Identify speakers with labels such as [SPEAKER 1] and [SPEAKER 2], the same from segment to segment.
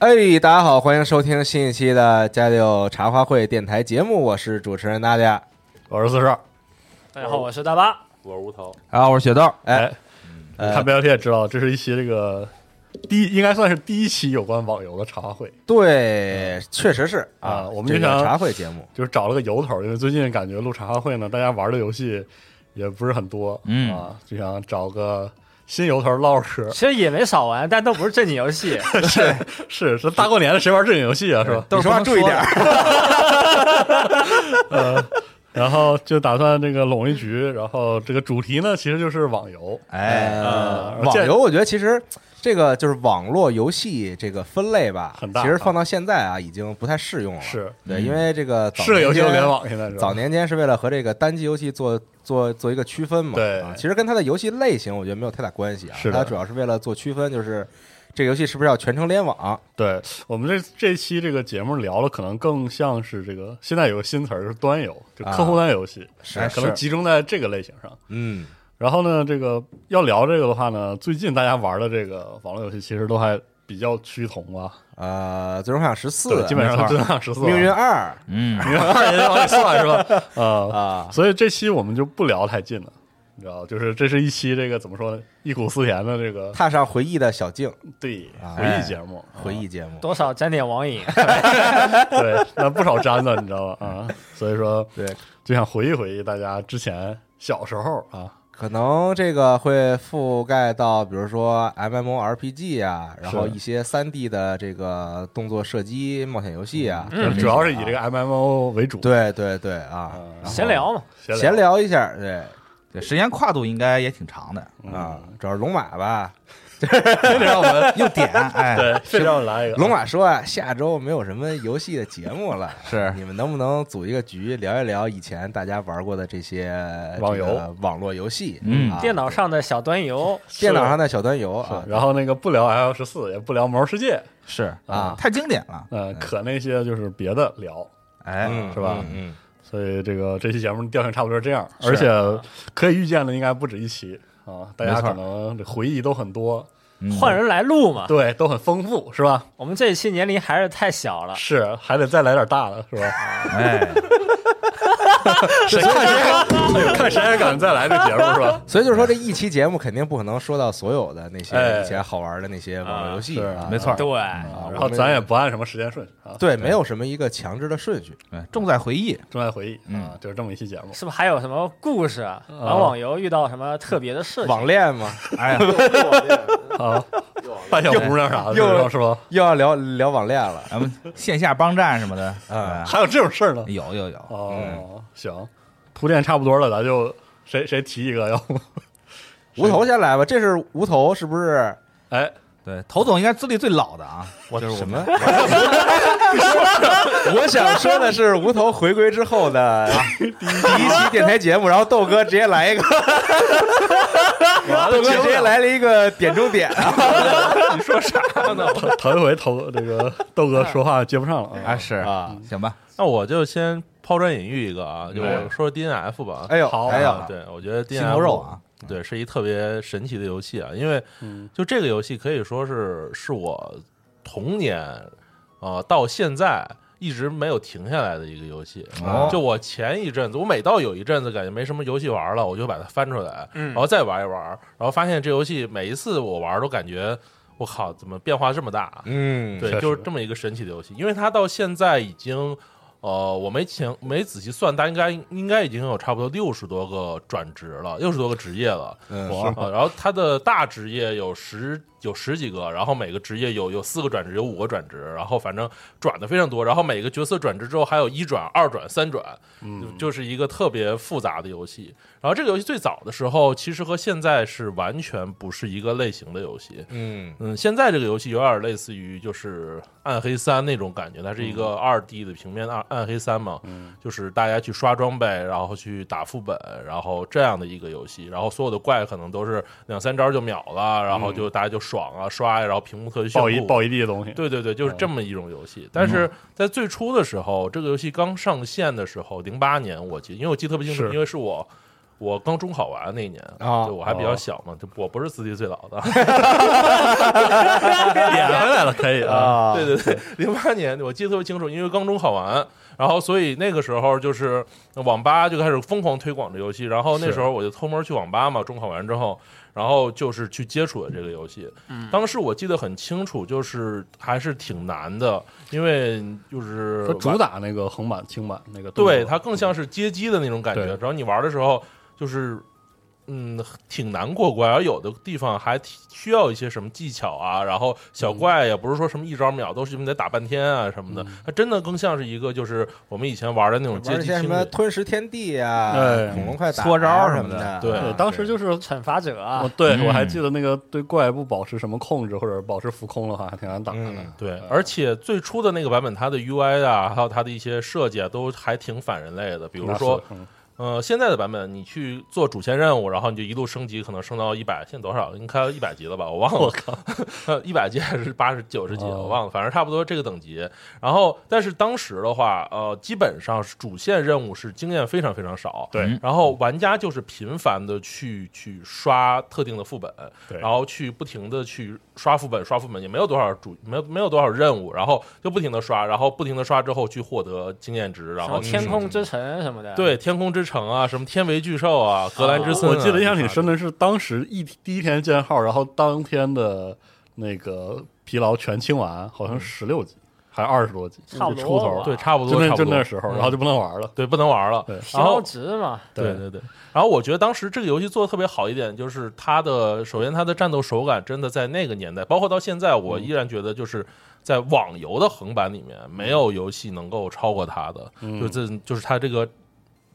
[SPEAKER 1] 哎，大家好，欢迎收听新一期的《家里有茶话会》电台节目，我是主持人大家。
[SPEAKER 2] 我是四十，
[SPEAKER 3] 大家好，我是大巴。
[SPEAKER 4] 我是吴涛，
[SPEAKER 2] 啊，我是雪豆。
[SPEAKER 1] 哎
[SPEAKER 2] 哎，
[SPEAKER 1] 呃
[SPEAKER 2] 看标题也知道，这是一期这个第一，应该算是第一期有关网游的茶话会，
[SPEAKER 1] 对，确实是
[SPEAKER 2] 啊我们
[SPEAKER 1] 这
[SPEAKER 2] 就
[SPEAKER 1] 个
[SPEAKER 2] 想
[SPEAKER 1] 茶会节目，
[SPEAKER 2] 就是找了个由头，因为最近感觉录茶话会呢，大家玩的游戏也不是很多，
[SPEAKER 5] 嗯
[SPEAKER 2] 啊，就想找个新由头 唠嗑。
[SPEAKER 3] 其实也没少玩，但都不是正经游戏，
[SPEAKER 2] 是是，大过年的谁玩正经游戏啊？是吧？
[SPEAKER 1] 你说话注意点儿。
[SPEAKER 2] 然后就打算这个拢一局，然后这个主题呢，其实就是网游。
[SPEAKER 1] 哎，
[SPEAKER 2] 呃
[SPEAKER 1] 网游我觉得其实这个就是网络游戏这个分类吧，
[SPEAKER 2] 很大
[SPEAKER 1] 其实放到现在啊，已经不太适用了。
[SPEAKER 2] 是
[SPEAKER 1] 对，因为这个早
[SPEAKER 2] 是个游戏
[SPEAKER 1] 年间
[SPEAKER 2] 联网，现在是吧
[SPEAKER 1] 早年间是为了和这个单机游戏做做做一个区分嘛。
[SPEAKER 2] 对
[SPEAKER 1] 啊其实跟它的游戏类型我觉得没有太大关系啊，
[SPEAKER 2] 是的
[SPEAKER 1] 它主要是为了做区分，就是这个游戏是不是要全程联网？
[SPEAKER 2] 对我们这这期这个节目聊了，可能更像是这个现在有个新词儿，就是端游，就客户端游戏，
[SPEAKER 1] 是
[SPEAKER 2] 哎可能
[SPEAKER 1] 是
[SPEAKER 2] 啊集中在这个类型上。
[SPEAKER 1] 嗯，
[SPEAKER 2] 然后呢，这个要聊这个的话呢，最近大家玩的这个网络游戏其实都还比较趋同吧，
[SPEAKER 1] 呃，最终幻想十四
[SPEAKER 2] 对，，基本上都
[SPEAKER 1] 没
[SPEAKER 2] 真
[SPEAKER 1] 错
[SPEAKER 2] 的十四
[SPEAKER 1] 命运二
[SPEAKER 5] 嗯，
[SPEAKER 2] 命运二也得往里算是吧？ 啊、
[SPEAKER 1] 啊，
[SPEAKER 2] 所以这期我们就不聊太近了。你知道，就是这是一期这个怎么说呢？忆苦思甜的这个
[SPEAKER 1] 踏上回忆的小径，
[SPEAKER 2] 对
[SPEAKER 1] 啊
[SPEAKER 2] 回忆节目，啊
[SPEAKER 1] 回忆节目，
[SPEAKER 3] 多少沾点网瘾。
[SPEAKER 2] 对，那不少沾的，你知道吧？啊，所以说
[SPEAKER 1] 对，
[SPEAKER 2] 就想回忆回忆大家之前小时候啊，
[SPEAKER 1] 可能这个会覆盖到，比如说 MMORPG 啊，然后
[SPEAKER 2] 是
[SPEAKER 1] 一些三 D 的这个动作射击冒险游戏啊，
[SPEAKER 2] 就是主要是以这个 MMO 为主，
[SPEAKER 1] 对对对啊，然后
[SPEAKER 3] 闲聊嘛，
[SPEAKER 2] 嗯闲
[SPEAKER 1] 闲聊一下，对
[SPEAKER 5] 对，时间跨度应该也挺长的，
[SPEAKER 1] 啊，主要是龙马吧，
[SPEAKER 5] 非得让我们又 点，哎，
[SPEAKER 2] 对，非得让我来一个
[SPEAKER 1] 龙马说啊，下周没有什么游戏的节目了，
[SPEAKER 5] 是
[SPEAKER 1] 你们能不能组一个局聊一聊以前大家玩过的这些
[SPEAKER 2] 网游
[SPEAKER 1] 这个网络游戏？
[SPEAKER 5] 嗯
[SPEAKER 1] 啊
[SPEAKER 3] 电脑上的小端游，
[SPEAKER 1] 电脑上的小端游啊
[SPEAKER 2] 是，然后那个不聊 L 十四，也不聊魔兽世界，
[SPEAKER 5] 是
[SPEAKER 1] 啊
[SPEAKER 5] 太经典了，
[SPEAKER 2] 呃，可那些就是别的聊，
[SPEAKER 5] 哎，
[SPEAKER 1] 嗯
[SPEAKER 2] 是吧
[SPEAKER 1] 嗯，
[SPEAKER 2] 所以这个这期节目调性差不多是这样，而且可以预见的应该不止一期啊，大家
[SPEAKER 5] 没错
[SPEAKER 2] 可能这回忆都很多，
[SPEAKER 5] 嗯
[SPEAKER 3] 换人来录嘛。
[SPEAKER 2] 对，都很丰富，是吧？
[SPEAKER 3] 我们这一期年龄还是太小了，
[SPEAKER 2] 是，还得再来点大的，是吧？
[SPEAKER 1] 嗯
[SPEAKER 5] 哎，
[SPEAKER 2] 谁看谁还看谁还敢再来这节目，是吧？
[SPEAKER 1] 所以就是说这一期节目肯定不可能说到所有的那些
[SPEAKER 2] 哎
[SPEAKER 1] 以前好玩的那些网络游戏
[SPEAKER 2] 是
[SPEAKER 1] 啊，
[SPEAKER 5] 没错儿，
[SPEAKER 3] 对，
[SPEAKER 1] 啊，
[SPEAKER 2] 然
[SPEAKER 1] 我
[SPEAKER 2] 后
[SPEAKER 1] 们
[SPEAKER 2] 咱也不按什么时间顺序啊，
[SPEAKER 1] 对没有什么一个强制的顺序，
[SPEAKER 5] 对，重在回忆，
[SPEAKER 2] 重在回忆
[SPEAKER 1] 嗯
[SPEAKER 2] 啊，就是这么一期节目。
[SPEAKER 3] 是不是还有什么故事？啊玩网游遇到什么特别的事情？
[SPEAKER 1] 网恋嘛，
[SPEAKER 5] 哎呀，
[SPEAKER 2] 好，扮小姑娘啥的，
[SPEAKER 1] 又
[SPEAKER 2] 这种是吧？
[SPEAKER 1] 又要聊聊网恋了，
[SPEAKER 5] 咱们线下帮战什么的
[SPEAKER 1] 啊，
[SPEAKER 2] 还有这种事儿呢
[SPEAKER 6] 嗯
[SPEAKER 5] 对？有有有，
[SPEAKER 2] 哦，行，铺垫差不多了，咱就谁谁提一个，要不？
[SPEAKER 1] 无头先来吧，这是无头是不是？
[SPEAKER 2] 哎，
[SPEAKER 5] 对，头总应该资历最老的啊，
[SPEAKER 1] 我什么？ 我想说的是，无头回归之后的第一期电台节目，然后豆哥直接来一个，豆哥直接来了一个点中点啊！
[SPEAKER 5] 你说啥呢？
[SPEAKER 2] 头头一回头这个豆哥说话接不上了
[SPEAKER 5] 啊
[SPEAKER 2] 啊！
[SPEAKER 5] 是
[SPEAKER 1] 啊，
[SPEAKER 5] 行吧，
[SPEAKER 4] 那我就先抛砖引玉一个啊，就
[SPEAKER 2] 哎
[SPEAKER 4] 我说 D N F 吧。
[SPEAKER 1] 哎呦，
[SPEAKER 2] 好
[SPEAKER 1] 哎
[SPEAKER 4] 啊
[SPEAKER 1] 呦，
[SPEAKER 4] 对，我觉得 D
[SPEAKER 5] 嗯心
[SPEAKER 4] N
[SPEAKER 5] 头
[SPEAKER 4] F 嗯
[SPEAKER 5] 肉啊，
[SPEAKER 4] 对是一特别神奇的游戏啊，因为
[SPEAKER 2] 嗯
[SPEAKER 4] 就这个游戏可以说是是我童年呃到现在一直没有停下来的一个游戏。啊
[SPEAKER 5] 哦
[SPEAKER 4] 就我前一阵子，我每到有一阵子感觉没什么游戏玩了，我就把它翻出来，
[SPEAKER 3] 嗯
[SPEAKER 4] 然后再玩一玩，然后发现这游戏每一次我玩都感觉我靠，怎么变化这么大？啊
[SPEAKER 1] 嗯，
[SPEAKER 2] 确
[SPEAKER 4] 对，
[SPEAKER 2] 实
[SPEAKER 4] 就是这么一个神奇的游戏，因为它到现在已经，呃，我没前没仔细算，它应该应该已经有差不多六十多个转职了，六十多个职业了。
[SPEAKER 1] 嗯
[SPEAKER 2] 我
[SPEAKER 4] 啊，然后它的大职业有十有十几个，然后每个职业有有四个转职，有五个转职，然后反正转的非常多。然后每个角色转职之后还有一转、二转、三转，
[SPEAKER 2] 嗯
[SPEAKER 4] 就就是一个特别复杂的游戏。然后这个游戏最早的时候，其实和现在是完全不是一个类型的游戏。
[SPEAKER 1] 嗯
[SPEAKER 4] 嗯，现在这个游戏有点类似于就是《暗黑三》那种感觉，它是一
[SPEAKER 2] 嗯
[SPEAKER 4] 个二 D 的平面暗暗黑三嘛，就是大家去刷装备，然后去打副本，然后这样的一个游戏，然后所有的怪可能都是两三招就秒了，然后就大家就爽啊刷呀，然后屏幕特别炫
[SPEAKER 2] 爆
[SPEAKER 4] 酷，
[SPEAKER 2] 一爆一地的东西，嗯
[SPEAKER 4] 对对对，就是这么一种游戏。但是在最初的时候，这个游戏刚上线的时候，零八年我记，因为我记得特别清楚，
[SPEAKER 2] 是
[SPEAKER 4] 因为是我我刚中考完那一年
[SPEAKER 1] 啊
[SPEAKER 4] 对我还比
[SPEAKER 2] 哦
[SPEAKER 4] 较小嘛，就我不是资历最老 的。
[SPEAKER 2] 点回来了，可以啊。
[SPEAKER 1] 啊，
[SPEAKER 4] 对对对，零八年我记得特别清楚，因为刚中考完，然后所以那个时候就是网吧就开始疯狂推广这游戏，然后那时候我就偷摸去网吧嘛，中考完之后，然后就是去接触了这个游戏。
[SPEAKER 1] 嗯
[SPEAKER 4] 当时我记得很清楚，就是还是挺难的，因为就是
[SPEAKER 2] 它主打那个横版、轻版那个动作，
[SPEAKER 4] 对它更像是街机的那种感觉
[SPEAKER 2] 对，
[SPEAKER 4] 然后你玩的时候就是。嗯，挺难过关，然后有的地方还挺需要一些什么技巧啊，然后小
[SPEAKER 1] 嗯
[SPEAKER 4] 怪也不是说什么一招秒，都是你得打半天啊什么的，它真的更像是一个就是我们以前玩的那种街
[SPEAKER 1] 玩一
[SPEAKER 4] 机
[SPEAKER 1] 些什
[SPEAKER 4] 厅
[SPEAKER 1] 么
[SPEAKER 4] 里
[SPEAKER 1] 吞食天地啊
[SPEAKER 2] 哎，
[SPEAKER 1] 恐龙快打啊
[SPEAKER 5] 搓招
[SPEAKER 1] 什
[SPEAKER 5] 什
[SPEAKER 1] 么
[SPEAKER 5] 么的
[SPEAKER 1] 的，
[SPEAKER 4] 对
[SPEAKER 2] 对，
[SPEAKER 1] 啊
[SPEAKER 2] 当时就是
[SPEAKER 3] 惩罚者
[SPEAKER 2] 我
[SPEAKER 3] 啊，
[SPEAKER 2] 对
[SPEAKER 5] 嗯
[SPEAKER 2] 我还记得那个对怪不保持什么控制或者保持浮空的话，还挺难打
[SPEAKER 1] 嗯
[SPEAKER 2] 的。
[SPEAKER 4] 对，而且最初的那个版本，它的 UI 啊，还有它的一些设计啊，都还挺反人类的。比
[SPEAKER 2] 比
[SPEAKER 4] 如说，，
[SPEAKER 2] 嗯
[SPEAKER 4] 呃，现在的版本，你去做主线任务，然后你就一路升级，可能升到一百，现在多少？应该一百级了吧？我忘了，我靠， 一百级还是八十九十级，
[SPEAKER 2] 哦
[SPEAKER 4] 我忘了，反正差不多这个等级。然后，但是当时的话，呃，基本上是主线任务是经验非常非常少，
[SPEAKER 2] 对
[SPEAKER 4] 然后玩家就是频繁的去去刷特定的副本，
[SPEAKER 2] 对
[SPEAKER 4] 然后去不停的去刷副本，刷副本也没有多少主，没有没有多少任务，然后就不停的刷，然后不停的刷之后去获得经验值，然
[SPEAKER 3] 什
[SPEAKER 4] 后
[SPEAKER 3] 么
[SPEAKER 4] 去
[SPEAKER 3] 天空之城什么的，，
[SPEAKER 4] 对，天空之城啊，什么天为巨兽啊，格兰之森、啊
[SPEAKER 2] 哦我记得印象挺深的是，当时一第一天建号，然后当天的那个疲劳全清完，好像十六级还二十多级，
[SPEAKER 3] 差不
[SPEAKER 2] 就
[SPEAKER 3] 多
[SPEAKER 2] 出头
[SPEAKER 3] 吧
[SPEAKER 2] 了，
[SPEAKER 4] 嗯对，差不
[SPEAKER 2] 就
[SPEAKER 4] 多，
[SPEAKER 2] 那
[SPEAKER 4] 差不
[SPEAKER 2] 就
[SPEAKER 4] 多
[SPEAKER 2] 那时候，
[SPEAKER 4] 嗯
[SPEAKER 2] 然后就不能玩了。
[SPEAKER 4] 对不能玩了。
[SPEAKER 2] 对
[SPEAKER 3] 疲
[SPEAKER 4] 然后
[SPEAKER 3] 劳值嘛，
[SPEAKER 4] 对对对，然后我觉得当时这个游戏做的特别好一点，就是它的首先它的战斗手感真的在那个年代，包括到现在，我依然觉得就是在网游的横版里面，没有游戏能够超过它的，
[SPEAKER 2] 嗯
[SPEAKER 4] 就这就是它这个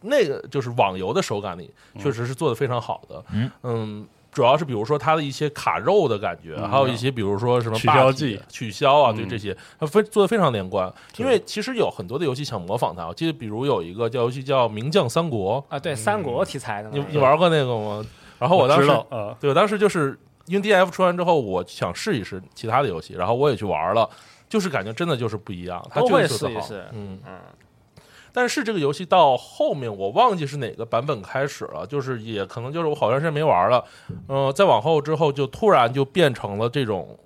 [SPEAKER 4] 那个就是网游的手感里，确实是做的非常好的，
[SPEAKER 5] 嗯
[SPEAKER 4] 主要是比如说它的一些卡肉的感觉，还有一些比如说什么
[SPEAKER 2] 嗯取
[SPEAKER 4] 霸
[SPEAKER 2] 消
[SPEAKER 4] 体
[SPEAKER 2] 技嗯
[SPEAKER 4] 取消啊，对这些，它非做的非常连贯。因为其实有很多的游戏想模仿它，我记得比如有一个叫游戏叫《名将三国》，
[SPEAKER 3] 啊，对，三国题材的嘛，
[SPEAKER 4] 你你玩呃过那个吗？然后我当
[SPEAKER 2] 知
[SPEAKER 4] 时，
[SPEAKER 2] 道 啊，
[SPEAKER 4] 对我当时就是因为 D F 出完之后，我想试一试其他的游戏，然后我也去玩了，就是感觉真的就是不一样，它
[SPEAKER 3] 都会
[SPEAKER 4] 就是做
[SPEAKER 3] 试
[SPEAKER 4] 得
[SPEAKER 3] 一
[SPEAKER 4] 好
[SPEAKER 3] 试
[SPEAKER 4] 嗯
[SPEAKER 3] 嗯。
[SPEAKER 4] 但是这个游戏到后面我忘记是哪个版本开始了，就是也可能就是我好长时间没玩了，呃，再往后之后就突然就变成了这种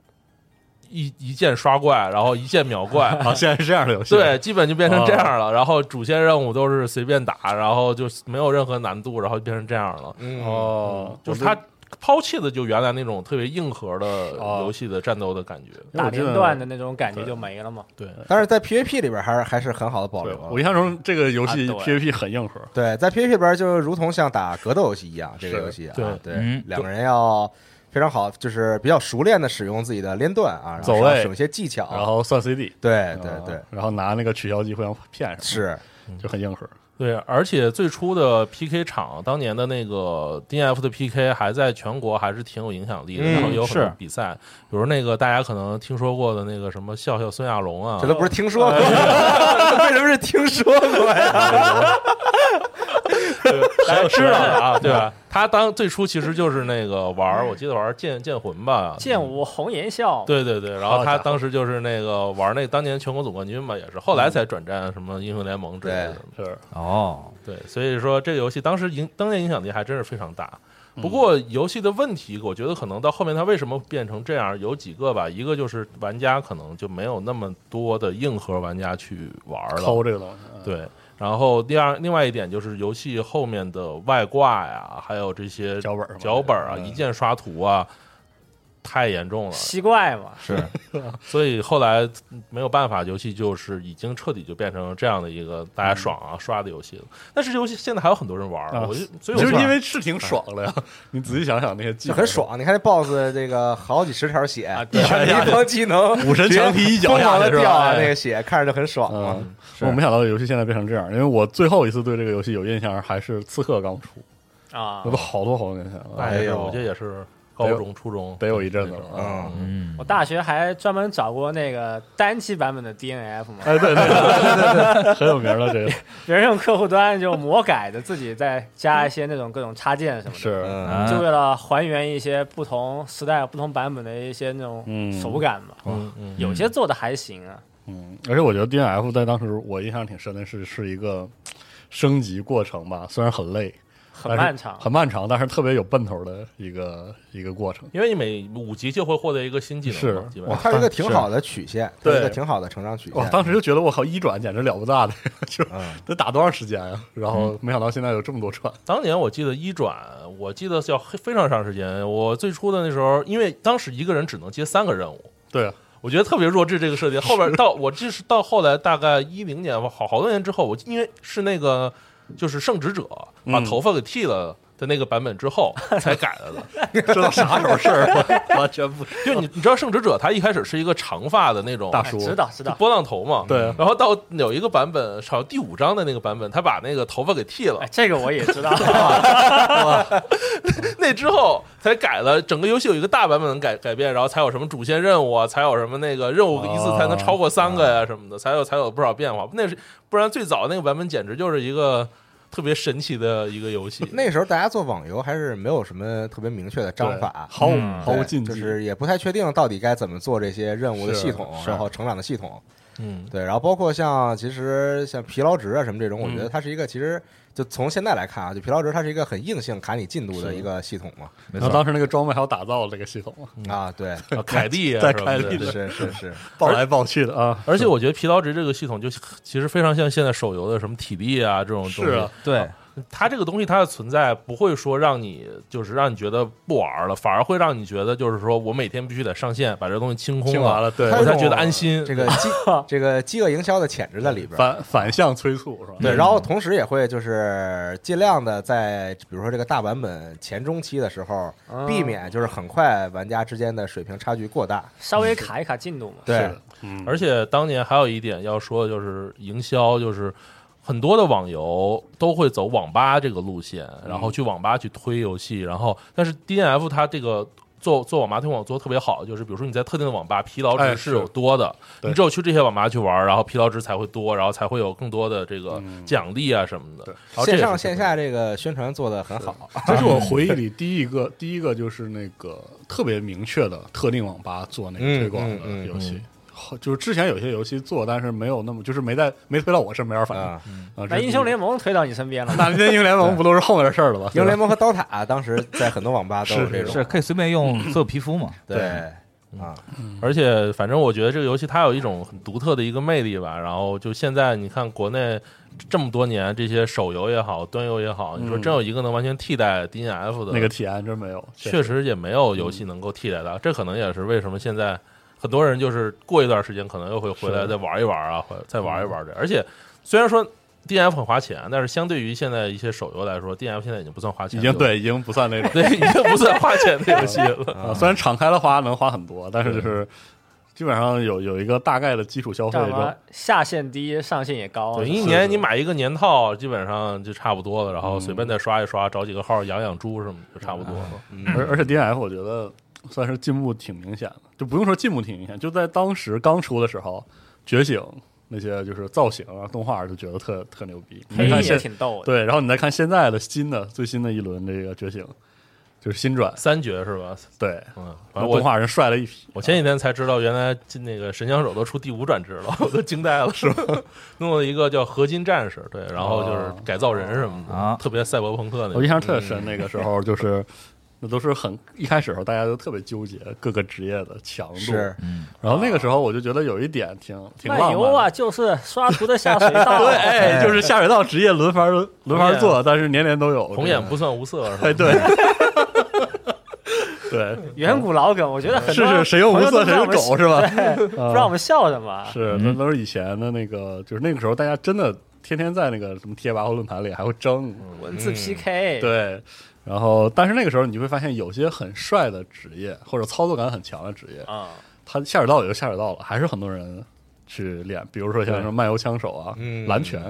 [SPEAKER 4] 一一键刷怪，然后一键秒 怪，
[SPEAKER 2] 啊，现在是这样的游戏，
[SPEAKER 4] 对，，基本就变成这样了。然后主线任务都是随便打，然后就没有任何难度，然后变成这样了。
[SPEAKER 1] 嗯，
[SPEAKER 2] 哦，
[SPEAKER 4] 就是
[SPEAKER 2] 我
[SPEAKER 4] 他抛弃的就原来那种特别硬核的
[SPEAKER 2] 哦
[SPEAKER 4] 游戏的战斗的感觉。
[SPEAKER 3] 打
[SPEAKER 2] 这
[SPEAKER 3] 连段的那种感觉就没了嘛。
[SPEAKER 4] 对，
[SPEAKER 1] 但是在 PVP 里边还是还是很好的保
[SPEAKER 2] 对
[SPEAKER 1] 留啊
[SPEAKER 2] 我
[SPEAKER 1] 了。
[SPEAKER 2] 印象中这个游戏
[SPEAKER 3] 啊对
[SPEAKER 2] PVP 很硬核，
[SPEAKER 1] 对，在 PVP 里边就如同像打格斗游戏一样，这个
[SPEAKER 2] 是
[SPEAKER 1] 游戏啊，
[SPEAKER 4] 对
[SPEAKER 1] 对
[SPEAKER 5] 嗯，
[SPEAKER 1] 两个人要非常好，就是比较熟练的使用自己的连段啊，然后
[SPEAKER 2] 走
[SPEAKER 1] 稍微
[SPEAKER 2] 位
[SPEAKER 1] 使用一些技巧，
[SPEAKER 2] 然后啊算 CD，
[SPEAKER 1] 对对对，
[SPEAKER 2] 然后拿那个取消机互相骗上，
[SPEAKER 1] 是
[SPEAKER 2] 就很硬核。
[SPEAKER 4] 对，而且最初的 PK 场，当年的那个 DNF 的 PK 还在全国还是挺有影响力的，
[SPEAKER 1] 嗯
[SPEAKER 4] 然后有很多
[SPEAKER 5] 是
[SPEAKER 4] 比赛，比如那个大家可能听说过的那个什么笑笑孙亚龙啊
[SPEAKER 1] 这，都不是听说过，
[SPEAKER 2] 啊
[SPEAKER 1] 为 什么是听说过呀？
[SPEAKER 4] 大家知道的啊，对吧？他当最初其实就是那个玩儿，我记得玩儿剑剑魂吧，
[SPEAKER 3] 见我红颜笑，
[SPEAKER 4] 对对对，然后
[SPEAKER 2] 好
[SPEAKER 4] 他
[SPEAKER 2] 家伙
[SPEAKER 4] 当时就是那个玩那个当年全国总冠军嘛，也是后
[SPEAKER 2] 嗯
[SPEAKER 4] 来才转战什么英雄联盟之类的。
[SPEAKER 2] 是
[SPEAKER 5] 哦，
[SPEAKER 4] 对，所以说这个游戏当时影当年影响力还真是非常大。
[SPEAKER 2] 嗯
[SPEAKER 4] 不过游戏的问题，我觉得可能到后面它为什么变成这样，有几个吧。一个就是玩家可能就没有那么多的硬核玩家去玩了，
[SPEAKER 2] 抠这个东西，嗯，
[SPEAKER 4] 对。然后第二另外一点就是游戏后面的外挂呀，还有这些
[SPEAKER 2] 脚本儿嘛
[SPEAKER 4] 脚本儿啊，
[SPEAKER 2] 嗯
[SPEAKER 4] 一键刷图啊，太严重了。
[SPEAKER 3] 奇怪嘛，
[SPEAKER 5] 是
[SPEAKER 4] 所以后来嗯没有办法，游戏就是已经彻底就变成这样的一个大家爽啊、刷的游戏了。但是游戏现在还有很多人玩儿，
[SPEAKER 2] 啊
[SPEAKER 4] 我就所以
[SPEAKER 2] 就
[SPEAKER 4] 我
[SPEAKER 2] 是
[SPEAKER 4] 说
[SPEAKER 2] 因为是挺爽的呀。你仔细想想那些 技
[SPEAKER 1] 就
[SPEAKER 2] 能，
[SPEAKER 1] 很爽，你看那 BOSS 这个好几十条血，
[SPEAKER 2] 啊
[SPEAKER 3] 对
[SPEAKER 1] 一方技能，
[SPEAKER 2] 武神强敌一脚
[SPEAKER 1] 疯
[SPEAKER 2] 下
[SPEAKER 1] 狂
[SPEAKER 2] 去
[SPEAKER 1] 的
[SPEAKER 2] 是吧
[SPEAKER 1] 掉啊，
[SPEAKER 2] 哎
[SPEAKER 1] 那个血看着就很爽啊。
[SPEAKER 2] 嗯，我没想到游戏现在变成这样，因为我最后一次对这个游戏有印象还是《刺客》刚出，
[SPEAKER 3] 啊
[SPEAKER 2] 那都，好多好多年前了，
[SPEAKER 4] 哎
[SPEAKER 1] 哎
[SPEAKER 4] 呦，
[SPEAKER 1] 呦
[SPEAKER 4] 我觉得也是高中、初中
[SPEAKER 2] 得有一阵子
[SPEAKER 4] 那
[SPEAKER 2] 了
[SPEAKER 4] 种。
[SPEAKER 2] 嗯，
[SPEAKER 1] 嗯，
[SPEAKER 5] 嗯
[SPEAKER 3] 我大学还专门找过那个单机版本的 DNF 嘛，
[SPEAKER 2] 哎，对对对对，很有名了，这个
[SPEAKER 3] 别人用客户端就魔改的，自己再加一些那种各种插件什么的，
[SPEAKER 2] 是
[SPEAKER 5] 啊
[SPEAKER 3] 就为了还原一些不同时代、不同版本的一些那种
[SPEAKER 2] 嗯
[SPEAKER 3] 手感嘛。
[SPEAKER 4] 嗯嗯，
[SPEAKER 3] 有些做的还行啊，
[SPEAKER 2] 嗯，而且我觉得 DNF 在当时我印象挺深的是是一个升级过程吧，虽然很累，
[SPEAKER 3] 很漫长。
[SPEAKER 2] 很漫长，但是特别有奔头的一个一个过程。
[SPEAKER 4] 因为你每五级就会获得一个新技能嘛，
[SPEAKER 2] 是
[SPEAKER 4] 基本
[SPEAKER 1] 哇，
[SPEAKER 4] 上。
[SPEAKER 1] 它有一个挺好的曲线，它有一个
[SPEAKER 2] 对
[SPEAKER 1] 挺好的成长曲
[SPEAKER 2] 我
[SPEAKER 1] 线。
[SPEAKER 2] 当时就觉得我靠，一转简直了不大的， 就是
[SPEAKER 1] 嗯
[SPEAKER 2] 得打多长时间呀、然后没想到现在有这么多转，
[SPEAKER 4] 当年我记得一转，我记得要非非常长时间。我最初的那时候，因为当时一个人只能接三个任务，
[SPEAKER 2] 对啊，
[SPEAKER 4] 我觉得特别弱智这个设 定。后边到我这是到后来大概一零年吧，好好多年之后，我因为是那个就是圣职者把
[SPEAKER 2] 嗯
[SPEAKER 4] 头发给剃了。的那个版本之后才改了的，
[SPEAKER 2] 知道啥时候事儿 了，完全不是
[SPEAKER 4] 就你你知道圣职者他一开始是一个长发的那种
[SPEAKER 2] 大
[SPEAKER 3] 哎
[SPEAKER 2] 叔，哎
[SPEAKER 3] 知道知道，
[SPEAKER 4] 波浪头嘛，
[SPEAKER 2] 对啊
[SPEAKER 4] 然后到有一个版本，好像第五章的那个版本，他把那个头发给剃了
[SPEAKER 3] 哎，，这个我也知 道，
[SPEAKER 4] 那之后才改了。整个游戏有一个大版本的改改变，然后才有什么主线任务啊，才有什么那个任务一次才能超过三个呀、
[SPEAKER 2] 哦
[SPEAKER 4] 什么的，才有才有不少变化。那是不然最早那个版本简直就是一个特别神奇的一个游戏。
[SPEAKER 1] 那时候大家做网游还是没有什么特别明确的章法
[SPEAKER 2] 对，毫无
[SPEAKER 5] 嗯
[SPEAKER 2] 毫无
[SPEAKER 1] 对
[SPEAKER 2] 禁忌，
[SPEAKER 1] 就是也不太确定到底该怎么做这些任务的
[SPEAKER 2] 是
[SPEAKER 1] 系统，
[SPEAKER 2] 是
[SPEAKER 1] 然后成长的系统。
[SPEAKER 4] 嗯，
[SPEAKER 1] 对，然后包括像其实像疲劳值啊什么这种，我觉得
[SPEAKER 4] 嗯
[SPEAKER 1] 它是一个其实就从现在来看啊，就疲劳值它是一个很硬性砍你进度的一个系统嘛。
[SPEAKER 5] 没
[SPEAKER 2] 然后
[SPEAKER 5] 错，
[SPEAKER 2] 当时那个装备还有打造这个系统嘛，
[SPEAKER 1] 啊， 对，
[SPEAKER 4] 啊凯莉啊
[SPEAKER 2] 在
[SPEAKER 4] 什么的
[SPEAKER 2] 凯莉
[SPEAKER 4] 对
[SPEAKER 1] 是是 是，
[SPEAKER 2] 抱来抱去的啊，
[SPEAKER 4] 而且我觉得疲劳值这个系统就其实非常像现在手游的什么体力啊这种东西，
[SPEAKER 2] 是啊，
[SPEAKER 5] 对，
[SPEAKER 4] 它这个东西它的存在不会说让你就是让你觉得不玩了，反而会让你觉得就是说我每天必须得上线把这东西啊清空
[SPEAKER 2] 听完了，对
[SPEAKER 1] 它，有
[SPEAKER 4] 我才
[SPEAKER 1] 种
[SPEAKER 4] 觉得安心
[SPEAKER 1] 这个饥这个饥饿营销的潜质在里边儿。
[SPEAKER 2] 反反向催促是吧？
[SPEAKER 4] 嗯
[SPEAKER 1] 对，然后同时也会就是尽量的在比如说这个大版本前中期的时候，
[SPEAKER 4] 啊
[SPEAKER 1] 避免就是很快玩家之间的水平差距过大。
[SPEAKER 3] 稍微卡一卡进度嘛。
[SPEAKER 1] 对
[SPEAKER 2] 是的，嗯，
[SPEAKER 4] 而且当年还有一点要说的就是营销，就是很多的网游都会走网吧这个路线，然后去网吧去推游戏，然后但是 DNF 它这个。做做网吧推广做的特别好，就是比如说你在特定的网吧疲劳值
[SPEAKER 2] 哎
[SPEAKER 4] 是
[SPEAKER 2] 是
[SPEAKER 4] 有多的，
[SPEAKER 2] 对
[SPEAKER 4] 你只有去这些网吧去玩，然后疲劳值才会多，然后才会有更多的这个
[SPEAKER 2] 嗯
[SPEAKER 4] 奖励啊什么的。
[SPEAKER 2] 对
[SPEAKER 4] 然后这
[SPEAKER 1] 线
[SPEAKER 4] 也
[SPEAKER 1] 上
[SPEAKER 4] 是
[SPEAKER 1] 线
[SPEAKER 4] 特别
[SPEAKER 1] 下这个宣传做的很好，
[SPEAKER 2] 这是我回忆里第一个，第一个就是那个特别明确的特定网吧做那个推广
[SPEAKER 1] 嗯嗯
[SPEAKER 2] 的
[SPEAKER 1] 嗯
[SPEAKER 2] 游戏。好就是之前有些游戏做，但是没有那么，就是没在没推到我身边，反正
[SPEAKER 1] 啊，
[SPEAKER 2] 啊，
[SPEAKER 3] 那
[SPEAKER 2] 这是
[SPEAKER 3] 英雄联盟推到你身边了，
[SPEAKER 2] 那英雄联盟不都是后面的事儿了吧？
[SPEAKER 1] 英雄联盟
[SPEAKER 2] 盟
[SPEAKER 1] 和刀塔当时在很多网吧都有这种，
[SPEAKER 5] 是可以随便用所有皮肤嘛？
[SPEAKER 1] 对啊，
[SPEAKER 4] 而且，反正我觉得这个游戏它有一种很独特的一个魅力吧。然后，就现在你看国内这么多年，这些手游也好，端游也好，你说真有一个能完全替代 DNF 的，
[SPEAKER 2] 嗯那个体验真没有，
[SPEAKER 4] 确实也没有游戏能够替代它。这可能也是为什么现在很多人就是过一段时间可能又会回来
[SPEAKER 2] 是嗯
[SPEAKER 4] 再玩一玩啊，或者再玩一玩这。而且，虽然说 D F 很花钱，但是相对于现在一些手游来说，D F 现在已经不算花钱
[SPEAKER 2] 已
[SPEAKER 4] 的游
[SPEAKER 2] 经
[SPEAKER 4] 戏，
[SPEAKER 2] 对，已经不算那种。
[SPEAKER 4] 对，已经不算花钱的游戏了。
[SPEAKER 2] 啊，虽然敞开了花能花很多，但是就是基本上有有一个大概的基础消费
[SPEAKER 3] 叫什么
[SPEAKER 2] 就
[SPEAKER 3] 下限低，上限也
[SPEAKER 2] 哦
[SPEAKER 3] 高。
[SPEAKER 4] 对，一年你买一个年套，基本上就差不多了，然后
[SPEAKER 2] 嗯
[SPEAKER 4] 随便再刷一刷，找几个号养养猪什么的，就差不多了。
[SPEAKER 2] 而而且 D N F 我觉得算是进步挺明显的，就不用说进步挺明显，就在当时刚出的时候，觉醒那些就是造型啊、动画就觉得特特牛逼。你
[SPEAKER 3] 黑
[SPEAKER 2] 看
[SPEAKER 3] 衣也
[SPEAKER 2] 现
[SPEAKER 3] 挺逗的。
[SPEAKER 2] 对，然后你再看现在的新的最新的一轮这个觉醒，就是新转
[SPEAKER 4] 三绝是吧？
[SPEAKER 2] 对，
[SPEAKER 4] 嗯，
[SPEAKER 2] 然
[SPEAKER 4] 反正
[SPEAKER 2] 后动
[SPEAKER 4] 我
[SPEAKER 2] 画人帅了一批。
[SPEAKER 4] 我前几天才知道，原来进那个神枪手都出第五转制了， 我都惊呆了，是吧？弄了一个叫合金战士，对，然后就是改造人什么的，
[SPEAKER 5] 啊
[SPEAKER 4] 特别赛博朋克
[SPEAKER 2] 哦
[SPEAKER 4] 那
[SPEAKER 2] 我
[SPEAKER 4] 种
[SPEAKER 2] 印。象特深，那个时候就是。嗯那都是很一开始的时候，大家都特别纠结各个职业的强
[SPEAKER 4] 嗯
[SPEAKER 2] 度，
[SPEAKER 1] 是
[SPEAKER 2] 然后那个时候我就觉得有一点挺挺
[SPEAKER 3] 漫
[SPEAKER 2] 浪
[SPEAKER 3] 游
[SPEAKER 2] 漫
[SPEAKER 3] 啊，
[SPEAKER 2] 的。
[SPEAKER 3] 就是刷图的 下水道。啊
[SPEAKER 2] 对，哎，就是下水道职业轮番轮番做，但是年年都有
[SPEAKER 4] 红眼不算无色，是吧
[SPEAKER 2] 哎，对， 对，
[SPEAKER 3] 远古老梗，我觉得很
[SPEAKER 2] 是
[SPEAKER 3] 多
[SPEAKER 2] 是，谁用无
[SPEAKER 3] 朋友
[SPEAKER 2] 色
[SPEAKER 3] 都不
[SPEAKER 2] 谁
[SPEAKER 3] 知道
[SPEAKER 2] 是
[SPEAKER 3] 我们
[SPEAKER 2] 狗是吧？ 嗯
[SPEAKER 3] 不知道我嗯们笑什么。
[SPEAKER 2] 是，那都是以前的那个，就是那个时候大家真的天天在那个什么贴吧或论坛里还会争，
[SPEAKER 3] 文字
[SPEAKER 2] 嗯
[SPEAKER 3] PK，，
[SPEAKER 2] 对。然后，但是那个时候你会发现，有些很帅的职业或者操作感很强的职业，
[SPEAKER 3] 啊，
[SPEAKER 2] 他下水道也就下水道了，还是很多人去练，比如说像什么漫游枪手啊、
[SPEAKER 1] 嗯
[SPEAKER 2] 蓝拳。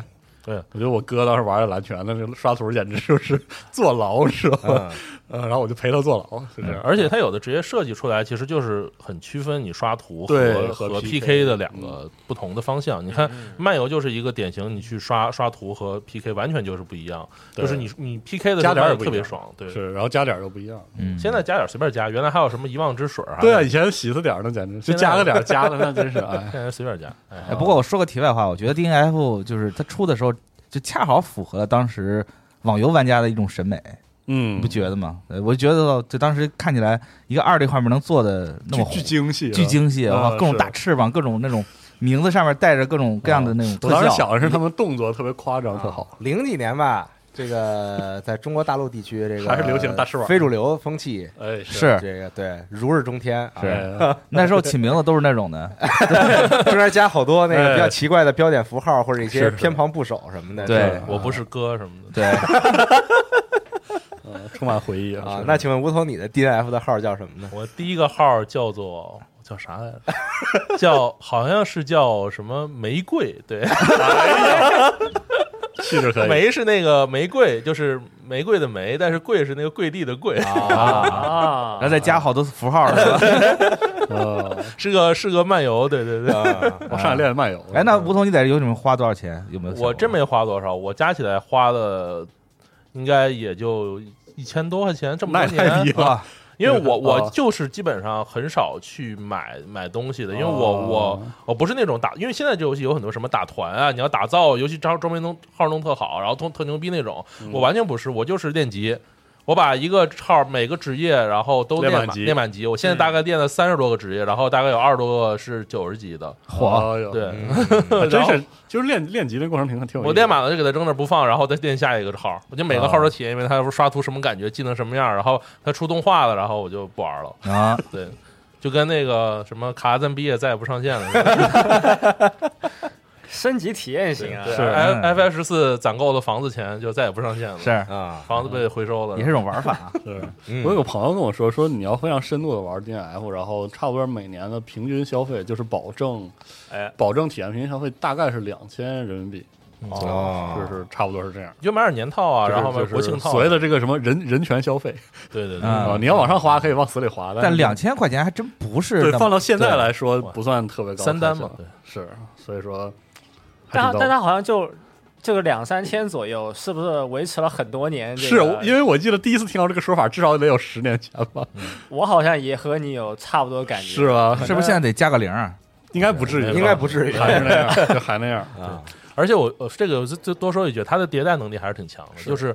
[SPEAKER 4] 对
[SPEAKER 2] 我觉得我哥当时玩的蓝拳，那是刷图简直就是坐牢，知道吗？呃，然后我就陪他坐牢，就这样。
[SPEAKER 5] 嗯
[SPEAKER 4] 而且它有的职业设计出来，其实就是很区分你刷图
[SPEAKER 2] 对
[SPEAKER 4] 和
[SPEAKER 2] 和
[SPEAKER 4] PK 的两
[SPEAKER 2] 嗯
[SPEAKER 4] 个不同的方向。你看漫游就是一个典型，你去刷刷图和 PK 完全就是不一样，
[SPEAKER 2] 对
[SPEAKER 4] 就是你你 PK 的时
[SPEAKER 2] 加
[SPEAKER 4] 候
[SPEAKER 2] 点儿也不一
[SPEAKER 4] 特
[SPEAKER 2] 样
[SPEAKER 4] 别爽，对。
[SPEAKER 2] 是，然后加点儿又不一样。
[SPEAKER 5] 嗯，
[SPEAKER 4] 现在加点儿随便加，原来还有什么一望之水啊？
[SPEAKER 2] 对啊，以前喜字点儿那简直就
[SPEAKER 4] 现在
[SPEAKER 2] 加个点儿加的那真是哎，
[SPEAKER 4] 现在随便加。哎
[SPEAKER 5] 哎，不过我说个题外话，我觉得 D N F 就是它出的时候就恰好符合了当时网游玩家的一种审美，
[SPEAKER 2] 嗯，
[SPEAKER 5] 你不觉得吗？呃我觉得就当时看起来一个二 D 画面能做的那么
[SPEAKER 2] 巨巨
[SPEAKER 5] 宏
[SPEAKER 2] 精细，
[SPEAKER 5] 巨。精细，
[SPEAKER 2] 啊
[SPEAKER 5] 哇，各种
[SPEAKER 2] 是
[SPEAKER 5] 大翅膀，各种那种名字上面带着各种各样的那种
[SPEAKER 2] 我
[SPEAKER 5] 特
[SPEAKER 2] 当时
[SPEAKER 5] 效，
[SPEAKER 2] 想的哦是他们动作特别夸张，特好。
[SPEAKER 1] 零几年吧，这个在中国大陆地区，这个
[SPEAKER 2] 还是流行大翅膀
[SPEAKER 1] 非主流风气，
[SPEAKER 2] 哎，
[SPEAKER 5] 是
[SPEAKER 1] 这个对如日中天啊，
[SPEAKER 2] 是，
[SPEAKER 5] 那时候起名字都是那种 的，
[SPEAKER 1] 中间加好多那个
[SPEAKER 2] 哎
[SPEAKER 1] 比较奇怪的标点符号或者一
[SPEAKER 2] 是
[SPEAKER 1] 些
[SPEAKER 2] 是
[SPEAKER 1] 偏旁部首什么的。
[SPEAKER 5] 对
[SPEAKER 1] 是吧
[SPEAKER 2] 啊
[SPEAKER 4] 我不是哥什么的，
[SPEAKER 5] 对，
[SPEAKER 2] 嗯 充满回忆
[SPEAKER 1] 啊
[SPEAKER 2] 是，
[SPEAKER 1] 那请问吴头，你的 D N F 的号叫什么呢？
[SPEAKER 4] 我第一个号叫做叫啥来着？叫好像是叫什么玫瑰，对，
[SPEAKER 2] 气质可以。
[SPEAKER 4] 玫是那个玫瑰，就是玫瑰的玫，但是贵是那个跪地的跪，
[SPEAKER 3] 啊
[SPEAKER 5] 然后，再加好多符号，是吧？
[SPEAKER 2] 嗯
[SPEAKER 4] 是个是个漫游，对对对。
[SPEAKER 2] 啊 我上海练漫游。
[SPEAKER 5] 哎，那吴桐，你在这游戏里面花多少钱？有没有？
[SPEAKER 4] 我真。没花多少，我加起来花了应该也就一千多块钱，这么
[SPEAKER 2] 那
[SPEAKER 4] 多
[SPEAKER 2] 也太
[SPEAKER 4] 年
[SPEAKER 2] 低。了。
[SPEAKER 5] 啊
[SPEAKER 4] 因为 我
[SPEAKER 2] 哦
[SPEAKER 4] 我就是基本上很少去买买东西的，因为我
[SPEAKER 2] 哦
[SPEAKER 4] 我我不是那种打，因为现在这游戏有很多什么打团啊，你要打造游戏招装备弄号弄特好，然后特特牛逼那种，
[SPEAKER 2] 嗯
[SPEAKER 4] 我完全不是，我就是练级。我把一个号每个职业，然后都
[SPEAKER 2] 练
[SPEAKER 4] 练
[SPEAKER 2] 满级嗯
[SPEAKER 4] 练满级。我现在大概练了三十多个职业，然后大概有二十多个是九十级的。
[SPEAKER 5] 火，
[SPEAKER 2] 哎呦
[SPEAKER 4] 对，，
[SPEAKER 2] 还真
[SPEAKER 4] 然后
[SPEAKER 2] 是就是练练级的过程挺哦挺有意思的。
[SPEAKER 4] 啊我练满了就给它扔那儿不放，然后再练下一个号。我就每个号
[SPEAKER 2] 啊
[SPEAKER 4] 都体验一遍，它刷图什么感觉，技能什么样，然后它出动画了，然后我就不玩了。
[SPEAKER 5] 啊，
[SPEAKER 4] 对，就跟那个什么卡赞毕业再也不上线了 似的。
[SPEAKER 3] 升级体验型啊，
[SPEAKER 4] 对
[SPEAKER 2] 是
[SPEAKER 5] 嗯
[SPEAKER 2] 嗯哎
[SPEAKER 4] F F 十四攒够了房子钱就再也不上线了，
[SPEAKER 5] 是
[SPEAKER 1] 啊，
[SPEAKER 4] 房子被回收了，
[SPEAKER 5] 也是种玩 法啊。
[SPEAKER 2] 是
[SPEAKER 1] 嗯
[SPEAKER 2] 我有个朋友跟我说，说你要非常深度的玩 D N F，然后差不多每年的平均消费就是保证，
[SPEAKER 3] 哎，
[SPEAKER 2] 保证体验平均消费大概是两千人民币，
[SPEAKER 1] 哦
[SPEAKER 2] 是是差不多是这样。
[SPEAKER 4] 你就买点年套啊，
[SPEAKER 2] 就是
[SPEAKER 4] 然后买
[SPEAKER 2] 就是
[SPEAKER 4] 国庆套，
[SPEAKER 2] 所谓的这个什么人人权消费
[SPEAKER 4] 对对对，
[SPEAKER 5] 嗯
[SPEAKER 2] 啊，你要往上花可以往死里花，
[SPEAKER 5] 但
[SPEAKER 2] 是
[SPEAKER 5] 两千块钱还真不是
[SPEAKER 2] 对
[SPEAKER 5] 那么
[SPEAKER 2] 放到现在来说
[SPEAKER 4] 对
[SPEAKER 2] 不算特别高的
[SPEAKER 4] 三单
[SPEAKER 2] 开销
[SPEAKER 4] 嘛，对，
[SPEAKER 2] 是，所以说还
[SPEAKER 3] 但
[SPEAKER 2] 挺
[SPEAKER 3] 它
[SPEAKER 2] 高
[SPEAKER 3] 但它好像就这个两三千左右，是不是维持了很多年？
[SPEAKER 2] 是我因
[SPEAKER 3] 为
[SPEAKER 2] 为我记得第一次听到这个说法，至少得有十年前吧，
[SPEAKER 3] 我好像也和你有差不多感觉，
[SPEAKER 2] 是啊 吧？
[SPEAKER 5] 是不是现在得加个零啊？
[SPEAKER 2] 应该不至于吧，
[SPEAKER 1] 应该不至于
[SPEAKER 2] 还是那样，就 还那样。
[SPEAKER 1] 啊，
[SPEAKER 4] 而且我呃这个我就就多说一句，它的迭代能力还是挺强的，就是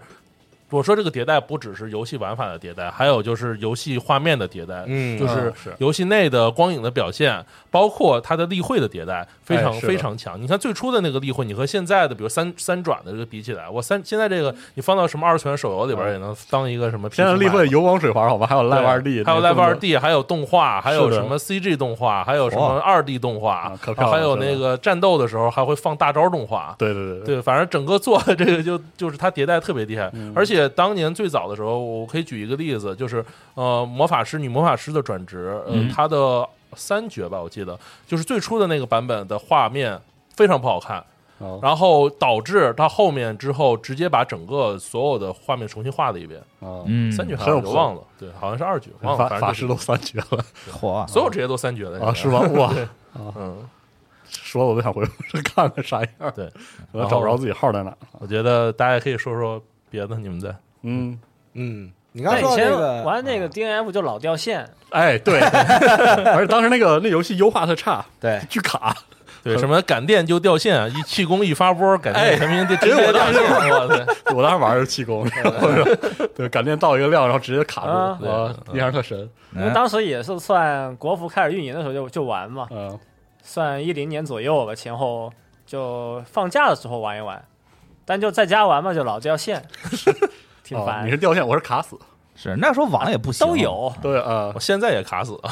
[SPEAKER 4] 我说这个迭代不只是游戏玩法的迭代，还有就是游戏画面的迭代，
[SPEAKER 1] 嗯
[SPEAKER 4] 就是
[SPEAKER 2] 嗯是
[SPEAKER 4] 游戏内的光影的表现，包括它的例会的迭代，非常、
[SPEAKER 2] 哎是的
[SPEAKER 4] 非常强。你看最初的那个例会，你和现在的比如三三转的这个比起来，我三现在这个你放到什么二次元手游里边
[SPEAKER 2] 嗯
[SPEAKER 4] 也能当一个什么
[SPEAKER 2] 现在立会
[SPEAKER 4] 有。
[SPEAKER 2] 有网水滑好吧，还有 Live 二 D，
[SPEAKER 4] 还有 Live 二 D，还有动画，还有
[SPEAKER 2] 是的
[SPEAKER 4] 什么 CG 动画，还有什么
[SPEAKER 5] 哦
[SPEAKER 4] 二 D 动画
[SPEAKER 2] 啊可，漂亮
[SPEAKER 4] 还有
[SPEAKER 2] 真的
[SPEAKER 4] 那个战斗的时候还会放大招动画。
[SPEAKER 2] 对对对嗯
[SPEAKER 4] 对，反正整个做 的这个就就是它迭代特别厉害，而且当年最早的时候，我可以举一个例子，就是呃，魔法师女魔法师的转职，呃
[SPEAKER 2] 嗯，
[SPEAKER 4] 她的三绝吧，我记得就是最初的那个版本的画面非常不好看，
[SPEAKER 2] 哦
[SPEAKER 4] 然后导致它后面之后直接把整个所有的画面重新画了一遍，
[SPEAKER 2] 啊，
[SPEAKER 5] 嗯，
[SPEAKER 4] 三绝还
[SPEAKER 2] 很
[SPEAKER 4] 是
[SPEAKER 2] 有
[SPEAKER 4] 我
[SPEAKER 2] 魄
[SPEAKER 4] 忘了，对，好像是二绝，忘了，
[SPEAKER 2] 法
[SPEAKER 4] 反正
[SPEAKER 2] 法
[SPEAKER 4] 就是
[SPEAKER 2] 师都三绝了
[SPEAKER 5] 火
[SPEAKER 4] 所有职业都三绝了
[SPEAKER 2] 啊，是？吗？哇，
[SPEAKER 4] 现在嗯，
[SPEAKER 2] 说的我都想回去看看啥样，
[SPEAKER 4] 对，
[SPEAKER 2] 我找不着自己号在哪。
[SPEAKER 4] 我觉得大家也可以说说别的，你们在
[SPEAKER 2] 嗯，
[SPEAKER 1] 嗯，你刚
[SPEAKER 3] 那以
[SPEAKER 1] 说
[SPEAKER 3] 前
[SPEAKER 1] 这个
[SPEAKER 3] 玩那个 DNF 就老掉线，
[SPEAKER 2] 哎，对， 而且当时那个那游戏优化特差，
[SPEAKER 1] 对
[SPEAKER 2] 巨卡，
[SPEAKER 4] 对什么感电就掉线，啊一气功一发波，感
[SPEAKER 2] 哎
[SPEAKER 4] 电全屏就直接掉线，我操！
[SPEAKER 2] 我当时玩的是气功， 然后 对，感电到一个量，然后直接卡
[SPEAKER 3] 啊
[SPEAKER 2] 住，哇，印象特深。
[SPEAKER 3] 因为当时也是算国服开始运营的时候就就玩嘛，
[SPEAKER 2] 嗯，
[SPEAKER 3] 算一零年左右吧，前后就放假的时候玩一玩，但就在家玩嘛，就老 掉线，挺
[SPEAKER 2] 哦
[SPEAKER 3] 烦
[SPEAKER 2] 你。是掉线，我是卡死。
[SPEAKER 5] 是那时候网也不行，
[SPEAKER 3] 都有，
[SPEAKER 2] 对啊
[SPEAKER 4] 我，现在也卡死了，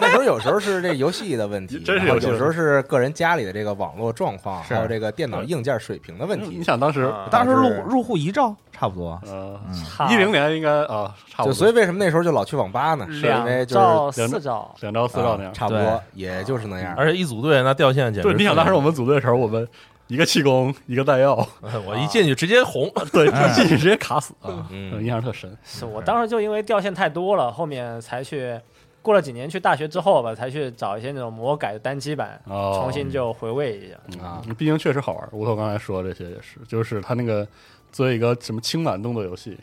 [SPEAKER 1] 那时候有时候是这游戏的问题，
[SPEAKER 2] 真是
[SPEAKER 1] 然后
[SPEAKER 2] 游戏的
[SPEAKER 1] 有时候是个人家里的这个网络状况，
[SPEAKER 5] 是
[SPEAKER 1] 还有这个电脑硬件水平的问
[SPEAKER 2] 你
[SPEAKER 1] 题。
[SPEAKER 2] 想当时，
[SPEAKER 3] 嗯
[SPEAKER 5] 当时入
[SPEAKER 1] 是
[SPEAKER 5] 入户一兆差不多，
[SPEAKER 2] 呃，
[SPEAKER 3] 差
[SPEAKER 2] 一零年应该啊，差不
[SPEAKER 1] 就
[SPEAKER 2] 多，
[SPEAKER 1] 所以为什么那时候就老去网吧呢？是因为
[SPEAKER 3] 两
[SPEAKER 1] 就是
[SPEAKER 3] 兆
[SPEAKER 2] 两
[SPEAKER 3] 四兆，
[SPEAKER 2] 两招四
[SPEAKER 1] 啊
[SPEAKER 2] 招那样。
[SPEAKER 1] 差不
[SPEAKER 5] 对
[SPEAKER 1] 多，也就是那样。
[SPEAKER 4] 而且一组队那掉线简直
[SPEAKER 2] 对，你想当时我们组队的时候，我们一个气功，一个弹药，
[SPEAKER 4] 哎我一进去直接红，
[SPEAKER 2] 对，
[SPEAKER 5] 哎
[SPEAKER 2] 一进去直接卡死啊，
[SPEAKER 1] 嗯
[SPEAKER 2] 印象特深。
[SPEAKER 3] 是我当时就因为掉线太多了，后面才去过了几年去大学之后吧，才去找一些那种魔改的单机版，
[SPEAKER 2] 哦
[SPEAKER 3] 重新就回味一下。
[SPEAKER 2] 啊，毕竟确实好玩。吴头刚才说的这些也是，就是他那个作为一个什么轻满动作游戏，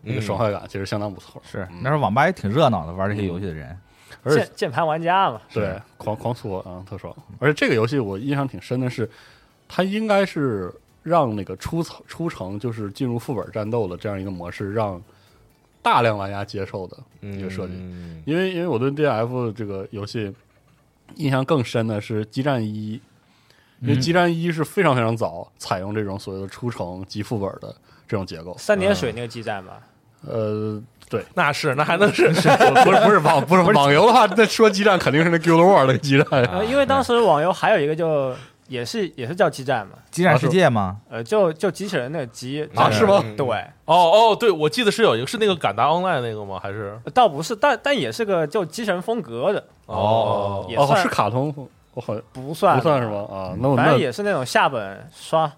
[SPEAKER 2] 那个
[SPEAKER 1] 嗯
[SPEAKER 2] 爽快感其实相当不错。嗯
[SPEAKER 5] 是那时候网吧也挺热闹的，玩这些游戏的人，
[SPEAKER 2] 而且
[SPEAKER 3] 键键盘玩家嘛，
[SPEAKER 2] 对狂狂搓啊，特爽。而且这个游戏我印象挺深的是，它应该是让那个出层出城就是进入副本战斗的这样一个模式，让大量玩家接受的一个设计。
[SPEAKER 1] 嗯
[SPEAKER 2] 因为因为我对 DF 这个游戏印象更深的是《激战一》，因为《激战一》是非常非常早采用这种所谓的出城及副本的这种结构。
[SPEAKER 3] 三点
[SPEAKER 2] 嗯
[SPEAKER 3] 水那个基站吧，
[SPEAKER 2] 呃，对，
[SPEAKER 4] 那是那还能 是
[SPEAKER 2] 不是不是网不是哦网游的话，那说激战肯定是那 Guild War 的激战。
[SPEAKER 3] 呃，因为当时网游还有一个就也是也是叫基站嘛，
[SPEAKER 5] 激战世界嘛，
[SPEAKER 3] 呃，就就机器人那个机
[SPEAKER 2] 啊是吗
[SPEAKER 3] 对，
[SPEAKER 4] 哦哦，对，我记得是有一个是那个敢达 online 那个吗？还是
[SPEAKER 3] 呃倒不是，但但也是个就机器人风格的，
[SPEAKER 4] 哦
[SPEAKER 3] 也
[SPEAKER 2] 哦，
[SPEAKER 3] 算
[SPEAKER 2] 是卡通，我好像
[SPEAKER 3] 不算
[SPEAKER 2] 不算是？吗？啊，那我
[SPEAKER 3] 反
[SPEAKER 2] 那哦
[SPEAKER 3] 正也是那种下本刷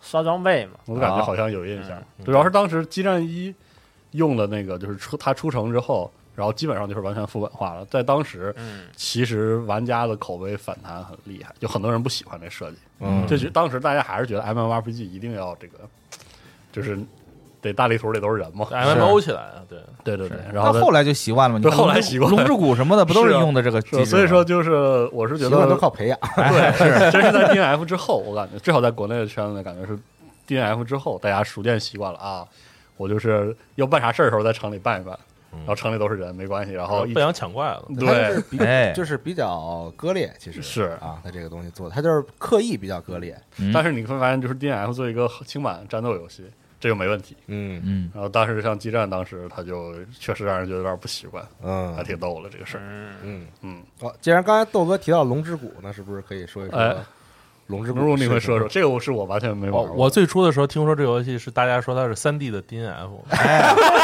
[SPEAKER 3] 刷装备嘛，
[SPEAKER 2] 我感觉好像有印象。主要是当时激战一用的那个，就是出它出城之后，然后基本上就是完全副本化了。在当时，
[SPEAKER 3] 嗯，
[SPEAKER 2] 其实玩家的口碑反弹很厉害，有很多人不喜欢这设计，
[SPEAKER 1] 嗯
[SPEAKER 2] 就觉当时大家还是觉得 M M R P G 一定要这个，就是得大地图里都是人嘛，
[SPEAKER 4] MMO 起来啊？对，
[SPEAKER 2] 对对对，然
[SPEAKER 5] 到
[SPEAKER 2] 后
[SPEAKER 5] 后来就习惯了嘛，你
[SPEAKER 2] 对
[SPEAKER 5] 看
[SPEAKER 2] 后来
[SPEAKER 5] 龙
[SPEAKER 2] 习惯了
[SPEAKER 5] 龙之谷什么的不都
[SPEAKER 2] 是啊
[SPEAKER 5] 用的这个
[SPEAKER 2] 是
[SPEAKER 5] 机
[SPEAKER 2] 吧
[SPEAKER 5] 制？
[SPEAKER 2] 所以说，就是我是觉
[SPEAKER 1] 习惯都
[SPEAKER 2] 得
[SPEAKER 1] 靠培养。
[SPEAKER 2] 对，真是在 D N F 之后，我感觉至少在国内的圈子感觉是 D N F 之后，大家熟练习惯了啊，我就是要办啥事儿的时候在城里办一办，
[SPEAKER 1] 嗯
[SPEAKER 2] 然后城里都是人没关系，然后一
[SPEAKER 4] 不想抢怪了。
[SPEAKER 1] 它就
[SPEAKER 2] 对
[SPEAKER 1] 是比
[SPEAKER 5] 哎
[SPEAKER 1] 就是比较割裂，其实
[SPEAKER 2] 是
[SPEAKER 1] 啊，他这个东西做的，他就是刻意比较割裂。
[SPEAKER 2] 但是你会发现，就是 D N F 做一个轻版战斗游戏，这个没问题。
[SPEAKER 1] 嗯
[SPEAKER 5] 嗯，
[SPEAKER 2] 然后当时像基站，当时他就确实让人觉得有点不习惯，还
[SPEAKER 1] 嗯
[SPEAKER 2] 挺逗的这个事儿。
[SPEAKER 1] 嗯
[SPEAKER 2] 嗯，
[SPEAKER 1] 哦，既然刚才豆哥提到龙之谷，那是不是可以说一说
[SPEAKER 2] 哎
[SPEAKER 1] 龙之
[SPEAKER 2] 这
[SPEAKER 1] 谷
[SPEAKER 2] 不如你会
[SPEAKER 1] 是什
[SPEAKER 2] 说
[SPEAKER 1] 么
[SPEAKER 2] 说，这个是我完全没玩
[SPEAKER 4] 我
[SPEAKER 2] 过。
[SPEAKER 4] 哦我最初的时候听说这游戏是大家说它是三 D 的 DNF，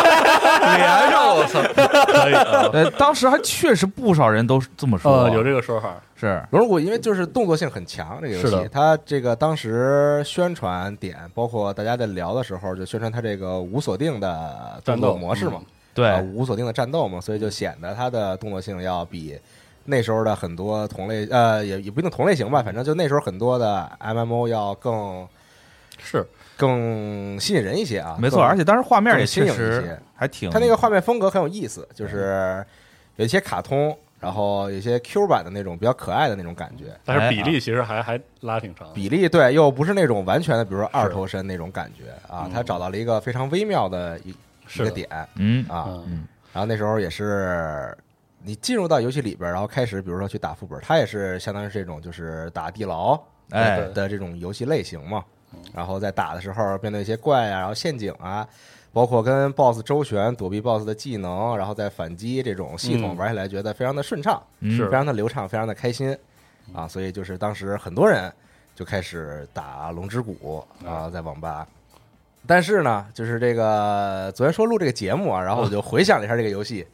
[SPEAKER 2] 连上我操，可以啊，
[SPEAKER 5] 呃，当时还确实不少人 都是这么说
[SPEAKER 2] 呃，有这啊个说法，
[SPEAKER 5] 是
[SPEAKER 1] 龙之谷因为就是动作性很强，这个游
[SPEAKER 2] 是
[SPEAKER 1] 戏
[SPEAKER 2] 的
[SPEAKER 1] 它这个当时宣传点，包括大家在聊的时候，就宣传它这个无锁定的动作模式
[SPEAKER 2] 嗯
[SPEAKER 1] 嘛，啊，
[SPEAKER 5] 对，嗯
[SPEAKER 1] 无锁定的战斗嘛，所以就显得它的动作性要比那时候的很多同类呃也也不一定同类型吧，反正就那时候很多的 MMO 要更
[SPEAKER 2] 是
[SPEAKER 1] 更吸引人一些啊，
[SPEAKER 5] 没错，
[SPEAKER 1] 更
[SPEAKER 5] 而且当时画面也确
[SPEAKER 1] 更新颖一些
[SPEAKER 5] 实还挺，
[SPEAKER 1] 它那个画面风格很有意思，就是有一些卡通，然后有些 Q 版的那种比较可爱的那种感觉，
[SPEAKER 2] 但是比例其实还还拉挺长。
[SPEAKER 1] 比例对又不是那种完全的，比如说二头身那种感觉啊，他找到了一个非常微妙的一一
[SPEAKER 2] 是
[SPEAKER 1] 个
[SPEAKER 2] 的
[SPEAKER 1] 点啊。
[SPEAKER 5] 嗯，
[SPEAKER 2] 嗯，
[SPEAKER 1] 然后那时候也是你进入到游戏里边儿，然后开始比如说去打副本，它也是相当于是这种就是打地牢
[SPEAKER 5] 哎
[SPEAKER 1] 的的这种游戏类型嘛。然后在打的时候面对一些怪啊，然后陷阱啊，包括跟 BOSS 周旋、躲避 BOSS 的技能，然后再反击这种系统
[SPEAKER 2] 嗯
[SPEAKER 1] 玩起来觉得非常的顺畅，
[SPEAKER 5] 嗯
[SPEAKER 2] 是嗯
[SPEAKER 1] 非常的流畅，非常的开心啊。所以就是当时很多人就开始打《龙之谷》啊，在网吧。但是呢，就是这个昨天说录这个节目啊，然后我就回想了一下这个游戏，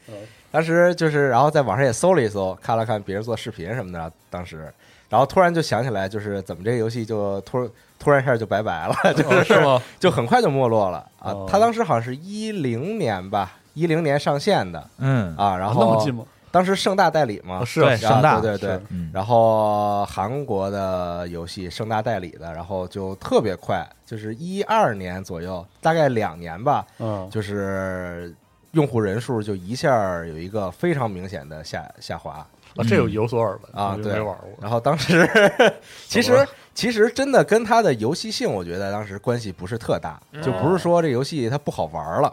[SPEAKER 1] 当时就是然后在网上也搜了一搜，看了看别人做视频什么的，当时，然后突然就想起来，就是怎么这个游戏就突突然一下就拜拜了， 就是
[SPEAKER 2] 是吗？
[SPEAKER 1] 就很快就没落了啊
[SPEAKER 2] 哦。
[SPEAKER 1] 它当时好像是一零年吧，一零年上线的
[SPEAKER 5] 嗯
[SPEAKER 1] 啊，然
[SPEAKER 2] 那么
[SPEAKER 1] 后
[SPEAKER 2] 近吗？
[SPEAKER 1] 当时盛大代理嘛
[SPEAKER 2] 啊，是啊
[SPEAKER 5] 对
[SPEAKER 1] 然后
[SPEAKER 5] 盛大
[SPEAKER 1] 对对对
[SPEAKER 2] 是，
[SPEAKER 5] 嗯
[SPEAKER 1] 然后韩国的游戏盛大代理的，然后就特别快，就是一二年左右，大概两年吧，
[SPEAKER 2] 嗯，
[SPEAKER 1] 就是用户人数就一下儿有一个非常明显的下下滑。
[SPEAKER 2] 啊，这有有所耳闻
[SPEAKER 1] 啊
[SPEAKER 2] 我就
[SPEAKER 1] 对
[SPEAKER 2] 没玩过。
[SPEAKER 1] 然后当时 其
[SPEAKER 2] 好
[SPEAKER 1] 实其实真的跟它的游戏性，我觉得当时关系不是特大，就不是说这游戏它不好玩儿了，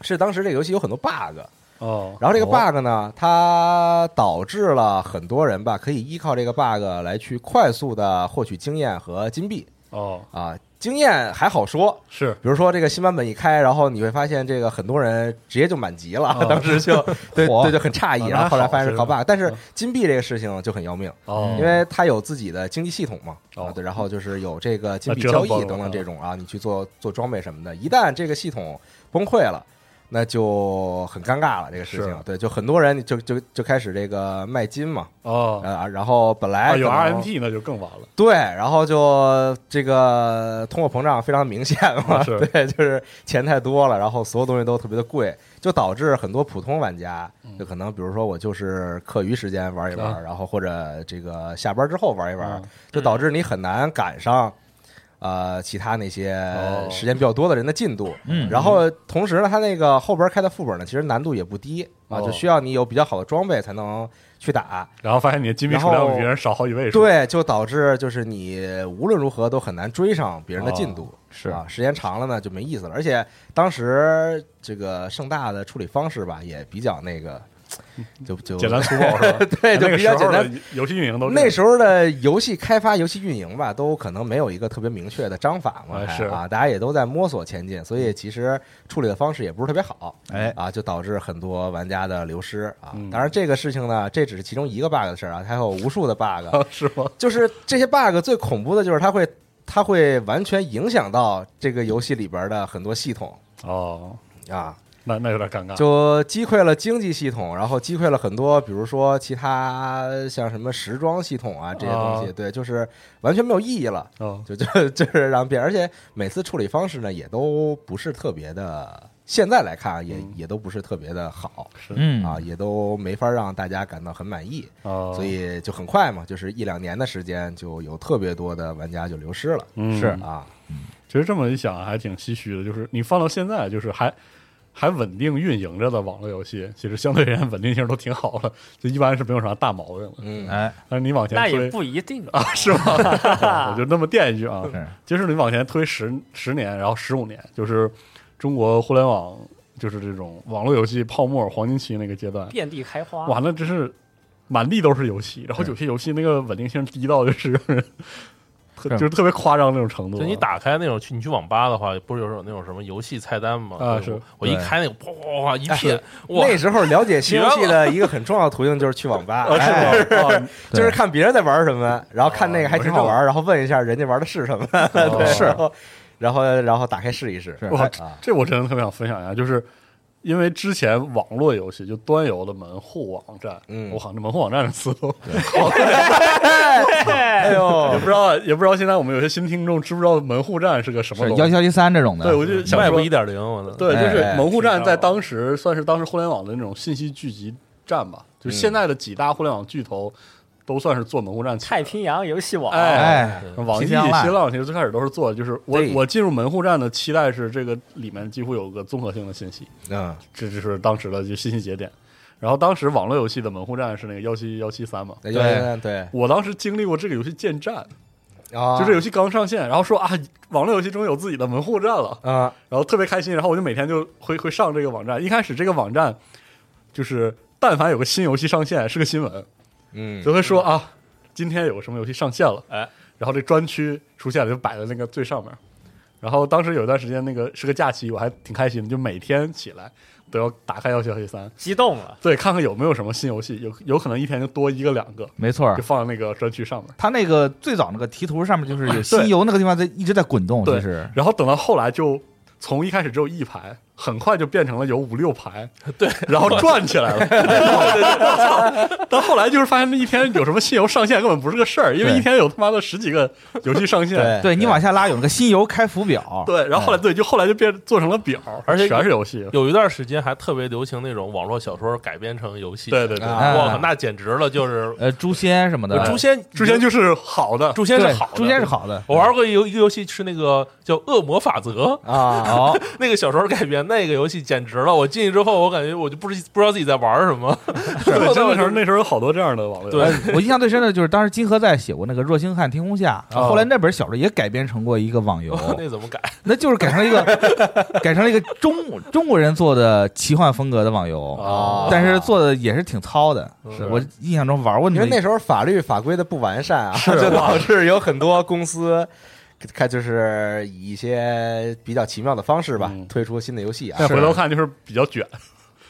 [SPEAKER 1] 是当时这游戏有很多 bug。
[SPEAKER 2] 哦，
[SPEAKER 1] 然后这个
[SPEAKER 5] 哦
[SPEAKER 1] bug 呢，它导致了很多人吧，可以依靠这个 bug 来去快速的获取经验和金币
[SPEAKER 2] 哦，
[SPEAKER 1] 啊。经验还好说，
[SPEAKER 2] 是
[SPEAKER 1] 比如说这个新版本一开，然后你会发现这个很多人直接就满级了，
[SPEAKER 2] 哦
[SPEAKER 1] 当时 就对
[SPEAKER 5] 嚯
[SPEAKER 1] 对就很诧异，
[SPEAKER 2] 啊
[SPEAKER 1] 然后后来发现是
[SPEAKER 2] 那还好
[SPEAKER 1] 搞 bug，但是
[SPEAKER 2] 嗯
[SPEAKER 1] 金币这个事情就很要命，
[SPEAKER 2] 哦
[SPEAKER 1] 因，为它有自己的经济系统嘛，
[SPEAKER 2] 哦
[SPEAKER 1] 啊对，然后就是有这个金币
[SPEAKER 2] 啊折
[SPEAKER 1] 交
[SPEAKER 2] 腾
[SPEAKER 1] 易
[SPEAKER 2] 崩
[SPEAKER 1] 等
[SPEAKER 2] 了
[SPEAKER 1] 等
[SPEAKER 2] 啊
[SPEAKER 1] 这种啊，你去做做装备什么的，一旦这个系统崩溃了。那就很尴尬了，这个事情
[SPEAKER 2] 是，
[SPEAKER 1] 对，就很多人就就就开始这个卖金嘛，
[SPEAKER 2] 哦，
[SPEAKER 1] 啊，然后本来
[SPEAKER 2] 啊，有
[SPEAKER 1] 可能
[SPEAKER 2] RMP 那就更完了。
[SPEAKER 1] 对，然后就这个通货膨胀非常明显嘛，
[SPEAKER 2] 啊 是
[SPEAKER 1] 对，就是钱太多了，然后所有东西都特别的贵，就导致很多普通玩家，
[SPEAKER 2] 嗯
[SPEAKER 1] 就可能比如说我就是课余时间玩一玩，
[SPEAKER 2] 啊
[SPEAKER 1] 然后或者这个下班之后玩一玩，
[SPEAKER 2] 嗯
[SPEAKER 1] 就导致你很难赶上。呃，其他那些
[SPEAKER 2] 哦
[SPEAKER 1] 时间比较多的人的进度，
[SPEAKER 5] 嗯
[SPEAKER 1] 然后同时呢，它那个后边开的副本呢，其实难度也不低啊，
[SPEAKER 2] 哦
[SPEAKER 1] 就需要你有比较好的装备才能去打。
[SPEAKER 2] 然后发现你的金币数量比别人少好几位数。
[SPEAKER 1] 对，就导致就是你无论如何都很难追上别人的进度，
[SPEAKER 2] 哦是
[SPEAKER 1] 啊，时间长了呢就没意思了。而且当时这个盛大的处理方式吧，也比较那个，就就
[SPEAKER 2] 简单。粗暴是吧？ 啊
[SPEAKER 1] 对，就
[SPEAKER 2] 那个
[SPEAKER 1] 比
[SPEAKER 2] 时
[SPEAKER 1] 较
[SPEAKER 2] 候
[SPEAKER 1] 简单。
[SPEAKER 2] 的游戏运营都
[SPEAKER 1] 那
[SPEAKER 2] 候
[SPEAKER 1] 时候的游戏开发、游戏运营吧，都可能没有一个特别明确的章法嘛，
[SPEAKER 2] 啊
[SPEAKER 1] 还
[SPEAKER 2] 是嗯
[SPEAKER 1] 啊，大家也都在摸索前进，所以其实处理的方式也不是特别好，
[SPEAKER 5] 哎
[SPEAKER 1] 啊，就导致很多玩家的流失啊。
[SPEAKER 2] 嗯
[SPEAKER 1] 当然，这个事情呢，这只是其中一个 bug 的事儿啊，还有无数的 bug，
[SPEAKER 2] 是吗？
[SPEAKER 1] 就是这些 bug 最恐怖的就是它会它会完全影响到这个游戏里边的很多系统
[SPEAKER 2] 哦，
[SPEAKER 1] 啊，
[SPEAKER 2] 那那有点尴尬。
[SPEAKER 1] 就击溃了经济系统，然后击溃了很多，比如说其他像什么时装系统啊这些东西，
[SPEAKER 2] 啊
[SPEAKER 1] 对，就是完全没有意义了。
[SPEAKER 2] 哦，
[SPEAKER 1] 就就 就是让变，而且每次处理方式呢，也都不是特别的，现在来看啊也
[SPEAKER 2] 嗯
[SPEAKER 1] 也都不是特别的好
[SPEAKER 5] 嗯
[SPEAKER 1] 啊，也都没法让大家感到很满意。
[SPEAKER 2] 哦，
[SPEAKER 1] 所以就很快嘛，就是一两年的时间，就有特别多的玩家就流失了。
[SPEAKER 2] 嗯
[SPEAKER 5] 是
[SPEAKER 1] 啊，
[SPEAKER 2] 其实这么一想还挺唏嘘的，就是你放到现在，就是还还稳定运营着的网络游戏，其实相对而言稳定性都挺好了，就一般是没有啥大毛病了。
[SPEAKER 1] 嗯，
[SPEAKER 5] 哎
[SPEAKER 2] 但是你往前
[SPEAKER 3] 那也
[SPEAKER 2] 推，
[SPEAKER 3] 不一定
[SPEAKER 2] 啊，是吗？我 就那么垫一句啊
[SPEAKER 5] 是，
[SPEAKER 2] 就是你往前推十十年，然后十五年，就是中国互联网就是这种网络游戏泡沫黄金期那个阶段，
[SPEAKER 3] 遍地开花。
[SPEAKER 2] 哇，那真是满地都是游戏，然后有些游戏那个稳定性低到就是让人 特
[SPEAKER 5] 是
[SPEAKER 2] 就是特别夸张那种程度啊，
[SPEAKER 4] 就你打开那种去你去网吧的话，不是有种那种什么游戏菜单吗？
[SPEAKER 2] 啊
[SPEAKER 4] 我
[SPEAKER 2] 是
[SPEAKER 4] 我一
[SPEAKER 5] 对
[SPEAKER 4] 开那个哗哗哗一
[SPEAKER 1] 是
[SPEAKER 4] 片，哇，
[SPEAKER 1] 那时候了解新游戏的一个很重要的途径就是去网吧， 哎
[SPEAKER 2] 是吧？啊
[SPEAKER 1] 就是看别人在玩什么，然后看那个还挺好玩，然后问一下人家玩的是什么， 对，
[SPEAKER 2] 是
[SPEAKER 1] 然后，然后然后打开试一试，
[SPEAKER 5] 是
[SPEAKER 2] 哇
[SPEAKER 1] 哎啊，
[SPEAKER 2] 这我真的特别想分享一下，就是因为之前网络游戏就端游的门户网站，
[SPEAKER 1] 嗯
[SPEAKER 2] 我靠，这门户网站的词都，
[SPEAKER 1] 哎
[SPEAKER 2] 也
[SPEAKER 1] 呦
[SPEAKER 2] 不，知道也不知道现在我们有些新听众知不知道门户站是个什么
[SPEAKER 5] 是
[SPEAKER 2] 东
[SPEAKER 5] 幺
[SPEAKER 2] 西？
[SPEAKER 5] 七幺七三这种的，
[SPEAKER 2] 对，我就想
[SPEAKER 4] 外部
[SPEAKER 2] 说
[SPEAKER 4] 嗯一，点零，我的
[SPEAKER 2] 对，
[SPEAKER 5] 哎
[SPEAKER 2] 就是
[SPEAKER 1] 哎
[SPEAKER 2] 门户站
[SPEAKER 4] 知道
[SPEAKER 2] 在当时算是当时互联网的那种信息聚集站吧，就是现在的几大互联网巨头都算是做门户站起来
[SPEAKER 3] 太
[SPEAKER 2] 的。
[SPEAKER 3] 平洋游戏网，
[SPEAKER 2] 哎，
[SPEAKER 5] 哎
[SPEAKER 2] 网易、
[SPEAKER 5] 新浪
[SPEAKER 2] 新浪其实最开始都是做的，就是我
[SPEAKER 1] 对
[SPEAKER 2] 我进入门户站的期待是这个里面几乎有个综合性的信息，
[SPEAKER 1] 嗯，
[SPEAKER 2] 这就是当时的就信息节点。然后当时网络游戏的门户站是那个幺七幺七三嘛，
[SPEAKER 1] 对对对，
[SPEAKER 2] 我当时经历过这个游戏建站，
[SPEAKER 1] 啊，
[SPEAKER 2] 就这游戏刚上线，然后说啊，网络游戏终于有自己的门户站了，
[SPEAKER 1] 啊，
[SPEAKER 2] 然后特别开心，然后我就每天就会会上这个网站。一开始这个网站就是，但凡有个新游戏上线是个新闻，
[SPEAKER 1] 嗯，
[SPEAKER 2] 就会说啊，今天有个什么游戏上线了，
[SPEAKER 3] 哎，
[SPEAKER 2] 然后这专区出现了，就摆在那个最上面。然后当时有一段时间，那个是个假期，我还挺开心的，就每天起来都要打开幺七幺七三，
[SPEAKER 3] 激动了，
[SPEAKER 2] 对，看看有没有什么新游戏，有有可能一天就多一个两个，
[SPEAKER 5] 没错
[SPEAKER 2] 就。放在那个专区上面。
[SPEAKER 5] 它那个最早那个题图上面就是有
[SPEAKER 2] 对
[SPEAKER 5] 西游那个地方在一直在滚动，
[SPEAKER 2] 对
[SPEAKER 5] 其实
[SPEAKER 2] 然后等到后来就从一开始只有一排，很快就变成了有五六排，对，然后转起来了。 到后来就是发现那一天有什么新游上线根本不是个事儿，因为
[SPEAKER 5] 对
[SPEAKER 2] 一天有他妈的十几个游戏上线。
[SPEAKER 1] 对，
[SPEAKER 5] 对你往下拉有那个西游开服表，
[SPEAKER 2] 对，然后后来对，就后来就变做成了表，
[SPEAKER 4] 而且
[SPEAKER 2] 全是游戏。
[SPEAKER 4] 有一段时间还特别流行那种网络小说改编成游戏，
[SPEAKER 2] 对对对，
[SPEAKER 1] 啊
[SPEAKER 4] 我靠，那简直了，就是
[SPEAKER 5] 呃，诛仙什么的，
[SPEAKER 4] 诛仙，
[SPEAKER 2] 之前就是好的，
[SPEAKER 4] 诛仙是
[SPEAKER 5] 对
[SPEAKER 4] 好的，
[SPEAKER 5] 诛仙是。好的，
[SPEAKER 4] 我玩过一游一个游戏是那个叫《恶魔法则》，
[SPEAKER 1] 啊，
[SPEAKER 5] 好，
[SPEAKER 4] 那个小说改编，那个游戏简直了！我进去之后，我感觉我就不知不知道自己在玩什么。
[SPEAKER 2] 对，真的时候那时候有好多这样的网络。
[SPEAKER 4] 对，
[SPEAKER 5] 我印象最深的就是当时金河在写过那个《若星汉天空下》，
[SPEAKER 2] 哦
[SPEAKER 5] 后来那本小说也改编成过一个网游，
[SPEAKER 4] 那怎么 改？
[SPEAKER 5] 那就是改成 了一个改成了一个中中国人做的奇幻风格的网游，
[SPEAKER 1] 哦
[SPEAKER 5] 但是做的也是挺糙的。
[SPEAKER 4] 嗯
[SPEAKER 5] 是我印象中玩过
[SPEAKER 1] 因
[SPEAKER 5] 那
[SPEAKER 1] 为那
[SPEAKER 5] 么
[SPEAKER 1] 时候法律法规的不完善啊， 就导致有很多公司。看，就是以一些比较奇妙的方式吧，
[SPEAKER 2] 嗯
[SPEAKER 1] 推出新的游戏啊，
[SPEAKER 2] 但回头看就是比较卷，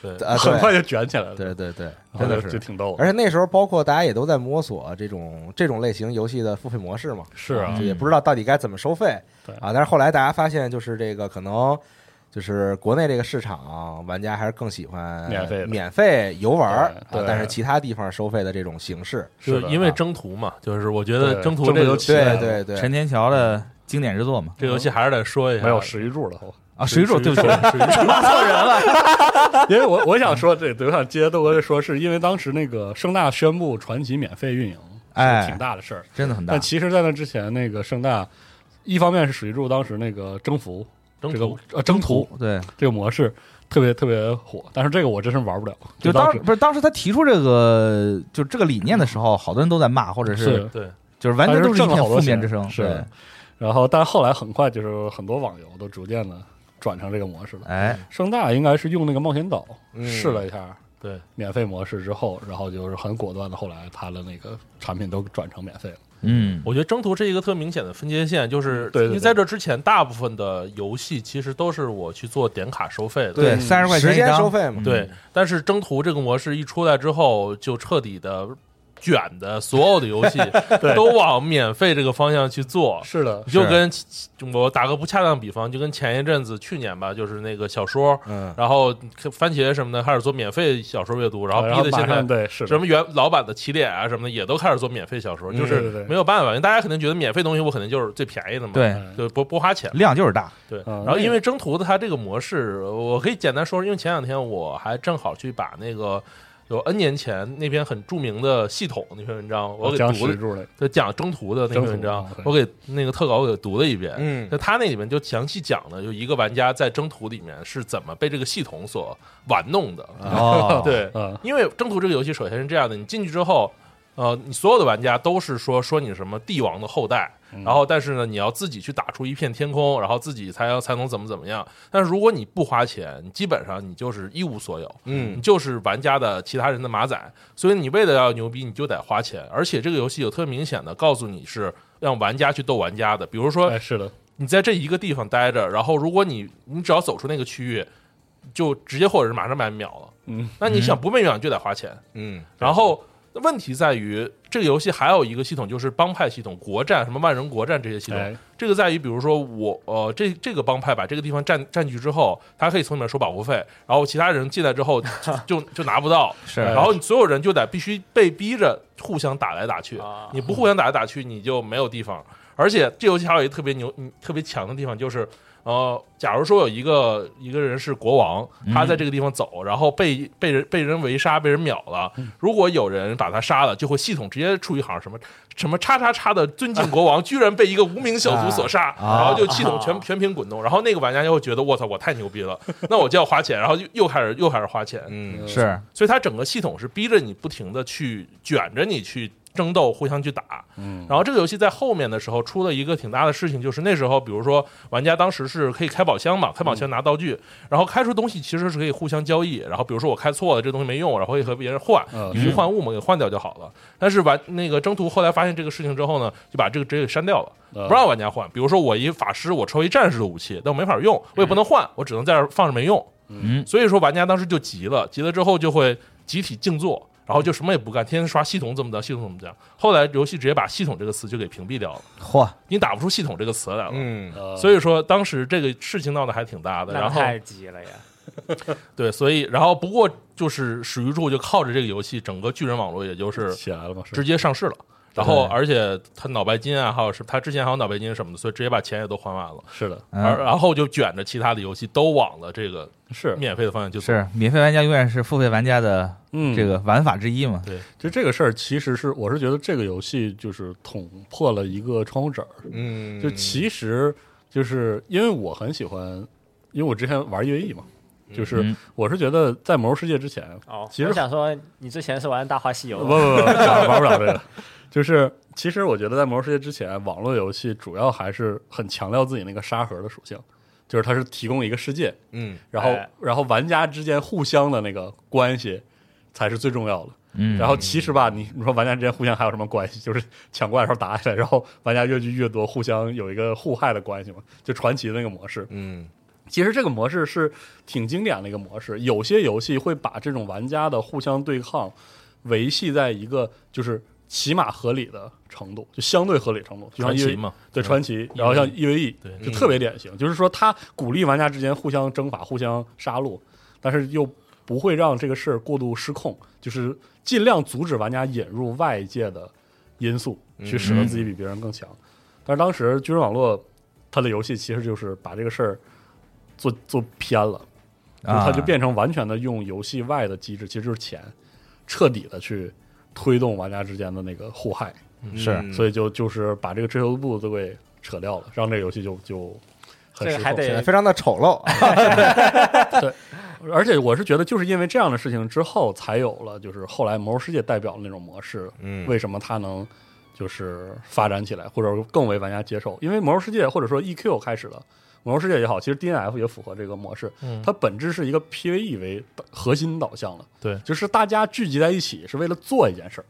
[SPEAKER 4] 对，
[SPEAKER 1] 啊，对
[SPEAKER 2] 很快就卷起来了。
[SPEAKER 1] 对对对，
[SPEAKER 2] 然
[SPEAKER 1] 真的。
[SPEAKER 2] 后就就是挺逗的。
[SPEAKER 1] 而且那时候，包括大家也都在摸索这种这种类型游戏的付费模式嘛，
[SPEAKER 2] 是啊
[SPEAKER 1] 就，也不知道到底该怎么收费
[SPEAKER 2] 对
[SPEAKER 1] 啊。但是后来大家发现，就是这个可能就是国内这个市场，玩家还是更喜欢
[SPEAKER 2] 免费的
[SPEAKER 1] 免费游玩儿
[SPEAKER 2] 对
[SPEAKER 1] 啊
[SPEAKER 2] 对，
[SPEAKER 1] 但是其他地方收费的这种形式，
[SPEAKER 4] 就是
[SPEAKER 2] 的
[SPEAKER 4] 因为
[SPEAKER 1] 啊
[SPEAKER 4] 征途嘛，就是我觉
[SPEAKER 2] 对
[SPEAKER 4] 得征途
[SPEAKER 2] 征
[SPEAKER 4] 这
[SPEAKER 2] 途就
[SPEAKER 4] 个
[SPEAKER 2] 起来
[SPEAKER 1] 对对
[SPEAKER 2] 了
[SPEAKER 1] 对，
[SPEAKER 5] 陈天桥的经典之作嘛。
[SPEAKER 4] 这游戏还是得说一下，
[SPEAKER 2] 没有食玉柱 了。
[SPEAKER 5] 啊，水手对不起，
[SPEAKER 4] 水手
[SPEAKER 2] 因为我我想说这，对，我想接豆哥说，是因为当时那个盛大宣布传奇免费运营，
[SPEAKER 5] 哎
[SPEAKER 2] 是挺大的事儿。
[SPEAKER 5] 真的很大
[SPEAKER 2] 但。其实，在那之前，那个盛大，一方面是水柱当时那个征服
[SPEAKER 4] 征
[SPEAKER 2] 这个
[SPEAKER 4] 途
[SPEAKER 2] 呃征途
[SPEAKER 5] 对，
[SPEAKER 2] 这个模式特别特别火，但是这个我真是玩不了。
[SPEAKER 5] 就
[SPEAKER 2] 当
[SPEAKER 5] 当
[SPEAKER 2] 时
[SPEAKER 5] 不是当时他提出这个就这个理念的时候，好多人都在骂，或者是
[SPEAKER 2] 是，
[SPEAKER 4] 对，
[SPEAKER 5] 就是完全都是一
[SPEAKER 2] 挣了
[SPEAKER 5] 片
[SPEAKER 2] 好多
[SPEAKER 5] 负面
[SPEAKER 2] 钱
[SPEAKER 5] 之声。
[SPEAKER 2] 是
[SPEAKER 5] 对，
[SPEAKER 2] 然后但后来很快就是很多网游都逐渐的转成这个模式了。
[SPEAKER 5] 哎，
[SPEAKER 2] 盛大应该是用那个冒险岛
[SPEAKER 1] 嗯
[SPEAKER 2] 试了一下。
[SPEAKER 4] 对，
[SPEAKER 2] 免费模式之后，然后就是很果断的，后来他的那个产品都转成免费了。
[SPEAKER 5] 嗯，
[SPEAKER 4] 我觉得征途是一个特明显的分界线，就是
[SPEAKER 2] 嗯对对对
[SPEAKER 4] 因为在这之前，大部分的游戏其实都是我去做点卡收费的。
[SPEAKER 5] 对，嗯三十块钱
[SPEAKER 1] 时
[SPEAKER 5] 一
[SPEAKER 1] 间
[SPEAKER 5] 张
[SPEAKER 1] 收费嘛，
[SPEAKER 2] 嗯
[SPEAKER 4] 对，但是征途这个模式一出来之后，就彻底的卷的所有的 游戏都往免费这个方向去做。
[SPEAKER 2] 是的，
[SPEAKER 4] 就跟我打个不恰当比方，就跟前一阵子去年吧，就是那个小说，
[SPEAKER 1] 嗯，
[SPEAKER 4] 然后番茄什么的开始做免费小说阅读，然后
[SPEAKER 2] 啊然后
[SPEAKER 4] 逼
[SPEAKER 2] 马
[SPEAKER 4] 的现
[SPEAKER 2] 上
[SPEAKER 4] 在。
[SPEAKER 2] 对是的嗯
[SPEAKER 4] 什么原老版的起点啊什么的，也都开始做免费小说，就
[SPEAKER 2] 对对
[SPEAKER 4] 是
[SPEAKER 2] 对
[SPEAKER 4] 没有办法，因为大家肯定觉得免费东西我肯定就是最便宜的嘛，
[SPEAKER 5] 对
[SPEAKER 4] 对，不不花钱，
[SPEAKER 5] 量就是大，
[SPEAKER 4] 对，
[SPEAKER 2] 嗯
[SPEAKER 4] 然后因为征途的它这个模式，我可以简单说，因为前两天我还正好去把那个有 N 年前那篇很著名的系统那篇文章，我给
[SPEAKER 2] 讲
[SPEAKER 4] 读
[SPEAKER 2] 石
[SPEAKER 4] 了，
[SPEAKER 2] 柱了，
[SPEAKER 4] 就讲征途的那篇文章
[SPEAKER 2] 哦征途，哦
[SPEAKER 4] 我给那个特稿我给读了一遍。
[SPEAKER 1] 嗯
[SPEAKER 4] 就他那里面就详细讲了，就一个玩家在征途里面是怎么被这个系统所玩弄的。
[SPEAKER 5] 哦
[SPEAKER 4] 对，
[SPEAKER 2] 嗯，
[SPEAKER 4] 因为征途这个游戏首先是这样的，你进去之后，呃，你所有的玩家都是说说你什么帝王的后代，然后但是呢，你要自己去打出一片天空，然后自己才要才能怎么怎么样。但是如果你不花钱，你基本上你就是一无所有，
[SPEAKER 1] 嗯
[SPEAKER 4] 你就是玩家的其他人的马仔。所以你为了要牛逼，你就得花钱。而且这个游戏有特明显的告诉你是让玩家去斗玩家的，比如说
[SPEAKER 2] 哎，是的，
[SPEAKER 4] 你在这一个地方待着，然后如果你你只要走出那个区域，就直接或者是马上把你秒了。
[SPEAKER 2] 嗯，
[SPEAKER 4] 那你想不被秒就得花钱。
[SPEAKER 1] 嗯
[SPEAKER 4] 然后问题在于，这个游戏还有一个系统，就是帮派系统、国战、什么万人国战这些系统。
[SPEAKER 2] 哎
[SPEAKER 4] 这个在于，比如说我呃，这这个帮派把这个地方占占据之后，他可以从里面收保护费，然后其他人进来之后就就就拿不到，
[SPEAKER 5] 是
[SPEAKER 4] 然后你所有人就得必须被逼着互相打来打去
[SPEAKER 3] 啊，
[SPEAKER 4] 你不互相打来打去，你就没有地方。而且这游戏还有一个特别牛、嗯特别强的地方，就是呃，假如说有一个一个人是国王，他在这个地方走，然后被被人被人围杀、被人秒了，如果有人把他杀了，就会系统直接出一行什么什么叉叉叉的尊敬国王，居然被一个无名小卒所杀，然后就系统全、
[SPEAKER 3] 啊
[SPEAKER 4] 全屏滚动，然后那个玩家就会觉得我操，我太牛逼了，那我就要花钱，然后又又开始又开始花钱，
[SPEAKER 1] 嗯，
[SPEAKER 5] 是
[SPEAKER 4] 所以它整个系统是逼着你不停的去卷着你去争斗，互相去打。
[SPEAKER 2] 嗯，
[SPEAKER 4] 然后这个游戏在后面的时候出了一个挺大的事情，就是那时候，比如说玩家当时是可以开宝箱嘛，开宝
[SPEAKER 2] 嗯
[SPEAKER 4] 箱拿道具，然后开出东西其实是可以互相交易。然后比如说我开错了，这东西没用，然后可以和别人换
[SPEAKER 2] 嗯，
[SPEAKER 4] 以物换物嘛，给换掉就好了。但是玩那个征途后来发现这个事情之后呢，就把这个直接给删掉了。
[SPEAKER 2] 呃
[SPEAKER 4] 不让玩家换。比如说我一法师，我抽一战士的武器，但我没法用，我也不能换，我只能在这儿放着没用。
[SPEAKER 5] 嗯
[SPEAKER 4] 所以说玩家当时就急了，急了之后就会集体静坐。然后就什么也不干，天天刷系统怎么着，系统怎么着。后来游戏直接把“系统”这个词就给屏蔽掉了，
[SPEAKER 5] 嚯，
[SPEAKER 4] 你打不出“系统”这个词来了。
[SPEAKER 1] 嗯，
[SPEAKER 2] 呃
[SPEAKER 4] 所以说当时这个事情闹得还挺大的。
[SPEAKER 3] 那
[SPEAKER 4] 然后
[SPEAKER 3] 太急了呀！
[SPEAKER 4] 对，所以然后不过就是史玉柱就靠着这个游戏，整个巨人网络也就是
[SPEAKER 2] 起来了嘛，是
[SPEAKER 4] 直接上市了。然后，
[SPEAKER 5] 对
[SPEAKER 4] 而且他脑白金啊，还有是他之前还有脑白金什么的，所以直接把钱也都还完了。
[SPEAKER 2] 是的，
[SPEAKER 4] 而
[SPEAKER 5] 嗯，
[SPEAKER 4] 然后就卷着其他的游戏都往了这个
[SPEAKER 2] 是
[SPEAKER 4] 免费的方向去走。
[SPEAKER 5] 是免费玩家永远是付费玩家的
[SPEAKER 2] 嗯
[SPEAKER 5] 这个玩法之一嘛，
[SPEAKER 2] 就这个事儿，其实是我是觉得这个游戏就是捅破了一个窗户纸儿，
[SPEAKER 1] 嗯，
[SPEAKER 2] 就其实就是因为我很喜欢，因为我之前玩 EVE E 嘛，就是
[SPEAKER 5] 嗯
[SPEAKER 2] 我是觉得在《魔兽世界》之前，
[SPEAKER 3] 哦，
[SPEAKER 2] 其实
[SPEAKER 3] 我想说，你之前是玩《大话西游
[SPEAKER 2] 不》不不，玩玩不了这个。就是其实我觉得在《魔兽世界》之前，网络游戏主要还是很强调自己那个沙盒的属性，就是它是提供一个世界，
[SPEAKER 1] 嗯，
[SPEAKER 2] 然后
[SPEAKER 3] 哎
[SPEAKER 2] 然后玩家之间互相的那个关系才是最重要的。
[SPEAKER 5] 嗯，
[SPEAKER 2] 然后其实吧，你你说玩家之间互相还有什么关系？就是抢怪的时候打起来，然后玩家越聚越多，互相有一个互害的关系嘛，就传奇的那个模式。
[SPEAKER 1] 嗯，
[SPEAKER 2] 其实这个模式是挺经典的一个模式，有些游戏会把这种玩家的互相对抗维系在一个就是起码合理的程度，就相对合理程度，就像
[SPEAKER 4] 传
[SPEAKER 2] EVE
[SPEAKER 4] 奇嘛，
[SPEAKER 2] 对传奇，然后像 E EVE
[SPEAKER 4] 对
[SPEAKER 2] 就特别典型，就是说他鼓励玩家之间互相征伐、互相杀戮，但是又不会让这个事儿过度失控，就是尽量阻止玩家引入外界的因素，去使得自己比别人更强。但是当时军事网络它的游戏其实就是把这个事儿做做偏了，就是它就变成完全的用游戏外的机制，其实就是钱，彻底的去推动玩家之间的那个互害。
[SPEAKER 1] 嗯
[SPEAKER 5] 是
[SPEAKER 2] 所以就就是把这个追求度都给扯掉了，让这个游戏就就很
[SPEAKER 3] 这
[SPEAKER 2] 失
[SPEAKER 3] 个还
[SPEAKER 2] 控。
[SPEAKER 1] 显得
[SPEAKER 3] 得
[SPEAKER 1] 非常的丑 陋啊，
[SPEAKER 2] 而且我是觉得，就是因为这样的事情之后，才有了就是后来《魔兽世界》代表的那种模式。
[SPEAKER 1] 嗯
[SPEAKER 2] 为什么它能就是发展起来，或者更为玩家接受？因为《魔兽世界》或者说 EQ 开始的《魔兽世界》也好，其实 DNF 也符合这个模式。
[SPEAKER 4] 嗯
[SPEAKER 2] 它本质是一个 PVE 为核心导向的，
[SPEAKER 4] 对
[SPEAKER 2] 就是大家聚集在一起是为了做一件事儿，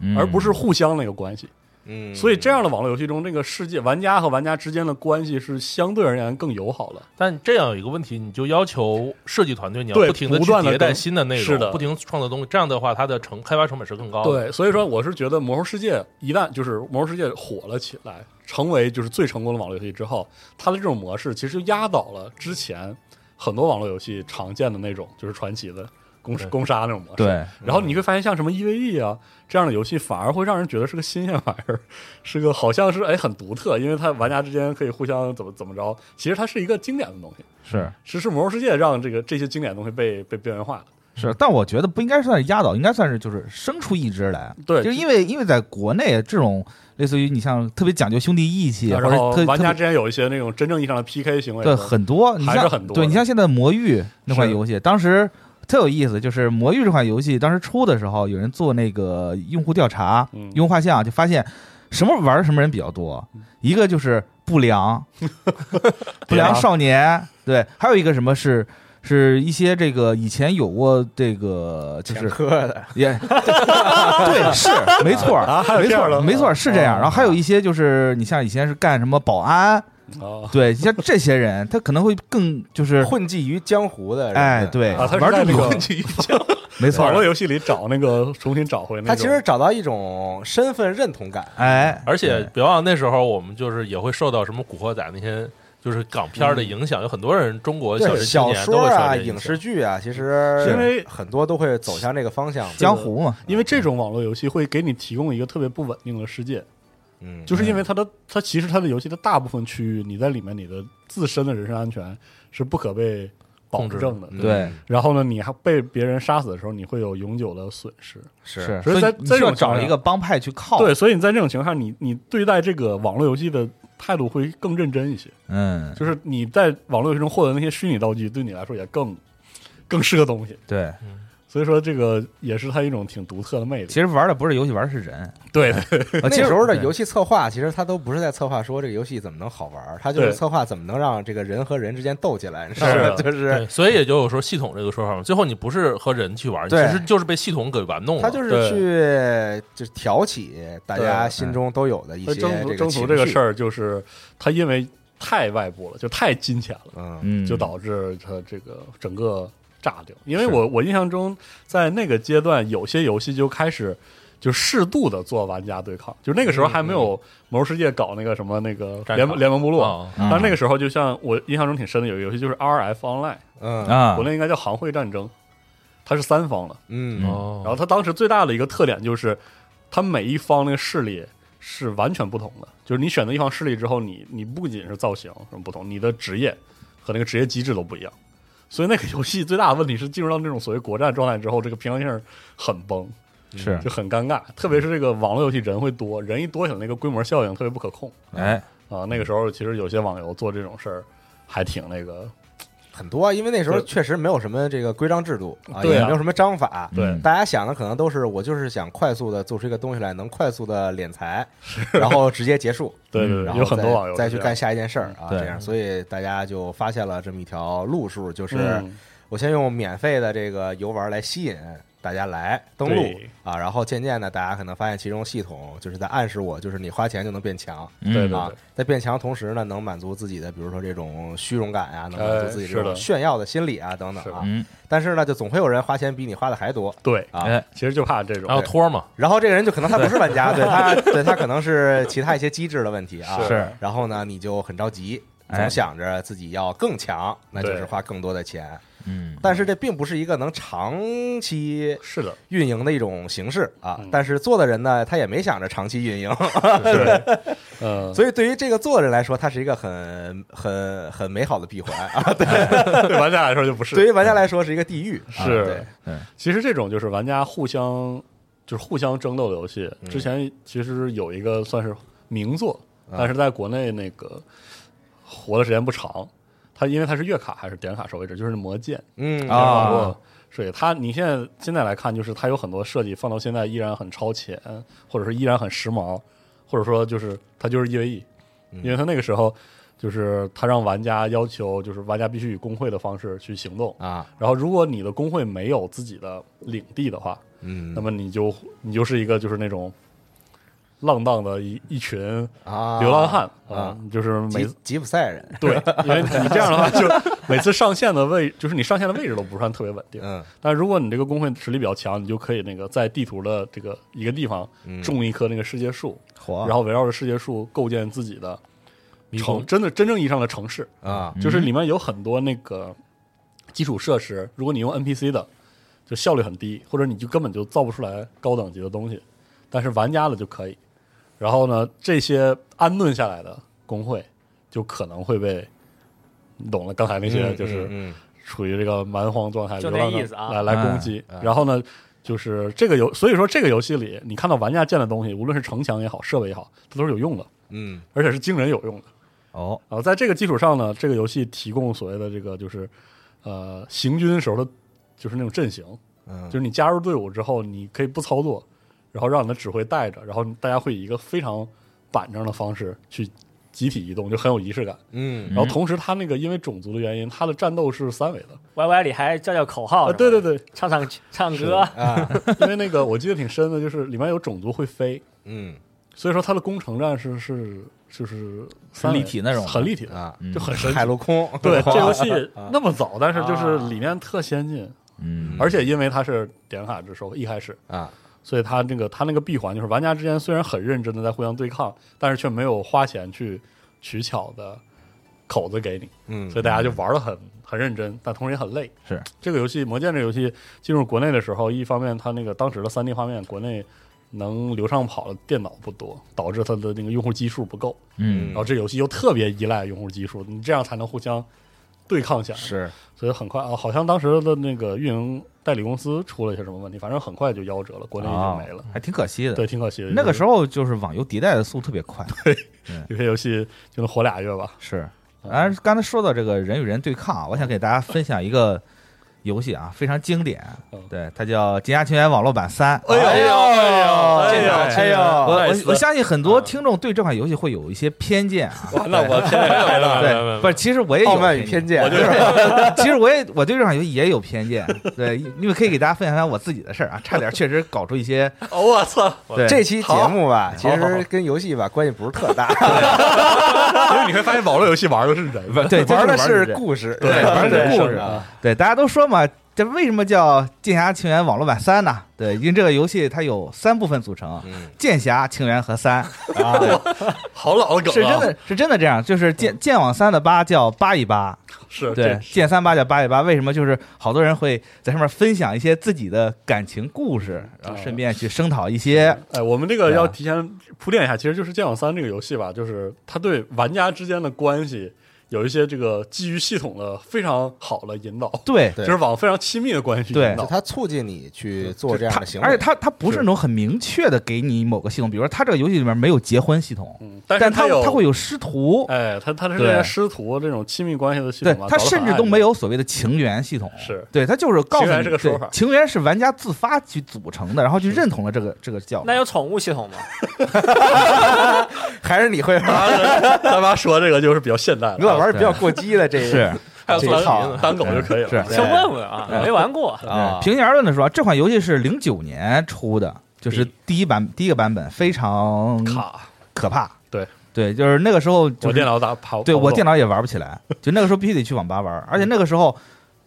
[SPEAKER 5] 嗯
[SPEAKER 2] 而不是互相那个关系。
[SPEAKER 1] 嗯，
[SPEAKER 2] 所以这样的网络游戏中，这个世界玩家和玩家之间的关系是相对而言更友好的。
[SPEAKER 4] 但这样有一个问题，你就要求设计团队你要
[SPEAKER 2] 对
[SPEAKER 4] 不停的
[SPEAKER 2] 不
[SPEAKER 4] 去
[SPEAKER 2] 断地
[SPEAKER 4] 迭代
[SPEAKER 2] 更
[SPEAKER 4] 新的内容，
[SPEAKER 2] 是的
[SPEAKER 4] 不停地创造东西，这样的话它的成开发成本是更高的。
[SPEAKER 2] 对，所以说我是觉得《魔兽世界》一旦就是《魔兽世界》火了起来，成为就是最成功的网络游戏之后，它的这种模式其实就压倒了之前很多网络游戏常见的那种就是传奇的攻
[SPEAKER 4] 对
[SPEAKER 2] 攻杀啊那种模式。
[SPEAKER 5] 对，
[SPEAKER 2] 然后你会发现，像什么 EVE 啊这样的游戏，反而会让人觉得是个新鲜玩意儿，是个好像是哎很独特，因为它玩家之间可以互相怎么怎么着，其实它是一个经典的东西。
[SPEAKER 5] 是
[SPEAKER 2] 是是《魔兽世界》让这个这些经典的东西被被边缘化了。
[SPEAKER 5] 是，但我觉得不应该算是压倒，应该算是就是生出一支来。
[SPEAKER 2] 对
[SPEAKER 5] 就是因为因为在国内这种类似于你像特别讲究兄弟义气，或
[SPEAKER 2] 呃然
[SPEAKER 5] 者
[SPEAKER 2] 后
[SPEAKER 5] 特
[SPEAKER 2] 玩
[SPEAKER 5] 特
[SPEAKER 2] 家
[SPEAKER 5] 别
[SPEAKER 2] 之间有一些那种真正意义上的 PK 行为，
[SPEAKER 5] 对很多，你
[SPEAKER 2] 还是
[SPEAKER 5] 像
[SPEAKER 2] 很多
[SPEAKER 5] 对
[SPEAKER 2] 的
[SPEAKER 5] 你像现在魔域那款
[SPEAKER 2] 是
[SPEAKER 5] 游戏，当时特有意思，就是魔域这款游戏当时出的时候，有人做那个用户调查、
[SPEAKER 2] 嗯
[SPEAKER 5] 用户画像，就发现什么玩什么人比较多，一个就是 不良不良少年，对，还有一个什么是。是一些这个以前有过这个就
[SPEAKER 1] 前
[SPEAKER 5] 是
[SPEAKER 1] 科的，
[SPEAKER 5] 也对，是没错儿，
[SPEAKER 2] 啊还有
[SPEAKER 5] 没
[SPEAKER 2] 这
[SPEAKER 5] 错
[SPEAKER 2] 样
[SPEAKER 5] 儿，
[SPEAKER 2] 的
[SPEAKER 5] 没错儿，是这样。
[SPEAKER 2] 哦
[SPEAKER 5] 然后还有一些就是，你像以前是干什么保安，
[SPEAKER 2] 啊
[SPEAKER 5] 对，像这些人，他可能会更就是，
[SPEAKER 1] 混迹于江湖的人，
[SPEAKER 5] 嗯哎，对，
[SPEAKER 2] 啊，他是
[SPEAKER 5] 玩
[SPEAKER 2] 在
[SPEAKER 5] 这
[SPEAKER 2] 那
[SPEAKER 5] 种
[SPEAKER 2] 个，
[SPEAKER 5] 没错
[SPEAKER 2] 网
[SPEAKER 5] 儿，
[SPEAKER 2] 络游戏里找那个重新找回那
[SPEAKER 1] 他
[SPEAKER 2] 种。
[SPEAKER 1] 其实找到一种身份认同感，
[SPEAKER 5] 哎，
[SPEAKER 4] 而且别忘了那时候我们就是也会受到什么《古惑仔》那些就是港
[SPEAKER 2] 嗯
[SPEAKER 4] 片儿的影响，有很多人中国小
[SPEAKER 1] 对
[SPEAKER 4] 学青
[SPEAKER 1] 小
[SPEAKER 4] 年都会
[SPEAKER 1] 说
[SPEAKER 4] 受
[SPEAKER 1] 啊、
[SPEAKER 4] 这
[SPEAKER 1] 影
[SPEAKER 4] 影
[SPEAKER 1] 视
[SPEAKER 4] 响。
[SPEAKER 1] 剧啊，其实
[SPEAKER 2] 因为
[SPEAKER 1] 很多都会走向这个方向。
[SPEAKER 5] 江湖嘛，
[SPEAKER 2] 嗯因为这种网络游戏会给你提供一个特别不稳定的世界，
[SPEAKER 1] 嗯，
[SPEAKER 2] 就是因为它的它其实它的游戏的大部分区域，你在里面你的自身的人身安全是不可被保
[SPEAKER 4] 控制的嗯
[SPEAKER 2] 证的。嗯对
[SPEAKER 5] 对，
[SPEAKER 2] 然后呢，你还被别人杀死的时候，你会有永久的损失。
[SPEAKER 1] 是
[SPEAKER 5] 是，
[SPEAKER 2] 所以在
[SPEAKER 5] 你
[SPEAKER 2] 在这
[SPEAKER 5] 需
[SPEAKER 2] 种
[SPEAKER 5] 要
[SPEAKER 2] 情
[SPEAKER 5] 找
[SPEAKER 2] 况
[SPEAKER 5] 一
[SPEAKER 2] 下
[SPEAKER 5] 个帮派去靠，
[SPEAKER 2] 对，，所以你在这种情况下，你你对待这个网络游戏的态度会更认真一些。
[SPEAKER 5] 嗯，
[SPEAKER 2] 就是你在网络游戏中获得那些虚拟道具，对你来说也更更是个东西。
[SPEAKER 5] 对，
[SPEAKER 2] 所以说，这个也是它一种挺独特的魅力
[SPEAKER 5] 其。实玩的不是游戏，玩的是人。
[SPEAKER 2] 对，
[SPEAKER 5] 那
[SPEAKER 1] 那时候的游戏
[SPEAKER 5] 戏，
[SPEAKER 1] 策划，其实他都不是在策划说这个游戏怎么能好玩儿，他就是
[SPEAKER 2] 对
[SPEAKER 1] 策划怎么能让这个人和人之间斗起来，你知
[SPEAKER 2] 是
[SPEAKER 1] 道吗？
[SPEAKER 2] 的
[SPEAKER 1] 就是
[SPEAKER 4] 对，所以也就有说系统这个说法嘛，最后你不是和人去玩，你
[SPEAKER 1] 对
[SPEAKER 4] 其实就是被系统给玩弄了。
[SPEAKER 1] 他就是去就是挑起大家心中都有的一
[SPEAKER 2] 所
[SPEAKER 1] 些
[SPEAKER 2] 以哎征服
[SPEAKER 1] 个
[SPEAKER 2] 征服这个事
[SPEAKER 1] 儿，
[SPEAKER 2] 儿，就是它因为太外部了，就太金钱了，
[SPEAKER 1] 嗯，
[SPEAKER 5] 嗯，
[SPEAKER 2] 就导致它这个整个炸掉。因为我我印象中，在那个阶段，有些游戏就开始。就适度的做玩家对抗，就那个
[SPEAKER 5] 嗯
[SPEAKER 2] 时候还没有《魔兽世界》搞那个什么那个
[SPEAKER 4] 战
[SPEAKER 2] 联
[SPEAKER 4] 场
[SPEAKER 2] 盟联盟部落，
[SPEAKER 4] 啊，
[SPEAKER 5] 嗯，
[SPEAKER 2] 但那个时候，就像我印象中挺深的，有一个游戏就是 RF Online，、
[SPEAKER 1] 嗯
[SPEAKER 5] 啊
[SPEAKER 2] 国，内应该叫行会战争，它是三方的。
[SPEAKER 1] 嗯
[SPEAKER 4] 哦
[SPEAKER 2] 然后它当时最大的一个特点就是，它每一方那个势力是完全不同的。就是你选择一方势力之后，你你不仅是造型什么不同，你的职业和那个职业机制都不一样。所以那个游戏最大的问题是进入到那种所谓国战状态之后，这个平衡性很崩，
[SPEAKER 5] 是，
[SPEAKER 2] 就很尴尬。特别是这个网络游戏人会多，人一多起来，那个规模效应特别不可控。
[SPEAKER 5] 哎，
[SPEAKER 2] 啊，那个时候其实有些网游做这种事儿还挺那个，
[SPEAKER 1] 很多啊，因为那时候
[SPEAKER 2] 对
[SPEAKER 1] 确实没有什么这个规章制度啊，
[SPEAKER 2] 对啊
[SPEAKER 1] 也没有什么章法，
[SPEAKER 2] 对
[SPEAKER 5] 嗯
[SPEAKER 1] 大家想的可能都是我就是想快速的做出一个东西来，能快速的敛财，然后直接结束，
[SPEAKER 2] 对对
[SPEAKER 1] 然
[SPEAKER 2] 对，
[SPEAKER 1] 后
[SPEAKER 2] 有很多
[SPEAKER 1] 再
[SPEAKER 2] 网游
[SPEAKER 1] 再
[SPEAKER 2] 是
[SPEAKER 1] 去
[SPEAKER 2] 这
[SPEAKER 1] 干
[SPEAKER 2] 样
[SPEAKER 1] 下一件事儿啊，
[SPEAKER 5] 对
[SPEAKER 1] 这样，所以大家就发现了这么一条路数，就是
[SPEAKER 2] 嗯
[SPEAKER 1] 我先用免费的这个游玩来吸引大家来登录
[SPEAKER 2] 对
[SPEAKER 1] 啊，然后渐渐的大家可能发现其中系统就是在暗示我，就是你花钱就能变强。
[SPEAKER 5] 嗯
[SPEAKER 2] 对对
[SPEAKER 1] 啊，在变强同时呢，能满足自己的，比如说这种虚荣感啊呀、能满足
[SPEAKER 2] 哎
[SPEAKER 1] 自己这
[SPEAKER 2] 是
[SPEAKER 1] 种
[SPEAKER 2] 的
[SPEAKER 1] 炫耀的心理啊，等等
[SPEAKER 2] 是的
[SPEAKER 1] 啊。
[SPEAKER 5] 嗯，
[SPEAKER 1] 但是呢，就总会有人花钱比你花的还多
[SPEAKER 2] 对，
[SPEAKER 1] 啊。
[SPEAKER 5] 哎
[SPEAKER 2] 其实就怕这种
[SPEAKER 4] 然后托嘛，
[SPEAKER 1] 然后这个人就可能他不是玩家，对他，对他可能是其他一些机制的问题啊。
[SPEAKER 5] 是
[SPEAKER 1] 然后呢，你就很着急，
[SPEAKER 5] 哎
[SPEAKER 1] 总想着自己要更强，那就是
[SPEAKER 2] 对
[SPEAKER 1] 花更多的钱。
[SPEAKER 5] 嗯，
[SPEAKER 1] 但是这并不是一个能长期
[SPEAKER 2] 是的，
[SPEAKER 1] 运营的一种形式啊
[SPEAKER 2] 嗯。
[SPEAKER 1] 但是做的人呢，他也没想着长期运营，
[SPEAKER 2] 是呃，
[SPEAKER 1] 所以对于这个做的人来说，它是一个很很很美好的闭环啊。对，
[SPEAKER 2] 对玩家来说就 不是，
[SPEAKER 1] 对于玩家来说是一个地狱。啊
[SPEAKER 2] 是
[SPEAKER 1] 对，
[SPEAKER 5] 对
[SPEAKER 2] 其实这种就是玩家互相就是互相争斗的游戏，
[SPEAKER 1] 嗯
[SPEAKER 2] 之前其实有一个算是名作，但是在国内那个活的时间不长，它因为它是月卡还是点卡收费制，就是魔剑。
[SPEAKER 1] 嗯
[SPEAKER 5] 啊
[SPEAKER 2] 网络水，它你现在现在来看，就是它有很多设计放到现在依然很超前，或者是依然很时髦，或者说就是它就是 EVE，因
[SPEAKER 1] 嗯
[SPEAKER 2] 为它那个时候就是它让玩家要求就是玩家必须以工会的方式去行动，
[SPEAKER 1] 啊，
[SPEAKER 2] 然后如果你的工会没有自己的领地的话，
[SPEAKER 1] 嗯
[SPEAKER 2] 那么你就你就是一个就是那种浪荡的一一群
[SPEAKER 1] 啊，
[SPEAKER 2] 流浪汉
[SPEAKER 1] 啊
[SPEAKER 2] 嗯就是每
[SPEAKER 1] 吉吉普赛人，
[SPEAKER 2] 对，因为你这样的话，就 每次上线的位，就是你上线的位置都不算特别稳定。
[SPEAKER 1] 嗯，
[SPEAKER 2] 但如果你这个工会实力比较强，你就可以那个在地图的这个一个地方种一棵那个世界树，
[SPEAKER 5] 火，
[SPEAKER 2] 然后围绕着世界树构建自己的
[SPEAKER 4] 迷
[SPEAKER 2] 城，
[SPEAKER 4] 宫
[SPEAKER 2] 真的真正意义上的城市，
[SPEAKER 1] 啊，
[SPEAKER 2] 就是里面有很多那个基础设施，如果你用 NPC 的，就效率很低，或者你就根本就造不出来高等级的东西，但是玩家的就可以。然后呢，这些安顿下来的工会就可能会被，你懂了，刚才那些
[SPEAKER 1] 嗯
[SPEAKER 2] 就是
[SPEAKER 1] 嗯
[SPEAKER 2] 处于这个蛮荒状态，
[SPEAKER 3] 就
[SPEAKER 2] 流浪
[SPEAKER 3] 那
[SPEAKER 2] 的
[SPEAKER 3] 意思啊
[SPEAKER 2] 来来攻
[SPEAKER 5] 嗯
[SPEAKER 2] 击。
[SPEAKER 1] 哎
[SPEAKER 2] 然后呢，就是这个游，所以说这个游戏里，你看到玩家建的东西，无论是城墙也好，设备也好，它都是有用的，
[SPEAKER 1] 嗯
[SPEAKER 2] 而且是惊人有用的。
[SPEAKER 5] 哦，
[SPEAKER 2] 然后在这个基础上呢，这个游戏提供所谓的这个就是呃行军时候的，就是那种阵型，
[SPEAKER 1] 嗯
[SPEAKER 2] 就是你加入队伍之后，你可以不操作，然后让你的指挥带着，然后大家会以一个非常板正的方式去集体移动，就很有仪式感。
[SPEAKER 1] 嗯
[SPEAKER 2] 然后同时，它那个因为种族的原因，它的战斗是三维的，
[SPEAKER 3] Y Y 里还叫叫口号，
[SPEAKER 2] 啊，对对，哎对，
[SPEAKER 3] 唱唱唱歌，
[SPEAKER 1] 啊，
[SPEAKER 2] 因为那个我记得挺深的，就是里面有种族会飞，
[SPEAKER 1] 嗯
[SPEAKER 2] 所以说它的攻城战是是就是三维
[SPEAKER 5] 立体那种的
[SPEAKER 2] 很立体的，
[SPEAKER 1] 啊，
[SPEAKER 5] 嗯
[SPEAKER 2] 就很神奇
[SPEAKER 1] 海。陆空，
[SPEAKER 2] 对，
[SPEAKER 1] 啊
[SPEAKER 2] 这游戏那么早，但是就是里面特先进，
[SPEAKER 5] 嗯，
[SPEAKER 2] 而且因为它是点卡制收一开始，
[SPEAKER 1] 啊，
[SPEAKER 2] 所以它那个它那个闭环就是玩家之间虽然很认真的在互相对抗，但是却没有花钱去取巧的口子给你，
[SPEAKER 1] 嗯，
[SPEAKER 2] 所以大家就玩的很很认真，但同时也很累。
[SPEAKER 5] 是
[SPEAKER 2] 这个游戏《魔剑》这个游戏进入国内的时候，一方面它那个当时的三 D 画面，国内能流畅跑的电脑不多，导致它的那个用户基数不够。
[SPEAKER 5] 嗯
[SPEAKER 2] 然后这游戏又特别依赖用户基数，你这样才能互相对抗起来。
[SPEAKER 1] 是
[SPEAKER 2] 所以很快啊，好像当时的那个运营代理公司出了一些什么问题，反正很快就夭折了，国内也就
[SPEAKER 5] 啊
[SPEAKER 2] 没了。，
[SPEAKER 5] 还挺可惜的。
[SPEAKER 2] 对，挺可惜的。
[SPEAKER 5] 那个时
[SPEAKER 2] 候
[SPEAKER 5] 候就是网游迭代的速度特 别快，
[SPEAKER 2] 有些游戏就能活俩月 吧。
[SPEAKER 5] 是。啊，刚才说到这个人与人对抗啊，我想给大家分享一个游戏啊，非常经典
[SPEAKER 2] 嗯，
[SPEAKER 5] 对，它叫《金牙情缘网络版三》。
[SPEAKER 4] 哎呦哎呦
[SPEAKER 5] 哎呦，我
[SPEAKER 4] 赖
[SPEAKER 5] 我
[SPEAKER 4] 斯
[SPEAKER 5] 我相信
[SPEAKER 2] 啊
[SPEAKER 5] 很多听众对这款游戏会有一些偏见啊。
[SPEAKER 4] 完了，我偏没
[SPEAKER 2] 哎
[SPEAKER 4] 了，没有没
[SPEAKER 5] 对，
[SPEAKER 4] 有
[SPEAKER 5] 不是，其实我也有
[SPEAKER 1] 傲慢与偏
[SPEAKER 5] 偏见。
[SPEAKER 1] 见，
[SPEAKER 5] 其实我也我对这款游戏也有偏见，对，因为可以给大家分享一下我自己的事儿啊，差点确实搞出 一些
[SPEAKER 4] 哦我操！
[SPEAKER 5] 对
[SPEAKER 1] 这期节目吧，其
[SPEAKER 4] 好好
[SPEAKER 1] 实跟游戏吧关系不是特大，
[SPEAKER 2] 所以你会发现，网络游戏玩的是人，
[SPEAKER 5] 不对，
[SPEAKER 1] 玩的
[SPEAKER 5] 就是人
[SPEAKER 1] 故事，
[SPEAKER 5] 对
[SPEAKER 1] 玩的
[SPEAKER 5] 是
[SPEAKER 1] 故
[SPEAKER 5] 是
[SPEAKER 1] 事
[SPEAKER 2] 啊
[SPEAKER 5] 对，大家都说嘛，这为什么叫《剑侠情缘网络版三》呢？对，因为这个游戏它有三部分组成：剑侠、情缘和三。啊
[SPEAKER 2] 好老的梗、啊，
[SPEAKER 5] 是真的，是真的这样，就是剑剑网三的八叫八一八，
[SPEAKER 2] 是
[SPEAKER 5] 对，剑三八叫八一八。为什么？就是好多人会在上面分享一些自己的感情故事，然后顺便去声讨一些。
[SPEAKER 2] 哎，我们这个
[SPEAKER 5] 对啊
[SPEAKER 2] 要提前铺垫一下，其实就是《剑网三》这个游戏吧，就是它对玩家之间的关系有一些这个基于系统的非常好的引导，
[SPEAKER 5] 对，
[SPEAKER 1] 对
[SPEAKER 2] 就是往非常亲密的关系去
[SPEAKER 5] 对
[SPEAKER 2] 引
[SPEAKER 1] 就
[SPEAKER 2] 导。
[SPEAKER 1] 它促进你去做
[SPEAKER 5] 就
[SPEAKER 1] 这样
[SPEAKER 5] 它
[SPEAKER 1] 的行为，
[SPEAKER 5] 而且它它不是
[SPEAKER 2] 是
[SPEAKER 5] 那种很明确的给你某个系统，比如说它这个游戏里面没有结婚系统，
[SPEAKER 2] 嗯，但是
[SPEAKER 5] 但
[SPEAKER 2] 它有，
[SPEAKER 5] 它会有师徒，
[SPEAKER 2] 哎，它它是
[SPEAKER 5] 对
[SPEAKER 2] 这些师徒这种亲密关系的系
[SPEAKER 5] 对
[SPEAKER 2] 统吧，
[SPEAKER 5] 它
[SPEAKER 2] 搞得
[SPEAKER 5] 甚
[SPEAKER 2] 很
[SPEAKER 5] 至
[SPEAKER 2] 暧
[SPEAKER 5] 都
[SPEAKER 2] 昧
[SPEAKER 5] 没。有所谓的情缘系统，
[SPEAKER 2] 是
[SPEAKER 5] 对它就是告诉
[SPEAKER 2] 情缘
[SPEAKER 5] 你
[SPEAKER 2] 是个说
[SPEAKER 5] 对
[SPEAKER 2] 法
[SPEAKER 5] 情缘是玩家自发去组成的，然后就认同了这个这个叫
[SPEAKER 3] 那有宠物系统吗？
[SPEAKER 1] 还是你会 玩，
[SPEAKER 2] 大妈说这个就是比较现代了，
[SPEAKER 1] 你老玩比较过激的这
[SPEAKER 5] 是
[SPEAKER 4] 还有
[SPEAKER 1] 这
[SPEAKER 4] 做
[SPEAKER 1] 一套
[SPEAKER 4] 呢，
[SPEAKER 2] 单狗就可以了。
[SPEAKER 5] 是
[SPEAKER 3] 先问问啊，
[SPEAKER 2] 哎
[SPEAKER 3] 没玩过。
[SPEAKER 1] 啊，
[SPEAKER 5] 嗯平心而论的说，这款游戏是零九年出的，就是第一版第一个版本非常
[SPEAKER 2] 卡，
[SPEAKER 5] 可怕。
[SPEAKER 2] 对
[SPEAKER 5] 对，就是那个时候就
[SPEAKER 2] 我电
[SPEAKER 5] 是
[SPEAKER 2] 脑打跑，
[SPEAKER 5] 对
[SPEAKER 2] 跑不
[SPEAKER 5] 我
[SPEAKER 2] 动
[SPEAKER 5] 电脑也玩不起来，就那个时候必须得去网吧玩，而且那个时候。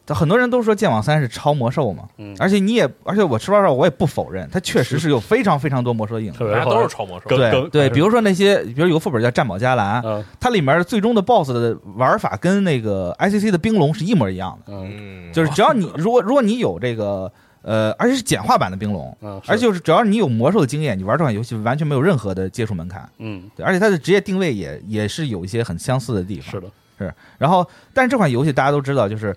[SPEAKER 5] 很多人都说《剑网三》是超魔兽嘛，
[SPEAKER 2] 嗯
[SPEAKER 5] 而且你也，而且我吃到这儿我也不否认，它确实是有非常非常多魔兽影子。
[SPEAKER 2] 特别
[SPEAKER 4] 大家
[SPEAKER 2] 好
[SPEAKER 4] 都是
[SPEAKER 2] 玩
[SPEAKER 4] 超魔兽
[SPEAKER 2] 更，
[SPEAKER 5] 对
[SPEAKER 2] 更
[SPEAKER 5] 对，比如说那些，比如有个副本叫战宝加兰，
[SPEAKER 2] 嗯
[SPEAKER 5] 它里面最终的 BOSS 的玩法跟那个 ICC 的冰龙是一模一样的。
[SPEAKER 2] 嗯
[SPEAKER 1] 嗯，
[SPEAKER 5] 就是只要你如果如果你有这个呃，而且是简化版的冰龙，
[SPEAKER 2] 嗯，
[SPEAKER 5] 而
[SPEAKER 2] 且
[SPEAKER 5] 且就是只要你有魔兽的经验，你玩这款游戏完全没有任何的接触门槛。
[SPEAKER 2] 嗯
[SPEAKER 5] 对，而且它的职业定位也也是有一些很相似的地方。
[SPEAKER 2] 是的，
[SPEAKER 5] 然后，但是这款游戏大家都知道，就是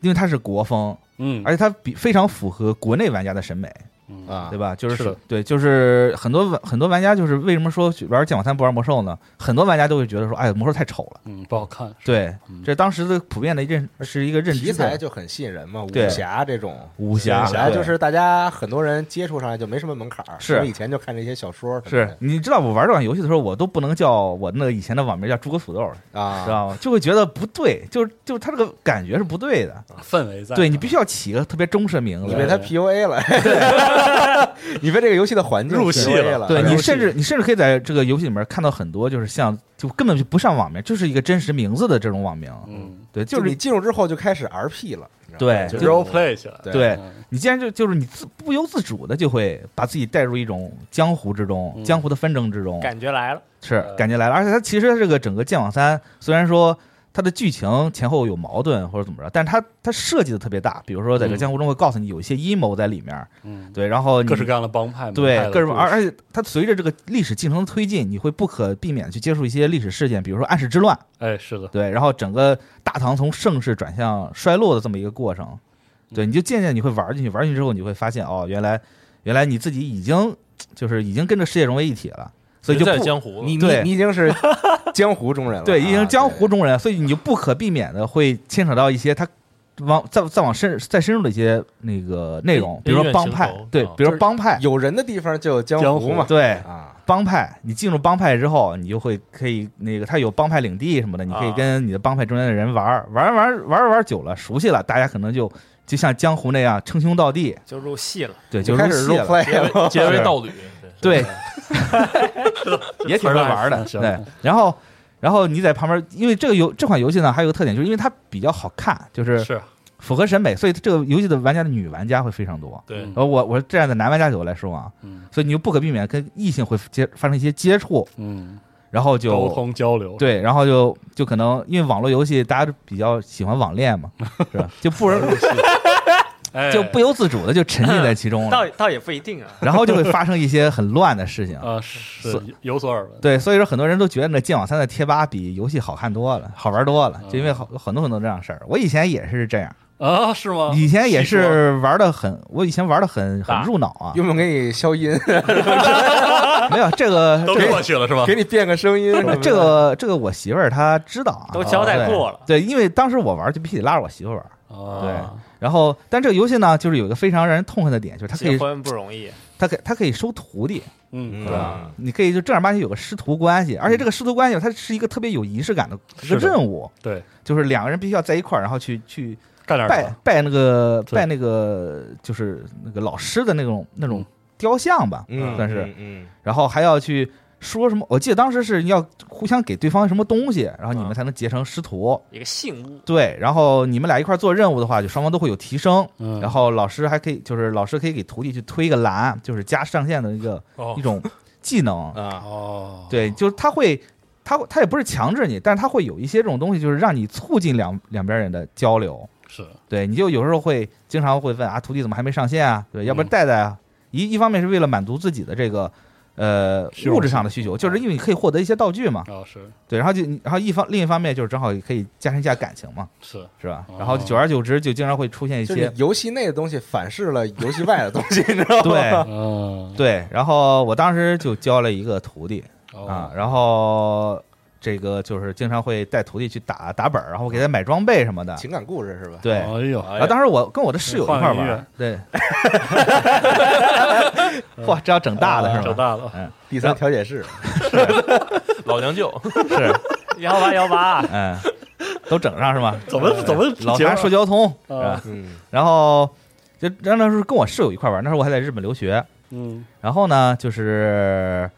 [SPEAKER 5] 因为它是国风，
[SPEAKER 2] 嗯
[SPEAKER 5] 而且它比非常符合国内玩家的审美，
[SPEAKER 2] 嗯
[SPEAKER 1] 啊
[SPEAKER 5] 对，吧？就是
[SPEAKER 2] 是的
[SPEAKER 5] 对，就是很多玩很多玩家就是为什么说玩剑网三不玩魔兽呢？很多玩家都会觉得说，哎，魔兽太丑了。
[SPEAKER 2] 嗯不好看，
[SPEAKER 5] 对
[SPEAKER 2] 嗯，
[SPEAKER 5] 这当时的普遍的认是一个认
[SPEAKER 1] 题
[SPEAKER 5] 知
[SPEAKER 1] 材
[SPEAKER 5] 的
[SPEAKER 1] 就很吸引人嘛，武
[SPEAKER 5] 对
[SPEAKER 1] 侠这种。
[SPEAKER 5] 武侠，
[SPEAKER 1] 本来
[SPEAKER 5] 对
[SPEAKER 1] 就是大家很多人接触上来就没什么门槛儿，
[SPEAKER 5] 是
[SPEAKER 1] 我以前就看这些小说什么
[SPEAKER 5] 是
[SPEAKER 1] 的，
[SPEAKER 5] 你知道我玩这款游戏的时候，我都不能叫我那个以前的网名叫诸葛土豆，知
[SPEAKER 1] 啊，
[SPEAKER 5] 道吗？就会觉得不对，就是就是他这个感觉是不对的。
[SPEAKER 2] 氛围在，
[SPEAKER 5] 对你必须要起个特别中式的名
[SPEAKER 1] 你
[SPEAKER 5] 字
[SPEAKER 1] 被，他 PUA 了， 你被这个游戏的环境
[SPEAKER 2] 入戏
[SPEAKER 1] PUA
[SPEAKER 2] 了
[SPEAKER 1] 了，
[SPEAKER 5] 对
[SPEAKER 1] 是吧
[SPEAKER 5] 你甚至你甚至可以在这个游戏里面看到很多就是像就根本就不上网名，就是一个真实名字的这种网名。
[SPEAKER 2] 嗯
[SPEAKER 5] 对，
[SPEAKER 1] 就
[SPEAKER 5] 就是
[SPEAKER 1] 你
[SPEAKER 5] 是
[SPEAKER 1] 进入之后就开始 RP 了，你知道吗
[SPEAKER 5] 对
[SPEAKER 2] 就
[SPEAKER 5] 就
[SPEAKER 2] role play 起来，
[SPEAKER 5] 对
[SPEAKER 2] 嗯
[SPEAKER 5] 你既然就就是你自不由自主的就会把自己带入一种江湖之中，
[SPEAKER 2] 嗯
[SPEAKER 5] 江湖的纷争之中，
[SPEAKER 3] 感觉来了，
[SPEAKER 5] 是
[SPEAKER 2] 呃
[SPEAKER 5] 感觉来了。而且它其实这个整个《剑网三》，虽然说它的剧情前后有矛盾或者怎么着，但是它它设计的特别大。比如说在这个
[SPEAKER 2] 嗯
[SPEAKER 5] 江湖中会告诉你有一些阴谋在里面，
[SPEAKER 2] 嗯，
[SPEAKER 5] 对，然后你
[SPEAKER 2] 各式各样的帮派，门派
[SPEAKER 5] 对
[SPEAKER 2] 的
[SPEAKER 5] 各种，
[SPEAKER 2] 故事
[SPEAKER 5] 而而且它随着这个历史进程的推进，你会不可避免地去接触一些历史事件，比如说安史之乱，
[SPEAKER 2] 哎是的，
[SPEAKER 5] 对，然后整个大唐从盛世转向衰落的这么一个过程，对，你就渐渐你会玩进去，玩进去之后你会发现哦，原来原来你自己已经就是已经跟这世界融为一体了，所以就
[SPEAKER 4] 人在
[SPEAKER 5] 不
[SPEAKER 4] 江湖了，
[SPEAKER 1] 你你
[SPEAKER 5] 对
[SPEAKER 1] 你已经 是江湖中人了，
[SPEAKER 5] 对，已经
[SPEAKER 1] 啊
[SPEAKER 5] 是江湖中人，所以你就不可避免的会牵扯到一些他往再再往深再深入的一些那个内容，比如说帮
[SPEAKER 4] 恩
[SPEAKER 5] 派
[SPEAKER 4] 怨情仇，
[SPEAKER 5] 对
[SPEAKER 4] 啊，
[SPEAKER 5] 比如
[SPEAKER 1] 就是
[SPEAKER 5] 说帮派，
[SPEAKER 1] 有人的地方就有江
[SPEAKER 2] 江
[SPEAKER 1] 湖
[SPEAKER 2] 湖
[SPEAKER 1] 嘛，
[SPEAKER 5] 对
[SPEAKER 1] 啊，
[SPEAKER 5] 帮派，你进入帮派之后，你就会可以那个他有帮派领地什么的，你可以
[SPEAKER 4] 啊
[SPEAKER 5] 跟你的帮派中间的人玩儿玩儿玩儿玩儿玩儿久了，熟悉了，大家可能就就像江湖那样称兄道弟，
[SPEAKER 3] 就入戏了。
[SPEAKER 5] 对，
[SPEAKER 1] 就
[SPEAKER 5] 就
[SPEAKER 1] 开
[SPEAKER 5] 入
[SPEAKER 1] 始
[SPEAKER 5] 戏
[SPEAKER 1] role
[SPEAKER 5] 了，
[SPEAKER 4] 结
[SPEAKER 1] play
[SPEAKER 4] 为结为
[SPEAKER 5] 是
[SPEAKER 4] 道侣，
[SPEAKER 5] 对，也挺会 玩的，
[SPEAKER 2] 词儿
[SPEAKER 5] 对
[SPEAKER 2] 嗯。
[SPEAKER 5] 然后然后你在旁边，因为这个游这款游戏呢，还有个特点就是因为它比较好看，就是
[SPEAKER 2] 是啊
[SPEAKER 5] 符合审美，所以这个游戏的玩家的女玩家会非常多。
[SPEAKER 4] 对
[SPEAKER 2] 嗯
[SPEAKER 5] 而我我站在男玩家角度来说啊，
[SPEAKER 2] 嗯
[SPEAKER 5] 所以你就不可避免跟异性会接发生一些接触，
[SPEAKER 2] 嗯，
[SPEAKER 5] 然后
[SPEAKER 2] 沟
[SPEAKER 5] 就
[SPEAKER 2] 通交流，
[SPEAKER 5] 对，然后就就 可能因为网络游戏大家都比较喜欢网恋嘛，是吧？就不容
[SPEAKER 2] 哎
[SPEAKER 5] 就不由自主的就沉浸在其
[SPEAKER 2] 嗯
[SPEAKER 5] 中
[SPEAKER 3] 倒
[SPEAKER 5] 了，
[SPEAKER 3] 也倒也不一定啊。
[SPEAKER 5] 然后就会发生一些很乱的事
[SPEAKER 3] 嗯
[SPEAKER 5] 情。
[SPEAKER 2] 啊，是
[SPEAKER 5] 所
[SPEAKER 2] 有所耳闻。
[SPEAKER 5] 对，所以说很多人都觉得《剑网三》的贴吧比游戏好看多了，好玩多
[SPEAKER 3] 嗯
[SPEAKER 5] 了，就因为好很多很多这样的事儿。我以前也是这样，
[SPEAKER 2] 啊，是
[SPEAKER 3] 嗯
[SPEAKER 2] 吗？
[SPEAKER 5] 以前也
[SPEAKER 2] 细说
[SPEAKER 5] 是玩的很，我以前玩的很很
[SPEAKER 4] 大
[SPEAKER 5] 入脑啊，
[SPEAKER 1] 用不用给你消音，
[SPEAKER 5] 没有这个
[SPEAKER 2] 都
[SPEAKER 5] 这个
[SPEAKER 2] 过去了是吧？
[SPEAKER 1] 给你变个声音什么的？
[SPEAKER 5] 这个这个我媳妇儿她知道啊，
[SPEAKER 3] 都交代
[SPEAKER 5] 对
[SPEAKER 3] 过了
[SPEAKER 5] 对，因为当时我玩就必须得拉着我媳妇儿玩。
[SPEAKER 2] 啊，
[SPEAKER 5] 然后，但这个游戏呢，就是有一个非常让人痛恨的点，就是它可
[SPEAKER 3] 结
[SPEAKER 5] 以，
[SPEAKER 3] 婚不容易，
[SPEAKER 5] 它可以它可以收徒弟，
[SPEAKER 2] 嗯，
[SPEAKER 1] 对吧
[SPEAKER 4] 嗯
[SPEAKER 5] 你可以就正儿八经有个师徒关系，而且这个师徒关系它是一个特别有仪式感的一
[SPEAKER 2] 是
[SPEAKER 5] 个
[SPEAKER 2] 的
[SPEAKER 5] 任务，
[SPEAKER 2] 对，
[SPEAKER 5] 就是两个人必须要在一块儿，然后去去
[SPEAKER 2] 干点
[SPEAKER 5] 拜
[SPEAKER 2] 啥？
[SPEAKER 5] 拜那个
[SPEAKER 2] 对
[SPEAKER 5] 拜那个就是那个老师的那种那
[SPEAKER 2] 嗯
[SPEAKER 5] 种雕像吧，
[SPEAKER 1] 嗯
[SPEAKER 5] 算是，
[SPEAKER 1] 嗯
[SPEAKER 5] 然后还要去说什么，我记得当时是要互相给对方什么东西，然后你们
[SPEAKER 3] 嗯
[SPEAKER 5] 才能结成师徒。
[SPEAKER 3] 一个信物，
[SPEAKER 5] 对，然后你们俩一块儿做任务的话，就双方都会有提升。
[SPEAKER 2] 嗯
[SPEAKER 5] 然后老师还可以，就是老师可以给徒弟去推一个栏，就是加上限的一个、
[SPEAKER 2] 哦
[SPEAKER 5] 一种技能。
[SPEAKER 1] 啊，
[SPEAKER 2] 哦，
[SPEAKER 5] 对，就是他会，他会他也不是强制你，但是他会有一些这种东西，就是让你促进两两边人的交流。
[SPEAKER 2] 是
[SPEAKER 5] 对，你就有时候会经常会问啊，徒弟怎么还没上线啊？对，要不然带带啊。一一方面是为了满足自己的这个呃
[SPEAKER 2] 虚荣
[SPEAKER 5] 物质上
[SPEAKER 2] 心
[SPEAKER 5] 的需求，哦嗯就是因为你可以获得一些道具嘛。
[SPEAKER 2] 啊，是
[SPEAKER 5] 对，然后就然后一方另一方面就是正好也可以加深一下感情嘛。
[SPEAKER 2] 是，
[SPEAKER 5] 是吧
[SPEAKER 2] 哦？
[SPEAKER 5] 然后久而久之就经常会出现一
[SPEAKER 1] 就是
[SPEAKER 5] 些
[SPEAKER 1] 你游戏内的东西反噬了游戏外的东西，你知道吗？
[SPEAKER 5] 对
[SPEAKER 2] 嗯，
[SPEAKER 5] 对。然后我当时就教了一个徒弟啊，
[SPEAKER 2] 哦，
[SPEAKER 5] 然后这个就是经常会带徒弟去打打本儿，然后给他买装备什么的。
[SPEAKER 1] 情感故事是吧？
[SPEAKER 5] 对，
[SPEAKER 2] 哎呦，
[SPEAKER 5] 然后当时我跟我的室友一块儿
[SPEAKER 2] 换
[SPEAKER 5] 玩
[SPEAKER 2] 个
[SPEAKER 5] 儿， 对。嚯，这要整大的是
[SPEAKER 2] 长
[SPEAKER 5] 吧？
[SPEAKER 2] 啊大了，
[SPEAKER 1] 第三调解室，
[SPEAKER 4] 老娘舅，
[SPEAKER 5] 是，
[SPEAKER 3] 幺八幺八，啊
[SPEAKER 5] 嗯，都整上是吧？
[SPEAKER 2] 怎么怎么
[SPEAKER 5] 哎老
[SPEAKER 2] 结
[SPEAKER 5] 谭说交通是
[SPEAKER 2] 啊
[SPEAKER 5] 吧？
[SPEAKER 1] 嗯，
[SPEAKER 5] 然后就那时候跟我室友一块儿玩儿，那时候我还在日本留学，
[SPEAKER 2] 嗯
[SPEAKER 5] 然后呢，就是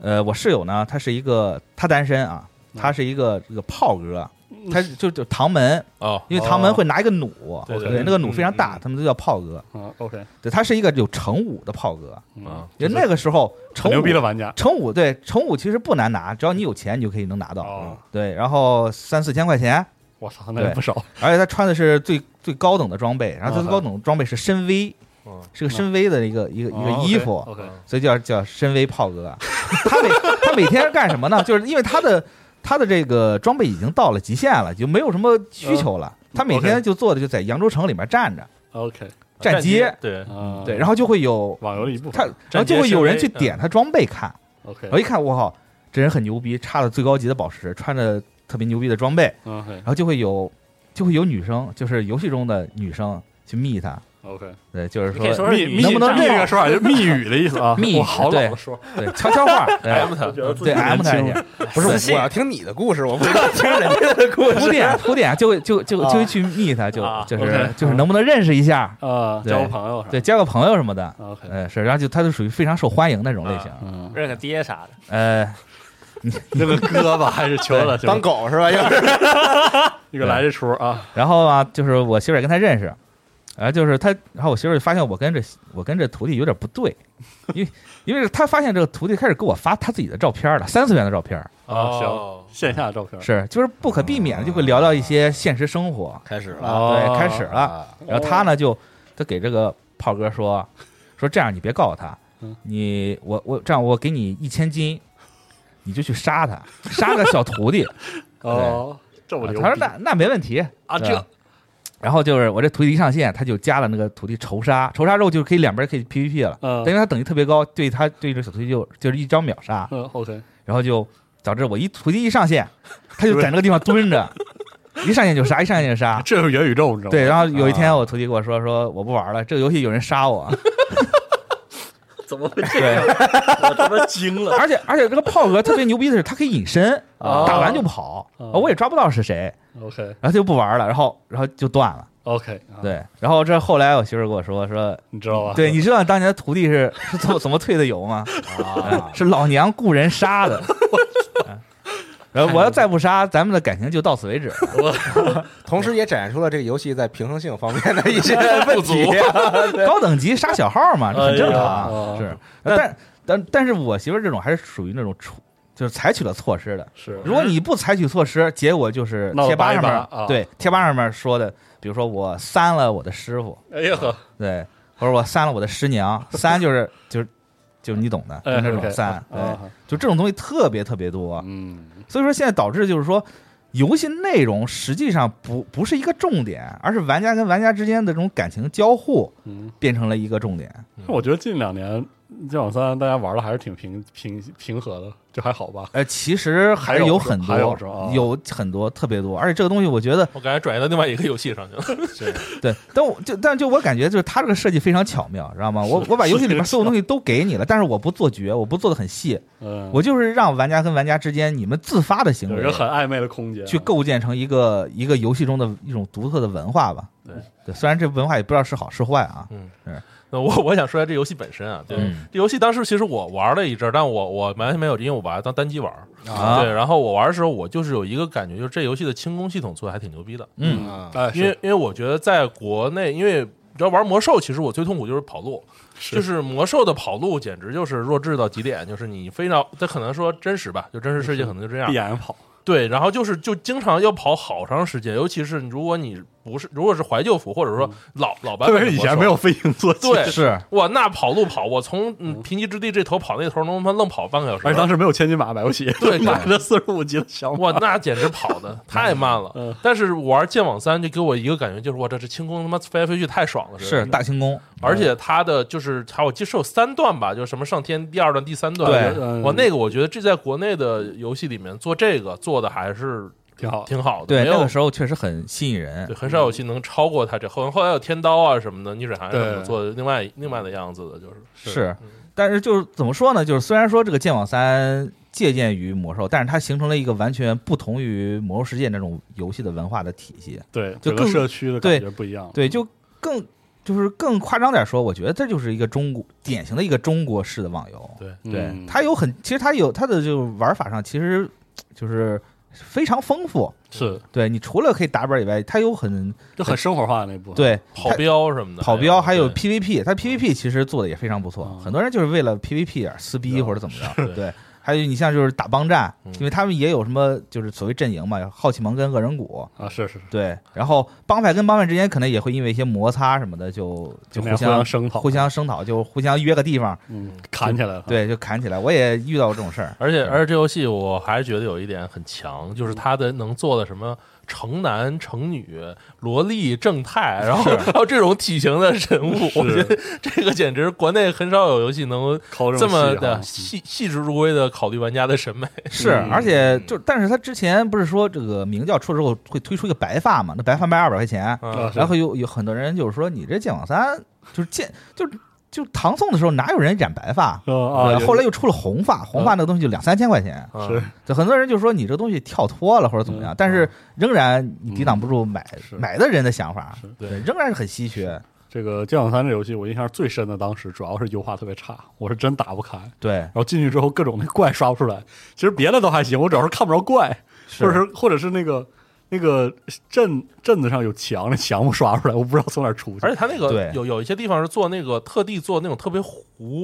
[SPEAKER 5] 呃，我室友呢，他是一个他单身啊，他是一个这个炮哥，他就就唐门，
[SPEAKER 4] 哦，
[SPEAKER 5] 因为唐门会拿一个弩，
[SPEAKER 4] 对对
[SPEAKER 5] 那个弩非常大，
[SPEAKER 1] 嗯嗯
[SPEAKER 5] 他们都叫炮哥。
[SPEAKER 2] 啊，OK，
[SPEAKER 5] 对，他是一个有成武的炮哥，
[SPEAKER 2] 啊，
[SPEAKER 5] 因为那个时候成
[SPEAKER 2] 很牛
[SPEAKER 5] 武
[SPEAKER 2] 逼的玩家，
[SPEAKER 5] 成武对成武其实不难拿，只要你有钱，你就可以能拿到。
[SPEAKER 2] 哦
[SPEAKER 5] 对，然后三四千块钱，
[SPEAKER 2] 我操，那也不少，
[SPEAKER 5] 而且他穿的是最最高等的装备，然后他最
[SPEAKER 2] 啊
[SPEAKER 5] 高等的装备是深 V，、
[SPEAKER 4] 哦
[SPEAKER 5] 是个深 V 的一个、一个一个衣服。
[SPEAKER 2] 哦，OK，
[SPEAKER 5] 所以叫叫深 V 炮哥。 他每他每天干什么呢？就是因为他的他的这个装备已经到了极限了，就没有什么需求了。他每天就坐的就在扬州城里面站着
[SPEAKER 2] OK，
[SPEAKER 5] 站街，
[SPEAKER 4] 对，
[SPEAKER 2] 啊，
[SPEAKER 5] 对，然后就会有
[SPEAKER 2] 网游的一部
[SPEAKER 5] 他哎
[SPEAKER 2] 分，
[SPEAKER 5] 然后就会有人去点他装备看，
[SPEAKER 2] ，OK，
[SPEAKER 5] 然后一看，我靠，这人很牛逼，插了最高级的宝石，穿着特别牛逼的装备，
[SPEAKER 2] 嗯
[SPEAKER 5] 然后就会有就会有女生，就是游戏中的女生去密他。
[SPEAKER 2] ，OK，OK，
[SPEAKER 5] 对，就是
[SPEAKER 3] 你可以
[SPEAKER 5] 说
[SPEAKER 3] 说
[SPEAKER 2] 密
[SPEAKER 3] 是
[SPEAKER 2] 密
[SPEAKER 5] 能不能
[SPEAKER 2] 密
[SPEAKER 5] 这样
[SPEAKER 2] 这个说法就是密语的意思啊，
[SPEAKER 5] 密语
[SPEAKER 2] 我好老
[SPEAKER 5] 对
[SPEAKER 2] 的说，
[SPEAKER 5] 对悄悄话，对
[SPEAKER 4] M 他，
[SPEAKER 5] 对 M 他一下，
[SPEAKER 1] 不是
[SPEAKER 3] 私信
[SPEAKER 1] 我要听你的故事，我不要听人家的故
[SPEAKER 5] 铺
[SPEAKER 1] 事。
[SPEAKER 5] 垫铺垫，就会就就
[SPEAKER 1] 啊
[SPEAKER 5] 就会去密他，就
[SPEAKER 3] 啊
[SPEAKER 5] 就是
[SPEAKER 2] OK
[SPEAKER 5] 就是能不能认识一下，
[SPEAKER 2] 啊，交个朋友是吧
[SPEAKER 5] 呃对，交个朋友什么的，
[SPEAKER 2] ，OK，
[SPEAKER 5] 呃，是，然后就他就属于非常受欢迎那种类型，
[SPEAKER 2] 嗯，
[SPEAKER 3] 认个爹啥的，
[SPEAKER 5] 呃，
[SPEAKER 2] 那个哥吧还是求了，
[SPEAKER 1] 当狗是吧？要 是
[SPEAKER 2] 一个来这出啊，
[SPEAKER 5] 然后啊，就是我媳妇儿也跟他认识，然后就是他，然后我媳妇儿就发现我跟这我跟这徒弟有点不对，因为因为他发现这个徒弟开始给我发他自己的照片了，三次元的照片，
[SPEAKER 2] 啊行
[SPEAKER 4] 哦
[SPEAKER 2] 线下照片
[SPEAKER 5] 是，就是不可避免的就会聊到一些现实生活，
[SPEAKER 1] 开始了
[SPEAKER 2] 哦
[SPEAKER 5] 对，开始了。
[SPEAKER 1] 啊，
[SPEAKER 5] 然后他呢就他给这个炮哥说说这样你别告诉他
[SPEAKER 2] 嗯，
[SPEAKER 5] 你我我这样我给你一千金，你就去杀他，杀个小徒 弟。
[SPEAKER 2] 哦，这我
[SPEAKER 5] 啊
[SPEAKER 2] 牛
[SPEAKER 5] 他说
[SPEAKER 2] 逼
[SPEAKER 5] 那那没问题
[SPEAKER 2] 啊
[SPEAKER 5] 对
[SPEAKER 2] 这
[SPEAKER 5] 吧然后就是我这徒弟一上线，他就加了那个徒弟仇杀，仇杀之后就可以两边可以 PVP 了，
[SPEAKER 2] 嗯
[SPEAKER 5] 但因为他等级特别高，对他对这小徒弟就就是一招秒杀，
[SPEAKER 2] 嗯，OK，
[SPEAKER 5] 然后就导致我一徒弟一上线，他就在那个地方蹲着，一上线就杀，一上线就杀，
[SPEAKER 2] 这是元宇宙，你知道吗？
[SPEAKER 5] 对，然后有一天我徒啊弟跟我说说我不玩了，这个游戏有人杀我，
[SPEAKER 4] 怎么会
[SPEAKER 5] 对，
[SPEAKER 4] 我他妈惊了？
[SPEAKER 5] 而且而且这个炮哥特别牛逼的是，他可以隐 身，
[SPEAKER 2] 哦
[SPEAKER 5] 打完就跑，
[SPEAKER 2] 哦
[SPEAKER 5] 我也抓不到是谁，
[SPEAKER 2] ，OK
[SPEAKER 5] 然后他就不玩了，然后然后就断了。
[SPEAKER 2] OK，，啊
[SPEAKER 5] 对，然后这后来我媳妇儿跟我说说，
[SPEAKER 2] 你知道吧？
[SPEAKER 5] 对，你知道当年的徒弟是是怎么怎么退的油吗？啊，是老娘雇人杀的。嗯然后我要再不杀，咱们的感情就到此为止了。
[SPEAKER 1] 同时也展现出了这个游戏在平衡性方面的一 些问题。啊
[SPEAKER 5] 高等级杀小号嘛，这很正常
[SPEAKER 2] 哎呀
[SPEAKER 5] 啊，
[SPEAKER 2] 哦
[SPEAKER 5] 是。但但但是我媳妇儿这种还是属于那种处就是采取了措施的。
[SPEAKER 2] 是
[SPEAKER 5] 如果你不采取措施，结果就是
[SPEAKER 2] 闹了
[SPEAKER 5] 贴吧
[SPEAKER 2] 八一
[SPEAKER 5] 上面、
[SPEAKER 2] 八啊
[SPEAKER 5] 对贴吧上面说的，比如说我删了我的师傅，
[SPEAKER 2] 哎呀呵，
[SPEAKER 5] 对，或者我删了我的师 娘，删就是就是就是你懂的，就
[SPEAKER 2] 哎
[SPEAKER 5] 那种
[SPEAKER 2] OK，
[SPEAKER 5] 删，
[SPEAKER 2] 啊
[SPEAKER 5] 对，
[SPEAKER 2] 啊
[SPEAKER 5] 就这种东西特别特别多。
[SPEAKER 2] 嗯，
[SPEAKER 5] 所以说现在导致就是说，游戏内容实际上不不是一个重点，而是玩家跟玩家之间的这种感情交互
[SPEAKER 2] 嗯，
[SPEAKER 5] 变成了一个重点。
[SPEAKER 2] 我觉得近两年剑网三大家玩的还是挺平平平和的，就还好吧。
[SPEAKER 5] 呃，其实还
[SPEAKER 2] 还有
[SPEAKER 5] 有
[SPEAKER 2] 是
[SPEAKER 5] 很
[SPEAKER 2] 还有
[SPEAKER 5] 多
[SPEAKER 2] 是吧啊，
[SPEAKER 5] 有很多特别多，而且这个东西我觉得
[SPEAKER 4] 我感觉转移到另外一个游戏上去了。
[SPEAKER 5] 对，但我就但就我感觉就是它这个设计非常巧妙，知道吗？我我把游戏里面所有东西都给你了，但是我不做绝，我不做的很细，
[SPEAKER 2] 嗯，
[SPEAKER 5] 我就是让玩家跟玩家之间你们自发的行
[SPEAKER 2] 有一
[SPEAKER 5] 为
[SPEAKER 2] 个很暧昧的空间，啊
[SPEAKER 5] 去构建成一个一个游戏中的一种独特的文化吧。
[SPEAKER 2] 对
[SPEAKER 5] 对，虽然这文化也不知道是好是坏啊，
[SPEAKER 4] 那我我想说一下这游戏本身啊，对，
[SPEAKER 5] 嗯
[SPEAKER 4] 这游戏当时其实我玩了一阵儿，但我我完全没有，因为我把它当单机玩儿。
[SPEAKER 5] 啊
[SPEAKER 4] 对，然后我玩的时候，我就是有一个感觉，就是这游戏的轻功系统做的还挺牛逼的。
[SPEAKER 5] 嗯
[SPEAKER 2] 嗯，哎，
[SPEAKER 4] 因为因为我觉得在国内，因为你知道玩魔兽，其实我最痛苦就是跑路，就是魔兽的跑路简直就是弱智到极点，就是你非常，它可能说真实吧，就真实世界可能就
[SPEAKER 5] 啊
[SPEAKER 4] 这样
[SPEAKER 2] 必，然跑，
[SPEAKER 4] 对，然后就是就经常要跑好长时间，尤其是如果你不是如果是怀旧服或者说老、老
[SPEAKER 2] 嗯
[SPEAKER 4] 版
[SPEAKER 2] 特
[SPEAKER 4] 本
[SPEAKER 2] 别
[SPEAKER 4] 的
[SPEAKER 2] 是以
[SPEAKER 4] 魔
[SPEAKER 2] 前
[SPEAKER 4] 兽
[SPEAKER 2] 没有飞行坐骑，
[SPEAKER 4] 对
[SPEAKER 5] 是
[SPEAKER 4] 哇，那跑路跑，我从嗯贫瘠之地这头跑那头，能他妈愣跑半个小 时。
[SPEAKER 2] 而且哎当时没有千金马买不起，
[SPEAKER 4] 对
[SPEAKER 2] 买了四十五级的小马，
[SPEAKER 4] 哇，那简直跑的太慢
[SPEAKER 2] 嗯
[SPEAKER 4] 了。但是玩剑网三就给我一个感觉，就是哇，这这轻功他妈飞来飞去太爽了，
[SPEAKER 5] 是大清宫，
[SPEAKER 4] 而且它的就是还有记得是有三段吧，就是什么上天第二段、第三段。
[SPEAKER 5] 对
[SPEAKER 2] 嗯
[SPEAKER 4] 我那个我觉得这在国内的游戏里面做这个做的还是
[SPEAKER 2] 挺好。
[SPEAKER 4] 挺好的，
[SPEAKER 5] 对
[SPEAKER 4] 没
[SPEAKER 5] 那
[SPEAKER 4] 有
[SPEAKER 5] 个时候确实很吸引人
[SPEAKER 4] 对，，很少有戏能超过它这后后来有天刀啊什么的，逆水寒什么的
[SPEAKER 2] 对
[SPEAKER 4] 做的另外另外的样子的，就是
[SPEAKER 5] 是，但是就是怎么说呢？就是虽然说这个剑网三借鉴于魔兽，但是它形成了一个完全不同于魔兽世界那种游戏的文化的体系。
[SPEAKER 2] 对，
[SPEAKER 5] 就
[SPEAKER 2] 整个
[SPEAKER 5] 更
[SPEAKER 2] 社区的感觉不一样。
[SPEAKER 5] 对，就更就是更夸张点说，我觉得这就是一个中国典型的一个中国式的网游。
[SPEAKER 4] 对
[SPEAKER 5] 对
[SPEAKER 2] 嗯，
[SPEAKER 5] 它有很其实它有它的就是玩法上其实就是非常丰富。
[SPEAKER 2] 是
[SPEAKER 5] 对你除了可以打本以外，它有很
[SPEAKER 2] 就很生活化那部分。
[SPEAKER 5] 对
[SPEAKER 4] 跑
[SPEAKER 5] 它
[SPEAKER 4] 镖什么的，
[SPEAKER 5] 跑镖，还有
[SPEAKER 4] 对
[SPEAKER 5] PVP，它 PVP 其实做的也非常不错
[SPEAKER 2] 嗯，
[SPEAKER 5] 很多人就是为了 PVP 而撕逼
[SPEAKER 4] 对
[SPEAKER 5] 或者怎么着，
[SPEAKER 4] 对
[SPEAKER 5] 对。还有你像就是打帮战
[SPEAKER 4] 嗯，
[SPEAKER 5] 因为他们也有什么就是所谓阵营嘛，有好奇盟跟恶人谷，
[SPEAKER 2] 啊，是是是，
[SPEAKER 5] 对，然后帮派跟帮派之间可能也会因为一些摩擦什么的，就就
[SPEAKER 2] 互
[SPEAKER 5] 互相
[SPEAKER 2] 声讨，
[SPEAKER 5] 互相声讨，就互相约个地方，
[SPEAKER 2] 嗯砍起来了。，
[SPEAKER 5] 对，就砍起来。我也遇到过这种事 儿，
[SPEAKER 4] 而且而且这游戏我还是觉得有一点很强，就是它的能做的什么城男、城女、萝莉、正太，然后还有这种体型的人物，我觉得这个简直国内很少有游戏能
[SPEAKER 2] 抠
[SPEAKER 4] 这么
[SPEAKER 2] 细啊哈
[SPEAKER 4] 的细细致入微的考虑玩家的审美。
[SPEAKER 5] 是，
[SPEAKER 2] 嗯
[SPEAKER 5] 而且就但是他之前不是说这个明教出了之后会推出一个白发嘛，那白发卖二百块钱，
[SPEAKER 2] 啊，
[SPEAKER 5] 嗯然
[SPEAKER 2] 然后
[SPEAKER 5] 后有有很多人就是说，你这剑网三就是剑就就唐宋的时候哪有人染白发？
[SPEAKER 2] 啊，嗯
[SPEAKER 5] 对后来又出了红发，红发那个东西就两三千块钱，
[SPEAKER 4] 啊
[SPEAKER 2] 是
[SPEAKER 5] 就很多人就说你这东西跳脱了或者怎么样，但是仍然你抵挡不住买
[SPEAKER 2] 是
[SPEAKER 5] 买的人的想法
[SPEAKER 2] 是，
[SPEAKER 5] 对，仍然是很稀缺，
[SPEAKER 2] 这个《剑网三》这游戏，我印象最深的，当时主要是优化特别差，我是真打不开。
[SPEAKER 5] 对，
[SPEAKER 2] 然后进去之后，各种那怪刷不出来。其实别的都还行，我主要是看不着怪，或者是或者是那个那个镇镇子上有墙，那墙不刷出来，我不知道从哪儿出去。
[SPEAKER 4] 而且它那个
[SPEAKER 5] 对
[SPEAKER 4] 有有一些地方是做那个特地做那种特别糊，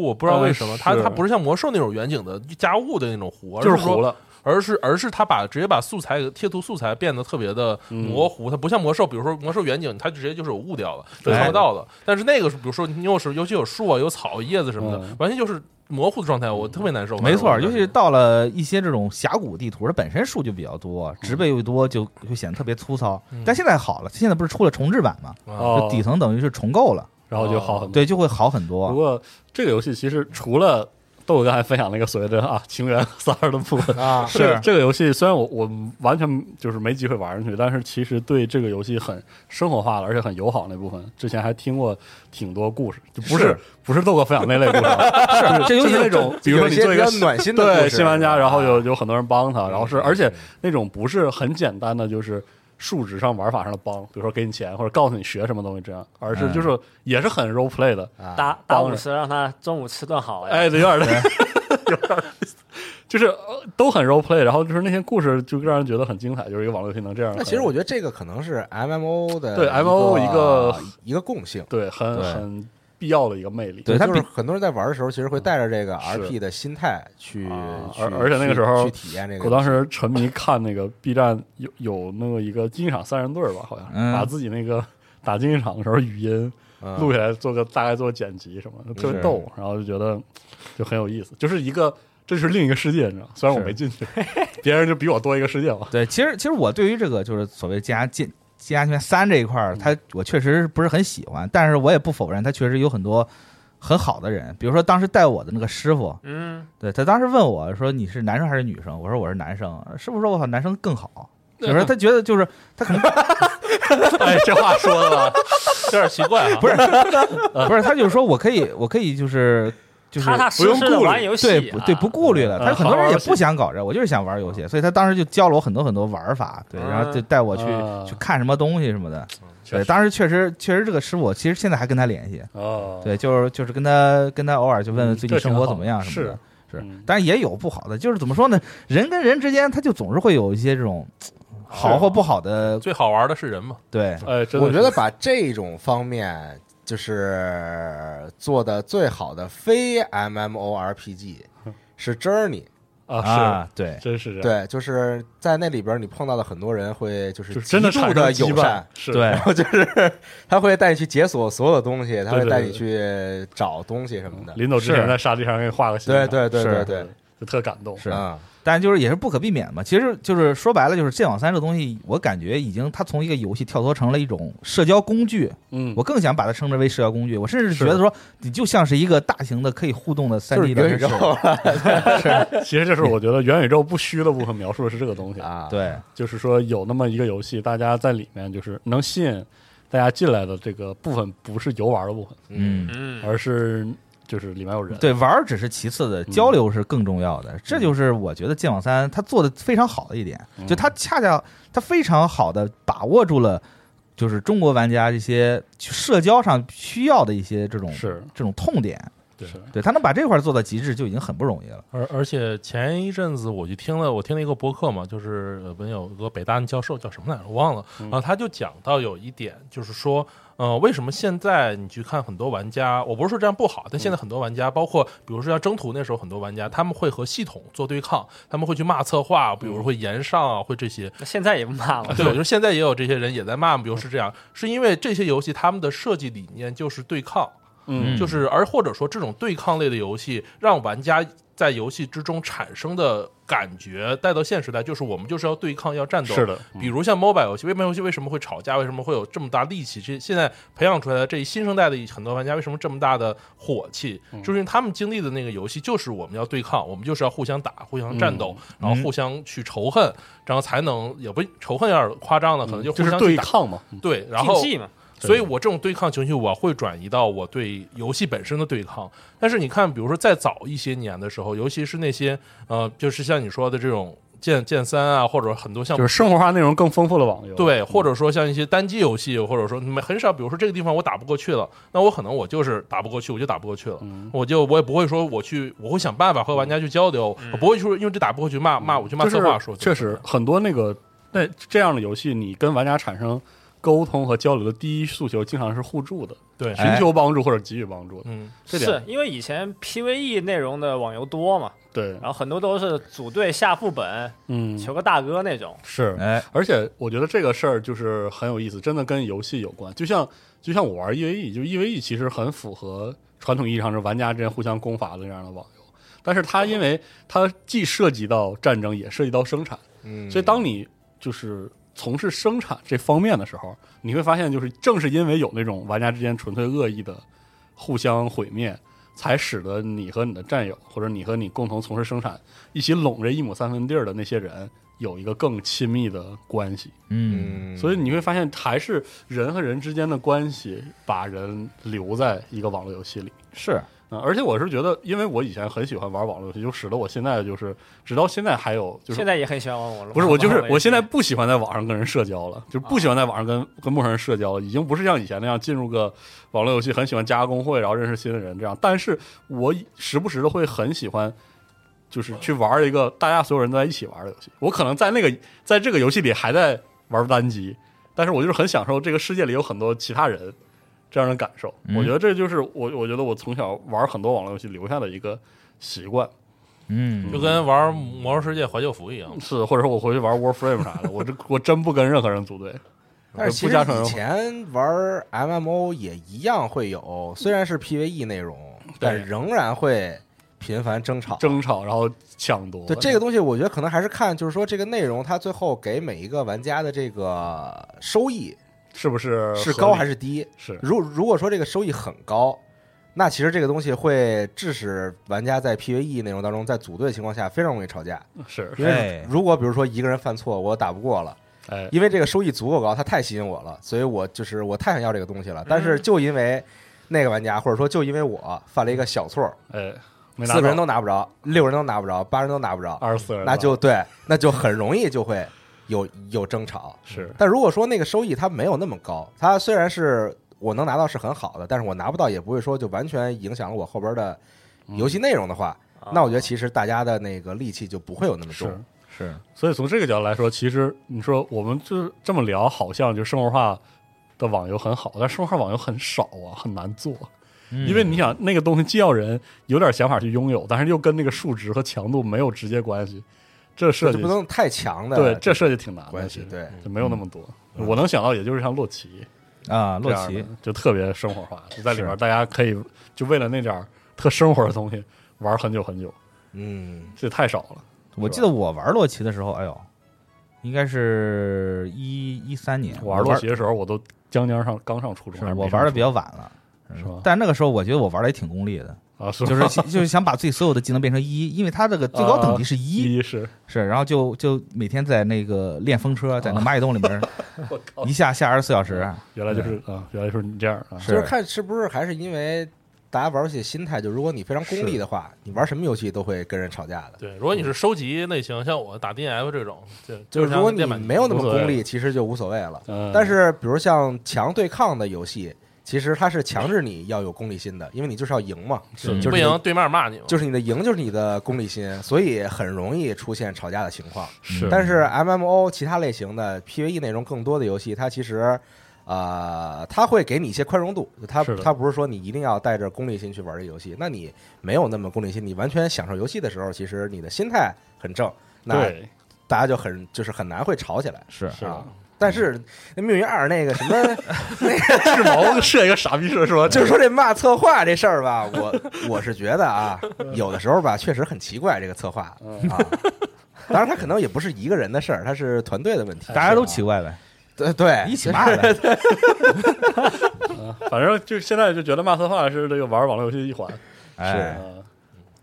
[SPEAKER 4] 我不知道为什么，
[SPEAKER 2] 嗯
[SPEAKER 4] 它
[SPEAKER 2] 是
[SPEAKER 4] 它不是像魔兽那种远景的加雾的那种糊，而
[SPEAKER 2] 就是
[SPEAKER 4] 说
[SPEAKER 2] 糊了，
[SPEAKER 4] 而是而是他把直接把素材贴图素材变得特别的模糊，它不像魔兽，比如说魔兽远景，它直接就是有雾掉了，就看不到了。但是那个是，比如说你有时尤其有树啊、有草、叶子什么的，
[SPEAKER 2] 嗯
[SPEAKER 4] 完全就是模糊的状态，我特别难受。
[SPEAKER 5] 没错
[SPEAKER 4] 反
[SPEAKER 5] 儿，
[SPEAKER 4] 正
[SPEAKER 5] 尤
[SPEAKER 4] 我
[SPEAKER 5] 其是到了一些这种峡谷地图，它本身数据比较多，植被又多，就就显得特别粗糙。但现在好了，现在不是出了重置版嘛，
[SPEAKER 2] 哦
[SPEAKER 5] 就底层等于是重构了，
[SPEAKER 2] 然后就好很多。
[SPEAKER 5] 对，就会好很
[SPEAKER 2] 不
[SPEAKER 5] 多。
[SPEAKER 2] 过这个游戏其实除了豆哥刚才分享那个所谓的啊情缘三二的部分
[SPEAKER 1] 啊
[SPEAKER 2] 这个
[SPEAKER 5] 是
[SPEAKER 2] 这个游戏虽然我我完全就是没机会玩进去，但是其实对这个游戏很生活化了，而且很友好那部分，之前还听过挺多故事，就不是
[SPEAKER 5] 是
[SPEAKER 2] 不是豆哥分享那类故事啊，
[SPEAKER 5] 是，这游
[SPEAKER 2] 就是那
[SPEAKER 5] 戏
[SPEAKER 2] 种比如
[SPEAKER 1] 有
[SPEAKER 2] 说
[SPEAKER 1] 一
[SPEAKER 2] 你
[SPEAKER 1] 些
[SPEAKER 2] 做一个
[SPEAKER 1] 比较暖心的故
[SPEAKER 2] 对
[SPEAKER 1] 事啊
[SPEAKER 2] 新玩家，然后有有很多人帮他，然后是而且那种不是很简单的就是。数值上玩法上的帮，比如说给你钱或者告诉你学什么东西这样，而
[SPEAKER 1] 嗯
[SPEAKER 2] 是就是也是很 role play 的，
[SPEAKER 3] 打打
[SPEAKER 2] 当然
[SPEAKER 3] 五十，让他中午吃顿好呀。
[SPEAKER 2] 哎，对，有点儿类似，有点儿类似就是呃都很 role play，然后就是那些故事就让人觉得很精彩，就是一个网络游戏能这样。
[SPEAKER 1] 那其实我觉得这个可能是 M M O 的
[SPEAKER 2] 对 MMO
[SPEAKER 1] 一
[SPEAKER 2] 一个
[SPEAKER 1] 一个共性，
[SPEAKER 2] 对很
[SPEAKER 5] 对
[SPEAKER 2] 很必要的一个魅力。
[SPEAKER 5] 对
[SPEAKER 1] 就
[SPEAKER 5] 它
[SPEAKER 1] 是
[SPEAKER 5] 比
[SPEAKER 1] 很多人在玩的时候，其实会带着这个
[SPEAKER 2] 是
[SPEAKER 1] RP 的心态去，
[SPEAKER 2] 嗯啊
[SPEAKER 1] 去
[SPEAKER 2] 而而且那个时候
[SPEAKER 1] 去去体验这个。
[SPEAKER 2] 我当时沉迷看那个 B 站有有那么一个金场三人队儿吧，好像是、
[SPEAKER 5] 嗯
[SPEAKER 2] 把自己那个打金场的时候语音
[SPEAKER 1] 嗯
[SPEAKER 2] 录下来，做个大概做个剪辑什么的，特别
[SPEAKER 1] 是
[SPEAKER 2] 逗，然后就觉得就很有意思，就是一个这是另一个世界，你知道吗，虽然我
[SPEAKER 5] 是
[SPEAKER 2] 没进去，别人就比我多一个世界嘛。
[SPEAKER 5] 对，其实其实我对于这个就是所谓家进。家圈三这一块儿，它我确实不是很喜欢，但是我也不否认，它确实有很多很好的人。比如说当时带我的那个师傅，
[SPEAKER 3] 嗯，
[SPEAKER 5] 对他当时问我说你是男生还是女生，我说我是男生，师傅说我靠男生更好，就是说他觉得就是 他可能
[SPEAKER 4] 哎，这话说的吧， 有点奇怪啊。
[SPEAKER 5] 不是不是，他就是说我可以我可以就是就是
[SPEAKER 3] 踏踏实实的玩游戏、啊
[SPEAKER 5] 对不对不顾虑了，
[SPEAKER 2] 嗯
[SPEAKER 5] 他很
[SPEAKER 2] 好
[SPEAKER 5] 多人
[SPEAKER 2] 玩
[SPEAKER 5] 也
[SPEAKER 2] 游戏
[SPEAKER 5] 不想搞这，我就是想玩游戏，所以他当时就教了我很多很多玩法，对，
[SPEAKER 3] 嗯
[SPEAKER 5] 然后就带我去
[SPEAKER 2] 啊
[SPEAKER 5] 去看什么东西什么的，
[SPEAKER 2] 嗯确
[SPEAKER 5] 对，
[SPEAKER 2] 实
[SPEAKER 5] 当时确实确实这个师傅，我其实现在还跟他联系，
[SPEAKER 2] 哦，
[SPEAKER 5] 对，就是就是跟他跟他偶尔就问问
[SPEAKER 2] 嗯
[SPEAKER 5] 最近
[SPEAKER 2] 这挺
[SPEAKER 5] 生
[SPEAKER 2] 好
[SPEAKER 5] 活怎么样
[SPEAKER 2] 的
[SPEAKER 5] 什么的，是
[SPEAKER 2] 嗯，
[SPEAKER 5] 但是也有不好的，就是怎么说呢，人跟人之间他就总是会有一些这种好
[SPEAKER 2] 啊
[SPEAKER 5] 或不好的，
[SPEAKER 4] 最好玩的是人嘛，
[SPEAKER 5] 对，
[SPEAKER 2] 哎，真的
[SPEAKER 1] 我觉
[SPEAKER 2] 是
[SPEAKER 1] 得把这种方面就是做的最好的非 MMORPG 是 Journey，
[SPEAKER 2] 啊
[SPEAKER 5] 啊，对
[SPEAKER 2] 是，，真是这样，
[SPEAKER 1] 对，就是在那里边你碰到的很多人会就是
[SPEAKER 2] 就是真的
[SPEAKER 1] 极度
[SPEAKER 2] 产
[SPEAKER 1] 的
[SPEAKER 2] 生羁
[SPEAKER 1] 友
[SPEAKER 2] 绊
[SPEAKER 1] 善，，
[SPEAKER 2] 是啊
[SPEAKER 5] 对
[SPEAKER 1] 然后就是他会带你去解锁所有的东西，他会
[SPEAKER 2] 对对
[SPEAKER 1] 带
[SPEAKER 2] 对
[SPEAKER 1] 你去找东西什么的。
[SPEAKER 2] 临走之前
[SPEAKER 5] 是
[SPEAKER 2] 在沙地上给你画个心，
[SPEAKER 1] 对对对
[SPEAKER 5] 是
[SPEAKER 1] 对对，，
[SPEAKER 2] 就特感动，
[SPEAKER 5] 是
[SPEAKER 1] 啊，
[SPEAKER 5] 但就是也是不可避免嘛。其实就是说白了，就是剑网三这个东西，我感觉已经它从一个游戏跳脱成了一种社交工具，
[SPEAKER 2] 嗯，
[SPEAKER 5] 我更想把它称之为社交工具。我甚至
[SPEAKER 2] 是
[SPEAKER 5] 觉得说，你就像是一个大型的可以互动的三
[SPEAKER 1] 就是
[SPEAKER 5] D 的
[SPEAKER 1] 元宇宙
[SPEAKER 5] 世界
[SPEAKER 2] 其实就是我觉得元宇宙不虚的部分描述的是这个东西，
[SPEAKER 1] 啊，
[SPEAKER 5] 对，
[SPEAKER 2] 就是说有那么一个游戏，大家在里面就是能吸引大家进来的这个部分，不是游玩的部分，
[SPEAKER 5] 嗯，
[SPEAKER 3] 嗯，
[SPEAKER 2] 而是就是嗯里面有人。
[SPEAKER 5] 对，玩儿只是其次的，交流是更重要的。这就是我觉得剑网三它做的非常好的一点，
[SPEAKER 2] 嗯
[SPEAKER 5] 就它恰恰它非常好的把握住了。就是中国玩家这些社交上需要的一些这种
[SPEAKER 2] 是
[SPEAKER 5] 这种痛点，
[SPEAKER 2] 对，是
[SPEAKER 5] 对他能把这块儿做到极致就已经很不容易了。
[SPEAKER 4] 而而且前一阵子我就听了，我听了一个博客嘛，就是呃文有个北大的教授叫什么来着，我忘了，然后他就讲到有一点，就是说，呃，为什么现在你去看很多玩家，我不是说这样不好，但现在很多玩家，包括比如说像征途那时候，很多玩家他们会和系统做对抗，他们会去骂策划，比如会延上啊，会这些，
[SPEAKER 3] 那现在也不 骂了，
[SPEAKER 4] 对，我觉得现在也有这些人也在骂，
[SPEAKER 2] 嗯
[SPEAKER 4] 比如是这样，是因为这些游戏他们的设计理念就是对抗，
[SPEAKER 2] 嗯
[SPEAKER 4] 就是而或者说这种对抗类的游戏，让玩家在游戏之中产生的感觉带到现实来，就是我们就是要对抗，要战斗。
[SPEAKER 2] 是的嗯
[SPEAKER 4] 比如像 MOBA 游戏，MOBA 游戏为什么会吵架？为什么会有这么大力气？这现在培养出来的这一新生代的很多玩家为什么这么大的火气？
[SPEAKER 2] 嗯
[SPEAKER 4] 就是因为他们经历的那个游戏就是我们要对抗，我们就是要互相打、互
[SPEAKER 2] 嗯
[SPEAKER 4] 相战斗，然后互相去仇恨，然后才能也不仇恨有点夸张了，可能就
[SPEAKER 2] 嗯
[SPEAKER 4] 互
[SPEAKER 2] 就是
[SPEAKER 4] 相
[SPEAKER 2] 对
[SPEAKER 4] 去打。
[SPEAKER 2] 抗嘛，嗯
[SPEAKER 4] 对，然后
[SPEAKER 3] 竞技嘛，
[SPEAKER 4] 所以我这种对抗情绪，我会转移到我对游戏本身的对抗。但是你看，比如说再早一些年的时候，尤其是那些呃，就是像你说的这种剑剑三啊，或者很多像
[SPEAKER 2] 就是生活化内容更丰富的网游。
[SPEAKER 4] 对，或者说像一些单机游戏，或者说没很少，比如说这个地方我打不过去了，那我可能我就是打不过去，我就打不过去了，
[SPEAKER 2] 嗯
[SPEAKER 4] 我就我也不会说我去，我会想办法和玩家去交流，我不会说因为这打不过去骂骂我去骂
[SPEAKER 2] 就
[SPEAKER 4] 策划
[SPEAKER 2] 是
[SPEAKER 4] 说，
[SPEAKER 2] 确实很多那个那这样的游戏，你跟玩家产生沟通和交流的第一诉求，经常是互助的，
[SPEAKER 4] 对，
[SPEAKER 5] 哎
[SPEAKER 2] 寻求帮助或者给予帮助的。
[SPEAKER 4] 嗯，
[SPEAKER 2] 这
[SPEAKER 3] 是
[SPEAKER 2] 点
[SPEAKER 3] 因为以前 PVE 内容的网游多嘛，
[SPEAKER 2] 对
[SPEAKER 3] 然，
[SPEAKER 4] 啊
[SPEAKER 3] 后很多都是组队下副本，
[SPEAKER 2] 嗯，
[SPEAKER 3] 求个大哥那种，
[SPEAKER 2] 是，
[SPEAKER 5] 哎，
[SPEAKER 2] 而且我觉得这个事儿就是很有意思，真的跟游戏有关。就像就像我玩 EVE，就 EVE 其实很符合传统意义上是玩家之间互相攻伐的这样的网游，但是它因为它既涉及到战争，也涉及到生产，
[SPEAKER 1] 嗯，
[SPEAKER 2] 所以当你就是从事生产这方面的时候，你会发现，就是正是因为有那种玩家之间纯粹恶意的互相毁灭，才使得你和你的战友，或者你和你共同从事生产、一起拢着一亩三分地儿的那些人，有一个更亲密的关系。
[SPEAKER 5] 嗯，
[SPEAKER 1] 嗯，
[SPEAKER 2] 所以你会发现，还是人和人之间的关系把人留在一个网络游戏里。
[SPEAKER 5] 是，
[SPEAKER 2] 嗯，而且我是觉得，因为我以前很喜欢玩网络游戏，就使得我现在就是，直到现在还有就是
[SPEAKER 3] 现在也很喜欢玩网络。
[SPEAKER 2] 不是我，就是
[SPEAKER 3] 网络游戏
[SPEAKER 2] 我现在不喜欢在网上跟人社交了，就是不喜欢在网上
[SPEAKER 4] 啊
[SPEAKER 2] 跟跟陌生人社交了，已经不是像以前那样进入个网络游戏很喜欢加工会，然后认识新的人这样。但是我时不时的会很喜欢，就是去玩一个大家所有人都在一起玩的游戏。我可能在那个在这个游戏里还在玩单机，但是我就是很享受这个世界里有很多其他人，这样的感受。
[SPEAKER 5] 嗯
[SPEAKER 2] 我觉得这就是我，我觉得我从小玩很多网络游戏留下的一个习惯，
[SPEAKER 5] 嗯
[SPEAKER 4] 就跟玩《魔兽世界》怀旧服一样。
[SPEAKER 2] 是或者说我回去玩 Warframe 啥的，我这我真不跟任何人组队，
[SPEAKER 1] 但是其
[SPEAKER 2] 不
[SPEAKER 1] 实
[SPEAKER 2] 加成
[SPEAKER 1] 以前玩 MMO 也一样会有，虽然是 PVE 内容，但仍然会频繁争吵。
[SPEAKER 2] 争吵，然后抢夺。
[SPEAKER 1] 对这个东西，我觉得可能还是看，就是说这个内容它最后给每一个玩家的这个收益
[SPEAKER 2] 是不是
[SPEAKER 1] 是高还
[SPEAKER 2] 是
[SPEAKER 1] 是低。
[SPEAKER 2] 是？
[SPEAKER 1] 如如果说这个收益很高，那其实这个东西会致使玩家在 PVE 内容当中，在组队的情况下非常容易吵架。
[SPEAKER 2] 是
[SPEAKER 1] 因为
[SPEAKER 5] 哎
[SPEAKER 1] 如果比如说一个人犯错，我打不过了，
[SPEAKER 2] 哎，
[SPEAKER 1] 因为这个收益足够高，它太吸引我了，所以我就是我太想要这个东西了。但
[SPEAKER 2] 嗯
[SPEAKER 1] 是就因为那个玩家，或者说就因为我犯了一个小错，
[SPEAKER 2] 哎，没拿
[SPEAKER 1] 四个人
[SPEAKER 2] 到
[SPEAKER 1] 都拿不着，六个人都拿不着，八人都拿不着，
[SPEAKER 2] 二十四人了，
[SPEAKER 1] 那就对，那就很容易就会有有争吵。
[SPEAKER 2] 是
[SPEAKER 1] 但如果说那个收益它没有那么高，它虽然是我能拿到是很好的，但是我拿不到也不会说就完全影响了我后边的游戏内容的话，那我觉得其实大家的那个戾气就不会有那么重
[SPEAKER 2] 是。
[SPEAKER 5] 是
[SPEAKER 2] 所以从这个角度来说，其实你说我们就是这么聊，好像就生活化的网游很好，但生活化网游很少啊，很难做。
[SPEAKER 5] 嗯
[SPEAKER 2] 因为你想，那个东西既要人有点想法去拥有，但是又跟那个数值和强度没有直接关系，这设
[SPEAKER 1] 就
[SPEAKER 2] 计
[SPEAKER 1] 不能太强的
[SPEAKER 2] 对这设计挺难的，
[SPEAKER 1] 关系
[SPEAKER 2] 其实
[SPEAKER 1] 对
[SPEAKER 5] 嗯
[SPEAKER 2] 就没有那么多。我能想到，也就是像洛奇
[SPEAKER 5] 啊，
[SPEAKER 2] 这
[SPEAKER 5] 嗯洛
[SPEAKER 2] 样的
[SPEAKER 5] 奇，
[SPEAKER 2] 就特别生活化，就在里边大家可以就为了那点儿特生活的东西玩很久很久，
[SPEAKER 1] 嗯，
[SPEAKER 2] 这太少了。
[SPEAKER 5] 我记得我玩洛奇的时候，哎呦，应该是一一三年
[SPEAKER 2] 我玩洛奇的时候，我都将将上刚上初中，
[SPEAKER 5] 是
[SPEAKER 2] 还是
[SPEAKER 5] 我
[SPEAKER 2] 没上
[SPEAKER 5] 玩的
[SPEAKER 2] 初
[SPEAKER 5] 比较晚了，嗯
[SPEAKER 2] 是吧
[SPEAKER 5] 但那个时候我觉得我玩的也挺功利 的，
[SPEAKER 2] 啊，是
[SPEAKER 5] 就
[SPEAKER 2] 吧
[SPEAKER 5] 是就是想把自己所有的技能变成一，因为它这个最高等级是一、
[SPEAKER 2] 一是
[SPEAKER 5] 是，然后就就每天在那个练风车，在那蚂蚁洞里面
[SPEAKER 2] 啊 我靠
[SPEAKER 5] 一下下二十四小时，
[SPEAKER 2] 原来就是啊，原来就是你这样啊，
[SPEAKER 5] 是
[SPEAKER 1] 就是看是不是还是因为大家玩游戏的心态，就如果你非常功利的话，你玩什么游戏都会跟人吵架的。
[SPEAKER 4] 对，如果你是收集类型，像我打 D N F 这种，对，
[SPEAKER 1] 就是如果你
[SPEAKER 4] 电板
[SPEAKER 1] 没有那么
[SPEAKER 2] 无所谓
[SPEAKER 1] 功利，其实就无所谓了。
[SPEAKER 2] 嗯，
[SPEAKER 1] 但是，比如像强对抗的游戏，其实它是强制你要有功利心的，因为你就是要赢嘛，
[SPEAKER 4] 是
[SPEAKER 1] 就是
[SPEAKER 4] 不
[SPEAKER 1] 你
[SPEAKER 4] 赢，对面骂你嘛。
[SPEAKER 1] 就是你的赢就是你的功利心，所以很容易出现吵架的情况。
[SPEAKER 2] 是
[SPEAKER 1] 但是 MMO 其他类型的 PVE 内容更多的游戏，它其实。呃，它会给你一些宽容度，它
[SPEAKER 2] 是的
[SPEAKER 1] 它不是说你一定要带着功利心去玩这游戏。那你没有那么功利心，你完全享受游戏的时候，其实你的心态很正，那
[SPEAKER 2] 对
[SPEAKER 1] 大家就很就是很难会吵起来。
[SPEAKER 5] 是
[SPEAKER 2] 是
[SPEAKER 1] 啊但是那命运二那个什么
[SPEAKER 2] 是 毛设一个傻逼设 说，
[SPEAKER 1] 就是说这骂策划这事儿吧，我我是觉得啊，有的时候吧，确实很奇怪这个策划
[SPEAKER 2] 嗯
[SPEAKER 1] 啊。当然，他可能也不是一个人的事儿，他是团队的问题。
[SPEAKER 5] 大家都奇怪呗，
[SPEAKER 1] 对对，
[SPEAKER 5] 一起骂呗，
[SPEAKER 2] 反正就现在就觉得骂策划是这个玩网络游戏的一环，
[SPEAKER 5] 哎，
[SPEAKER 2] 嗯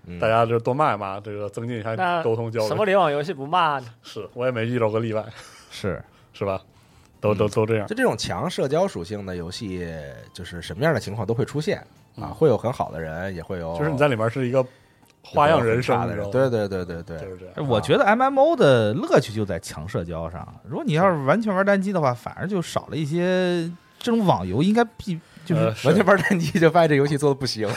[SPEAKER 1] 嗯
[SPEAKER 2] 大家就多骂一骂，这个增进一下
[SPEAKER 3] 那
[SPEAKER 2] 沟通交
[SPEAKER 3] 什
[SPEAKER 2] 流。
[SPEAKER 3] 么联网游戏不骂呢？
[SPEAKER 2] 是我也没遇到过例外，
[SPEAKER 5] 是
[SPEAKER 2] 是吧？都都都这样，
[SPEAKER 1] 就这种强社交属性的游戏，就是什么样的情况都会出现啊，
[SPEAKER 2] 嗯
[SPEAKER 1] 会有很好的人，也会有
[SPEAKER 2] 就是你在里面是一个花样人生
[SPEAKER 1] 有很差，的
[SPEAKER 2] 你知道
[SPEAKER 1] 人。
[SPEAKER 2] 吗
[SPEAKER 1] 对，对对对对，
[SPEAKER 2] 就是这样。呃
[SPEAKER 5] 我觉得 M M O 的乐趣就在强社交上，如果你要是完全玩单机的话，反而就少了一些这种网游应该必就是
[SPEAKER 2] 呃是
[SPEAKER 1] 完全玩单机就发现这游戏做的不行。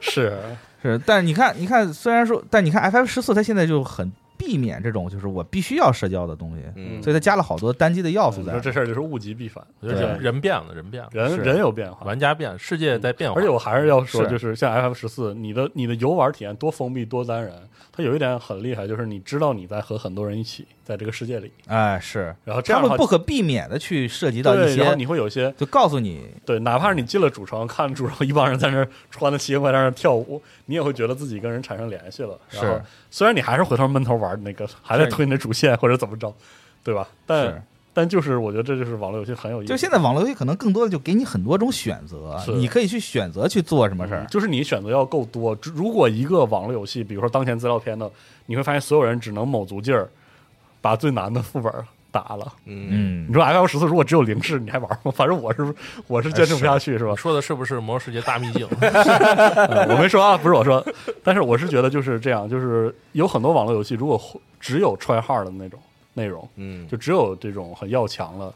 [SPEAKER 2] 是
[SPEAKER 5] 是，但是你看，你看，虽然说，但你看 F F 十四，它现在就很避免这种，就是我必须要社交的东西，
[SPEAKER 1] 嗯，
[SPEAKER 5] 所以它加了好多单机的要
[SPEAKER 2] 嗯
[SPEAKER 5] 素
[SPEAKER 2] 你
[SPEAKER 5] 在
[SPEAKER 2] 说。这事儿就是物极必反，
[SPEAKER 4] 我觉得人
[SPEAKER 5] 对
[SPEAKER 4] 人变了，人变了，
[SPEAKER 2] 人
[SPEAKER 5] 是
[SPEAKER 2] 人有变化，
[SPEAKER 4] 玩家变，了，世界在变化。
[SPEAKER 2] 而且我还是要说，
[SPEAKER 5] 是
[SPEAKER 2] 就是像 F F 十四，你的你的游玩体验多封闭多单人，它有一点很厉害，就是你知道你在和很多人一起在这个世界里，
[SPEAKER 5] 哎，是，
[SPEAKER 2] 然后这
[SPEAKER 5] 他
[SPEAKER 2] 样的话
[SPEAKER 5] 会不可避免的去涉及到一
[SPEAKER 2] 对，然后
[SPEAKER 5] 些，
[SPEAKER 2] 你会有一些
[SPEAKER 5] 就告诉你，
[SPEAKER 2] 对，哪怕是你进了主城，看主城一帮人在那儿穿的奇形怪状在那儿跳舞，你也会觉得自己跟人产生联系了。然后
[SPEAKER 5] 是
[SPEAKER 2] 虽然你还是回头闷头玩那个，还在推你的主线或者怎么着，对吧？但
[SPEAKER 5] 是，
[SPEAKER 2] 但就是我觉得这就是网络游戏很有意思，
[SPEAKER 5] 就现在网络游戏可能更多的就给你很多种选择，
[SPEAKER 2] 是
[SPEAKER 5] 你可以去选择去做什么事儿
[SPEAKER 2] 嗯。就是你选择要够多。只如果一个网络游戏，比如说当前资料片的，你会发现所有人只能卯足劲儿把最难的副本打了。
[SPEAKER 1] 嗯，
[SPEAKER 5] 嗯
[SPEAKER 2] 你，说 F L 十四如果只有零式，你还玩吗？反正我是我是坚
[SPEAKER 5] 哎
[SPEAKER 2] 持不下去，是吧
[SPEAKER 4] 你？说的是不是《魔兽世界》大秘境？
[SPEAKER 2] 我没说啊，不是我说，但是我是觉得就是这样，就是有很多网络游戏，如果只有 try hard 的那种内容，
[SPEAKER 1] 嗯
[SPEAKER 2] 就只有这种很要强了，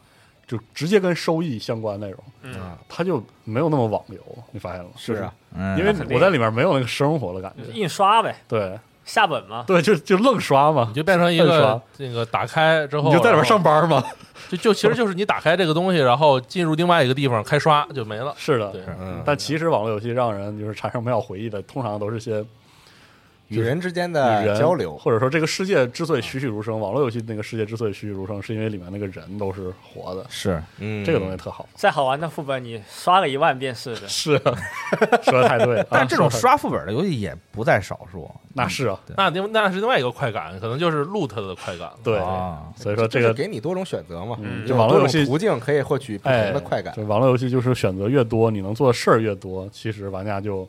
[SPEAKER 2] 就直接跟收益相关内容，
[SPEAKER 3] 嗯，
[SPEAKER 2] 它就没有那么网游，你发现了吗？
[SPEAKER 1] 是啊，
[SPEAKER 5] 嗯，
[SPEAKER 2] 就是因为
[SPEAKER 3] 肯定
[SPEAKER 2] 我在里面没有那个生活的感觉，
[SPEAKER 3] 印刷呗，
[SPEAKER 2] 对
[SPEAKER 3] 下本嘛。
[SPEAKER 2] 对，就就愣刷嘛
[SPEAKER 4] 你，就变成一
[SPEAKER 2] 再
[SPEAKER 4] 个
[SPEAKER 2] 说
[SPEAKER 4] 那个打开之后，
[SPEAKER 2] 你就在里面
[SPEAKER 4] 然后
[SPEAKER 2] 上班嘛，
[SPEAKER 4] 就就其实就是你打开这个东西，然后进入另外一个地方开刷就没了。
[SPEAKER 2] 是的，
[SPEAKER 4] 对，
[SPEAKER 1] 嗯，
[SPEAKER 2] 但其实网络游戏让人就是产生美好回忆的，通常都是些
[SPEAKER 1] 与人之间
[SPEAKER 2] 与
[SPEAKER 1] 的
[SPEAKER 2] 人
[SPEAKER 1] 交流，
[SPEAKER 2] 或者说这个世界之所以栩栩如生，网络游戏那个世界之所以栩栩如生，是因为里面那个人都是活的，
[SPEAKER 5] 是
[SPEAKER 4] 嗯，
[SPEAKER 2] 这个东西特好。
[SPEAKER 3] 再好玩的副本，你刷个一万遍似的。
[SPEAKER 2] 是，说的太对 了。
[SPEAKER 5] 但这种
[SPEAKER 2] 啊
[SPEAKER 5] 刷副本的游戏也不在少数。
[SPEAKER 2] 那是啊，
[SPEAKER 4] 那另那是另外一个快感，可能就是 loot 的快感了。
[SPEAKER 1] 嗯
[SPEAKER 2] 对，
[SPEAKER 5] 啊，
[SPEAKER 2] 所以说这
[SPEAKER 1] 就是
[SPEAKER 2] 个
[SPEAKER 1] 给你多种选择嘛，
[SPEAKER 2] 嗯
[SPEAKER 1] 有
[SPEAKER 2] 网络
[SPEAKER 1] 多
[SPEAKER 2] 游
[SPEAKER 1] 种
[SPEAKER 2] 戏
[SPEAKER 1] 途径可以获取不
[SPEAKER 2] 哎，
[SPEAKER 1] 同的快感
[SPEAKER 2] 就。网络游戏就是选择越多，你能做的事儿越多，其实玩家就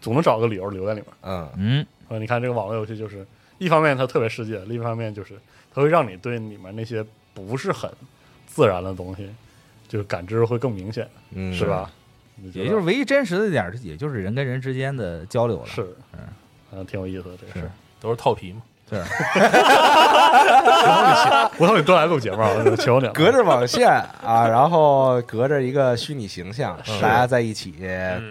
[SPEAKER 2] 总能找个理由留在里面。
[SPEAKER 1] 嗯，
[SPEAKER 5] 嗯，
[SPEAKER 2] 呃，你看这个网络游戏，就是一方面它特别世界，另一方面就是它会让你对里面那些不是很自然的东西，就是感知会更明显，
[SPEAKER 1] 嗯
[SPEAKER 2] 是？吧？你觉得
[SPEAKER 5] 也就是唯一真实的一点儿，也就是人跟人之间的交流了。
[SPEAKER 2] 是，嗯，挺有意思的这个事儿。
[SPEAKER 4] 都是套皮嘛。
[SPEAKER 2] 我让你多来录节目啊， 我求你了。
[SPEAKER 1] 隔着网线啊，然后隔着一个虚拟形象，
[SPEAKER 2] 嗯是
[SPEAKER 1] 大家在一起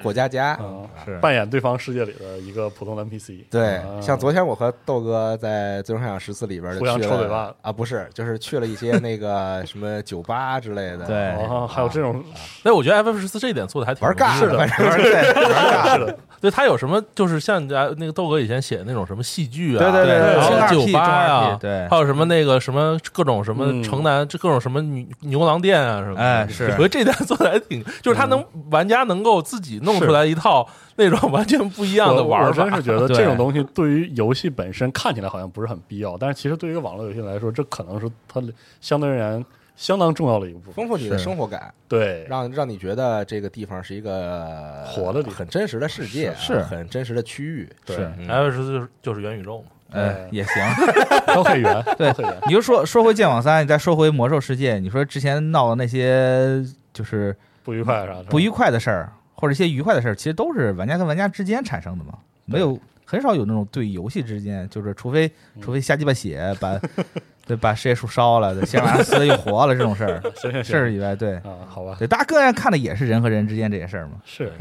[SPEAKER 1] 过家家。
[SPEAKER 2] 啊，
[SPEAKER 5] 是
[SPEAKER 2] 扮演对方世界里边一个普通的 NPC，
[SPEAKER 1] 对，
[SPEAKER 2] 啊
[SPEAKER 1] 像昨天我和豆哥在《最终幻想十四》里边就
[SPEAKER 2] 互相
[SPEAKER 1] 去
[SPEAKER 2] 抽嘴巴
[SPEAKER 1] 了啊，不是，就是去了一些那个什么酒吧之类 的，
[SPEAKER 5] 对
[SPEAKER 2] 哦，还有这 种
[SPEAKER 4] 但我觉得 FF 十四这一点做的还挺
[SPEAKER 1] 啊玩尬
[SPEAKER 4] 是
[SPEAKER 1] 的，反
[SPEAKER 4] 的。
[SPEAKER 1] 正
[SPEAKER 2] 是的，
[SPEAKER 4] 对，它有什么就是像你家那个豆哥以前写的那种什么戏剧啊，
[SPEAKER 5] 对对对
[SPEAKER 4] 然
[SPEAKER 5] 对
[SPEAKER 4] 后
[SPEAKER 5] 轻二
[SPEAKER 4] 酒
[SPEAKER 5] P
[SPEAKER 4] 吧啊呀、
[SPEAKER 5] 中二 P，对
[SPEAKER 4] 还有什么那个什么各种什么
[SPEAKER 2] 嗯
[SPEAKER 4] 城南，这各种什么牛牛郎店啊什么的。
[SPEAKER 5] 哎是
[SPEAKER 4] 我觉得这点做的还挺，就
[SPEAKER 2] 嗯
[SPEAKER 4] 是他能、玩家能够自己弄出来一套那种完全不一样的
[SPEAKER 2] 我
[SPEAKER 4] 玩
[SPEAKER 2] 我
[SPEAKER 4] 法。
[SPEAKER 2] 真是觉得
[SPEAKER 5] 对
[SPEAKER 2] 这种东西对于游戏本身看起来好像不是很必要，但是其实对于一个网络游戏来说，这可能是它相对而言相当重要的一个部分。
[SPEAKER 1] 丰富你的
[SPEAKER 5] 是
[SPEAKER 1] 生活感，
[SPEAKER 2] 对，
[SPEAKER 1] 让让你觉得这个地方是一个
[SPEAKER 2] 活的地方
[SPEAKER 1] 很真实的世界啊，
[SPEAKER 5] 是是
[SPEAKER 1] 很真实的区域。
[SPEAKER 2] 对
[SPEAKER 5] 是，
[SPEAKER 1] 嗯
[SPEAKER 4] FF 十四就是就是元宇宙嘛。
[SPEAKER 2] 哎
[SPEAKER 5] 呃，也行。
[SPEAKER 2] 都很圆，
[SPEAKER 5] 对
[SPEAKER 2] 都很圆。
[SPEAKER 5] 你就说说回剑网三，你再说回魔兽世界，你说之前闹的那些就是
[SPEAKER 2] 不愉快啥的，
[SPEAKER 5] 不愉快的事儿，或者一些愉快的事儿，其实都是玩家跟玩家之间产生的嘛，没有很少有那种对游戏之间，就是除非除非瞎鸡巴写把对把世界树烧了，对先把死的又活了这种事儿
[SPEAKER 2] 行行
[SPEAKER 5] 事儿
[SPEAKER 2] 行
[SPEAKER 5] 以外，对
[SPEAKER 2] 啊，好吧，
[SPEAKER 5] 对，大家更爱看的也是人和人之间这些事儿嘛，
[SPEAKER 2] 是，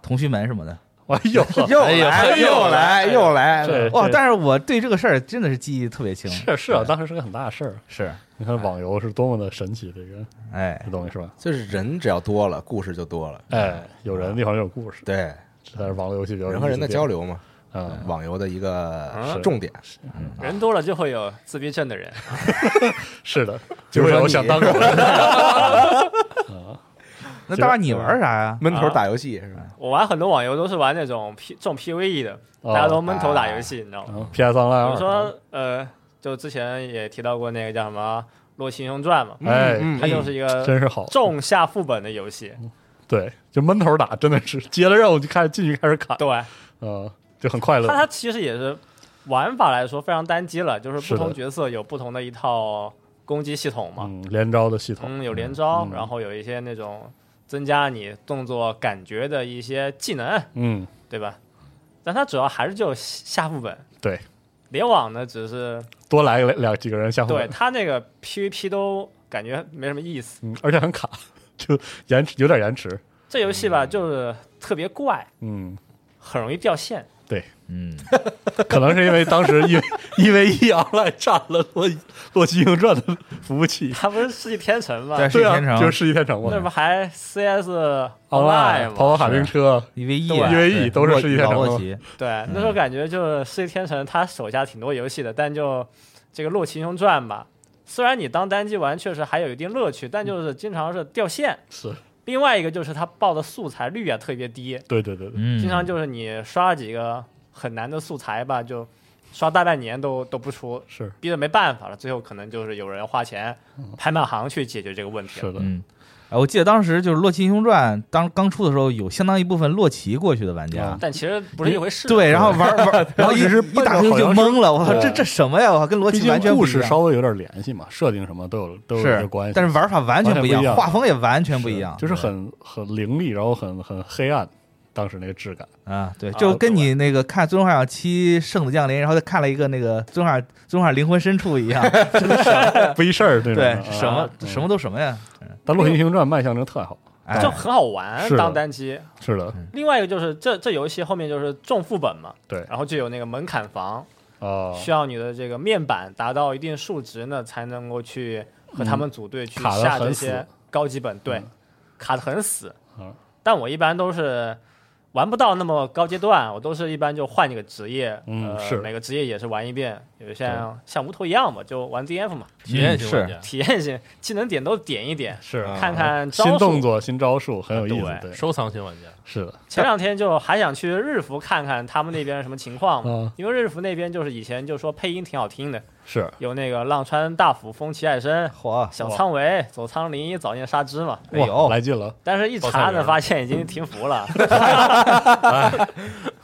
[SPEAKER 5] 同须门什么的。
[SPEAKER 2] 哎呦，
[SPEAKER 1] 又
[SPEAKER 4] 哎呀
[SPEAKER 1] 来
[SPEAKER 4] 哎呦
[SPEAKER 1] 又来又来，
[SPEAKER 2] 这
[SPEAKER 5] 哇！
[SPEAKER 2] 这
[SPEAKER 5] 但是我对这个事儿真的是记忆特别清，
[SPEAKER 2] 是是啊，当时是个很大的事儿。
[SPEAKER 5] 是，
[SPEAKER 2] 你看网游是多么的神奇，这个
[SPEAKER 5] 哎
[SPEAKER 2] 这，东西是吧？
[SPEAKER 1] 就是人只要多了，故事就多了。
[SPEAKER 2] 哎，有人的地方就有故事，
[SPEAKER 1] 对，
[SPEAKER 2] 这才是网络游戏比较
[SPEAKER 1] 人和人的交
[SPEAKER 2] 流
[SPEAKER 1] 流嘛，
[SPEAKER 2] 啊。
[SPEAKER 1] 网游的一个
[SPEAKER 2] 是
[SPEAKER 1] 重点。
[SPEAKER 3] 人多了就会有自闭症的人，
[SPEAKER 2] 是的，
[SPEAKER 1] 就
[SPEAKER 2] 就是是
[SPEAKER 1] 说
[SPEAKER 2] 我
[SPEAKER 1] 你
[SPEAKER 2] 想当狗。
[SPEAKER 5] 那大你玩啥呀？
[SPEAKER 1] 闷头打游戏是吧？
[SPEAKER 2] 啊
[SPEAKER 3] 我玩很多网游都是玩那种 P 重 PVE 的，
[SPEAKER 2] 哦
[SPEAKER 3] 大家都闷头打游戏，你知道吗？
[SPEAKER 2] PS
[SPEAKER 3] 比
[SPEAKER 2] 嗯 Online
[SPEAKER 3] 如
[SPEAKER 2] 二，
[SPEAKER 3] 说呃，就之前也提到过那个叫什么《洛奇英雄传》嘛，
[SPEAKER 2] 哎，
[SPEAKER 3] 它就是一
[SPEAKER 2] 真
[SPEAKER 3] 个
[SPEAKER 2] 是嗯好，
[SPEAKER 3] 重下副本的游戏，
[SPEAKER 2] 对，就闷头打，真的是接了任务就开始进去开始砍，
[SPEAKER 3] 对，
[SPEAKER 2] 嗯，就很快乐
[SPEAKER 3] 它。它其实也是玩法来说非常单机了，就是
[SPEAKER 2] 是
[SPEAKER 3] 不
[SPEAKER 2] 的
[SPEAKER 3] 同角色有不同的一套攻击系统嘛，
[SPEAKER 2] 嗯，连招的系统，
[SPEAKER 3] 嗯，有连招，
[SPEAKER 2] 嗯
[SPEAKER 3] 然后有一些那种增加你动作感觉的一些技能，
[SPEAKER 2] 嗯，
[SPEAKER 3] 对吧？但它主要还是就下副本，
[SPEAKER 2] 对，
[SPEAKER 3] 联网呢只是
[SPEAKER 2] 多来两两几个人下副
[SPEAKER 3] 对
[SPEAKER 2] 本，
[SPEAKER 3] 它那个 PVP 都感觉没什么意思。
[SPEAKER 2] 嗯，而且很卡，就延迟有点延迟，
[SPEAKER 3] 这游戏吧，就是特别怪，
[SPEAKER 2] 嗯，
[SPEAKER 3] 很容易掉线。
[SPEAKER 5] 嗯，
[SPEAKER 2] 可能是因为 当时一一 v 一 online 占了洛《洛基英雄传》的服务器，
[SPEAKER 3] 它不是世纪天辰吗？
[SPEAKER 5] 对，是
[SPEAKER 2] 对
[SPEAKER 5] 天
[SPEAKER 2] 啊，
[SPEAKER 5] 成，
[SPEAKER 2] 就是世纪天城嘛
[SPEAKER 3] 那不还 CS
[SPEAKER 2] ，online 跑
[SPEAKER 3] Online 吗？
[SPEAKER 2] 跑卡丁车，
[SPEAKER 5] 一 v 一，啊
[SPEAKER 2] 对 1v1 都是
[SPEAKER 5] 洛
[SPEAKER 2] 世纪天
[SPEAKER 5] 老
[SPEAKER 2] 成
[SPEAKER 5] 洛
[SPEAKER 2] 嘛
[SPEAKER 5] 奇，
[SPEAKER 3] 对，那时候感觉就是世纪天辰，他手下挺多游戏的，但就这个《洛奇英雄传》吧，虽然你当单机玩确实还有一定乐趣，但就是经常是掉线。
[SPEAKER 2] 是
[SPEAKER 3] 另外一个就是它报的素材率也特别低，
[SPEAKER 2] 对对对对，
[SPEAKER 5] 嗯，
[SPEAKER 3] 经常就是你刷几个很难的素材吧，就刷大半年都都不出，
[SPEAKER 2] 是
[SPEAKER 3] 逼得没办法了，最后可能就是有人花钱拍卖行去解决这个问题了。
[SPEAKER 2] 是的，
[SPEAKER 5] 嗯。哎，我记得当时就是《洛奇英雄传》当刚出的时候，有相当一部分洛奇过去的玩家
[SPEAKER 2] 啊，
[SPEAKER 3] 但其实不是一回事。
[SPEAKER 5] 对，然后玩 玩，然后一
[SPEAKER 2] 当时
[SPEAKER 5] 一打开就懵了，我操，这这什么呀？我靠，跟洛
[SPEAKER 2] 毕
[SPEAKER 5] 奇完
[SPEAKER 2] 竟
[SPEAKER 5] 全
[SPEAKER 2] 故
[SPEAKER 5] 不一
[SPEAKER 2] 事
[SPEAKER 5] 样
[SPEAKER 2] 稍微有点联系嘛，设定什么都有都有一
[SPEAKER 5] 是
[SPEAKER 2] 些关系，
[SPEAKER 5] 但是玩法完全不
[SPEAKER 2] 完全
[SPEAKER 5] 一
[SPEAKER 2] 不一样
[SPEAKER 5] 样，画风也完全不一样，
[SPEAKER 2] 就是很很凌厉，然后很很黑暗，当时那个质感。
[SPEAKER 5] 啊，对，
[SPEAKER 3] 啊
[SPEAKER 5] 就跟你那个看《最终幻想七：圣子降临》，然后再看了一个那个《最终幻想最终幻想灵魂深处》一 样，
[SPEAKER 2] 不一事儿那种
[SPEAKER 5] 对
[SPEAKER 2] 的。，
[SPEAKER 5] 什
[SPEAKER 2] 啊
[SPEAKER 5] 么什么都什么呀，
[SPEAKER 2] 但《洛神英雄传》卖相真特好，
[SPEAKER 5] 哎
[SPEAKER 3] 就很好玩
[SPEAKER 2] 是，的
[SPEAKER 3] 当单机。
[SPEAKER 2] 是的，
[SPEAKER 5] 嗯
[SPEAKER 3] 另外一个就是这这游戏后面就是重副本嘛，
[SPEAKER 5] 嗯
[SPEAKER 2] 对
[SPEAKER 3] 然后就有那个门槛房，
[SPEAKER 2] 啊，
[SPEAKER 3] 需要你的这个面板达到一定数值呢，才能够去和他们组队去
[SPEAKER 2] 嗯卡得
[SPEAKER 3] 下
[SPEAKER 2] 很
[SPEAKER 3] 这
[SPEAKER 2] 死
[SPEAKER 3] 些高级本，对，卡的很死
[SPEAKER 2] 嗯。
[SPEAKER 3] 但我一般都是玩不到那么高阶段，我都是一般就换一个职业，
[SPEAKER 2] 嗯
[SPEAKER 3] 呃
[SPEAKER 2] 是
[SPEAKER 3] 每个职业也是玩一遍，有像像无头一样嘛，就玩 DF 嘛，
[SPEAKER 4] 体
[SPEAKER 2] 嗯
[SPEAKER 4] 验型
[SPEAKER 5] 是
[SPEAKER 4] 玩家，
[SPEAKER 3] 体验性技能点都点一点，
[SPEAKER 2] 是
[SPEAKER 5] 嗯
[SPEAKER 2] 啊
[SPEAKER 3] 看看招
[SPEAKER 2] 新
[SPEAKER 3] 数
[SPEAKER 2] 动作、新招数，很
[SPEAKER 5] 啊
[SPEAKER 2] 有意思
[SPEAKER 3] 对，
[SPEAKER 2] 对，
[SPEAKER 4] 收藏型玩家，
[SPEAKER 2] 是的，
[SPEAKER 3] 前两天就还想去日服看看他们那边什么情况嘛，
[SPEAKER 2] 嗯
[SPEAKER 3] 因为日服那边就是以前就说配音挺好听的，
[SPEAKER 2] 是
[SPEAKER 3] 有那个浪川大辅、风崎爱生、
[SPEAKER 5] 嚯，
[SPEAKER 3] 小仓唯、佐仓绫一、早见沙织嘛。
[SPEAKER 5] 哎呦
[SPEAKER 2] 哇，来劲了，
[SPEAKER 3] 但是，一
[SPEAKER 4] 爆菜
[SPEAKER 3] 查
[SPEAKER 4] 园
[SPEAKER 3] 呢，
[SPEAKER 4] 儿
[SPEAKER 3] 发现已经停服了。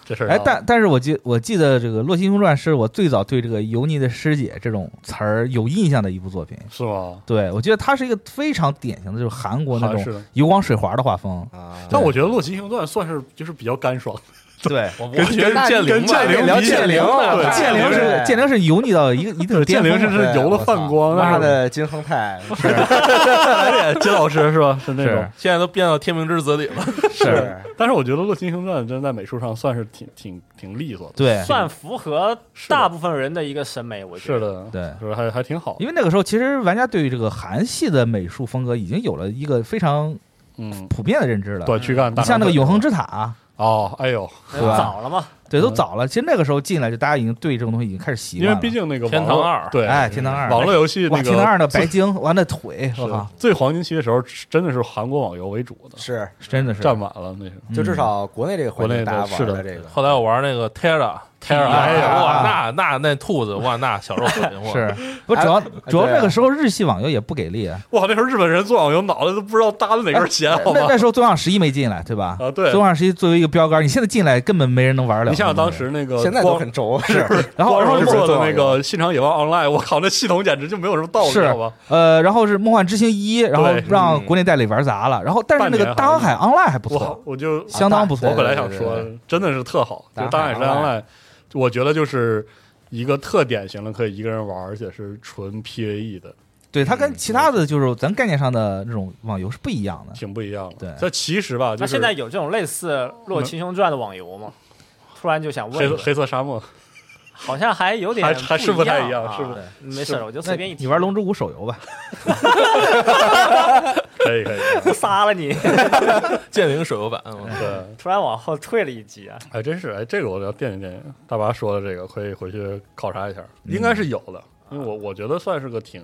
[SPEAKER 2] 这事儿啊
[SPEAKER 5] 哎，
[SPEAKER 2] 让
[SPEAKER 5] 但但是我记我记得这个《洛基英雄传》是我最早对这个“油腻的师姐”这种词儿有印象的一部作品。
[SPEAKER 2] 是吗？
[SPEAKER 5] 对，我觉得它是一个非常典型的，就是韩国那
[SPEAKER 2] 好像是
[SPEAKER 5] 种
[SPEAKER 2] 的
[SPEAKER 5] 油光水滑的画风。
[SPEAKER 1] 啊，
[SPEAKER 2] 但我觉得《洛奇英雄传》算是就是比较干爽，
[SPEAKER 5] 对，
[SPEAKER 4] 我我觉得
[SPEAKER 2] 跟
[SPEAKER 4] 剑灵
[SPEAKER 2] 跟
[SPEAKER 4] 吧
[SPEAKER 2] 剑灵
[SPEAKER 1] 聊
[SPEAKER 2] 比
[SPEAKER 1] 剑灵
[SPEAKER 2] 对
[SPEAKER 1] 了，
[SPEAKER 5] 剑灵是剑灵是油腻到一个一定
[SPEAKER 2] 剑
[SPEAKER 5] 巅
[SPEAKER 2] 灵
[SPEAKER 5] 峰
[SPEAKER 2] 是
[SPEAKER 5] 了。
[SPEAKER 2] 是油了泛光，啊
[SPEAKER 1] 妈
[SPEAKER 2] 那是
[SPEAKER 1] 的金亨 泰，
[SPEAKER 5] 哎
[SPEAKER 2] 金老师是 吧？是那种
[SPEAKER 5] 是。
[SPEAKER 4] 现在都变到天命之子里了，
[SPEAKER 5] 是，
[SPEAKER 2] 但是我觉得《洛奇英雄传》真的在美术上算是挺挺挺利索的，
[SPEAKER 5] 对，
[SPEAKER 3] 算符合
[SPEAKER 2] 是的
[SPEAKER 3] 大部分人的一个审美，我觉
[SPEAKER 2] 是
[SPEAKER 3] 得。
[SPEAKER 2] 的，
[SPEAKER 5] 对
[SPEAKER 2] 就是还还挺好的，
[SPEAKER 5] 因为那个时候其实玩家对于这个韩系的美术风格已经有了一个非常
[SPEAKER 2] 嗯，
[SPEAKER 5] 普遍的认知了。
[SPEAKER 2] 短躯干，
[SPEAKER 5] 你
[SPEAKER 2] 大
[SPEAKER 5] 像那个
[SPEAKER 2] 长腿
[SPEAKER 5] 《永恒之塔
[SPEAKER 2] 哦，哎呦，
[SPEAKER 3] 那
[SPEAKER 5] 对吧
[SPEAKER 3] 早了嘛，》，
[SPEAKER 5] 对，都早了。其实那个时候进来就大家已经对这种东西已经开始习
[SPEAKER 2] 嗯因
[SPEAKER 5] 惯了。
[SPEAKER 2] 为毕竟那个
[SPEAKER 4] 天
[SPEAKER 2] 网络
[SPEAKER 4] 堂二
[SPEAKER 2] 对，
[SPEAKER 5] 哎，天堂二，
[SPEAKER 2] 网络游戏那
[SPEAKER 5] 哇，
[SPEAKER 2] 个
[SPEAKER 5] 天堂二 的白鲸，哇，那腿，我
[SPEAKER 2] 是的
[SPEAKER 5] 靠，
[SPEAKER 2] 最黄金期的时候，真的是韩国网游为主的，
[SPEAKER 1] 是，
[SPEAKER 5] 真的是
[SPEAKER 2] 占满了那是。
[SPEAKER 5] 嗯
[SPEAKER 1] 就至少国内这个环
[SPEAKER 2] 国内
[SPEAKER 1] 境
[SPEAKER 2] 的
[SPEAKER 1] 大家
[SPEAKER 2] 是
[SPEAKER 1] 玩
[SPEAKER 2] 的
[SPEAKER 1] 这个，
[SPEAKER 4] 后来我玩那个 Terra。Terra，
[SPEAKER 2] 哎呀
[SPEAKER 4] 哇，那那那兔子，哇，那小肉腿，哇
[SPEAKER 5] 是。我主要
[SPEAKER 2] 哎
[SPEAKER 5] 主要
[SPEAKER 1] 对啊
[SPEAKER 5] 那个时候日系网游也不给力，啊
[SPEAKER 2] 哇，那时候日本人做网游脑袋都不知道搭在哪 根弦，好
[SPEAKER 5] 那
[SPEAKER 2] 吗？
[SPEAKER 5] 那时候《纵向十一》没进来，对吧？
[SPEAKER 2] 啊对
[SPEAKER 5] 纵向十一》作为一个标杆，你现在进来根本没人能玩了。
[SPEAKER 2] 你想想当时那个
[SPEAKER 1] 现在都
[SPEAKER 2] 呃光
[SPEAKER 1] 很 轴，是
[SPEAKER 5] 然后
[SPEAKER 1] 日
[SPEAKER 2] 光
[SPEAKER 5] 然后
[SPEAKER 2] 荣
[SPEAKER 5] 是
[SPEAKER 1] 本
[SPEAKER 2] 做的
[SPEAKER 1] 做
[SPEAKER 2] 那个《信长野望 Online》，我靠，那系统简直就没有什么道理，
[SPEAKER 5] 是
[SPEAKER 2] 好吧？
[SPEAKER 5] 呃，然后是《梦幻之星一》，然后
[SPEAKER 2] 对
[SPEAKER 5] 让国内代理玩砸了，然后但是那
[SPEAKER 2] 半
[SPEAKER 5] 个
[SPEAKER 2] 年
[SPEAKER 5] 《大航海 Online》还不
[SPEAKER 2] 我
[SPEAKER 5] 错，
[SPEAKER 2] 我就
[SPEAKER 5] 相当不错。
[SPEAKER 2] 我本来想
[SPEAKER 1] 对对
[SPEAKER 2] 说
[SPEAKER 1] 对，
[SPEAKER 2] 真的是特好，就
[SPEAKER 1] 打
[SPEAKER 2] 《大
[SPEAKER 1] 海
[SPEAKER 2] 海山 Online
[SPEAKER 1] online》，
[SPEAKER 2] 我觉得就是一个特典型的可以一个人玩，而且是纯 PVE 的，
[SPEAKER 5] 对它跟其他的就是咱概念上的那种网游是不一样的。
[SPEAKER 2] 挺不一样的。
[SPEAKER 5] 对
[SPEAKER 2] 但其实吧，就
[SPEAKER 3] 那
[SPEAKER 2] 是嗯
[SPEAKER 3] 现在有这种类似《洛奇兄传》的网游吗？突然就想问
[SPEAKER 2] 黑
[SPEAKER 3] 一
[SPEAKER 2] 色
[SPEAKER 3] 问，
[SPEAKER 2] 黑色沙漠
[SPEAKER 3] 好像还有点
[SPEAKER 2] 还还是
[SPEAKER 3] 不
[SPEAKER 2] 不太一
[SPEAKER 3] 一
[SPEAKER 2] 样
[SPEAKER 3] 啊
[SPEAKER 2] 是不是
[SPEAKER 3] 没事儿，我就
[SPEAKER 5] 那
[SPEAKER 3] 随便一提。
[SPEAKER 5] 你玩《龙之谷》手游吧，
[SPEAKER 2] 可以 可以，可以
[SPEAKER 3] 杀了你！
[SPEAKER 4] 剑灵手游版，嗯
[SPEAKER 2] 对。
[SPEAKER 3] 突然往后退了一级啊，
[SPEAKER 2] 哎，真是哎，这个我要惦记惦记。大巴说的这个，可以回去考察一下，应该是有的。因为我我觉得算是个挺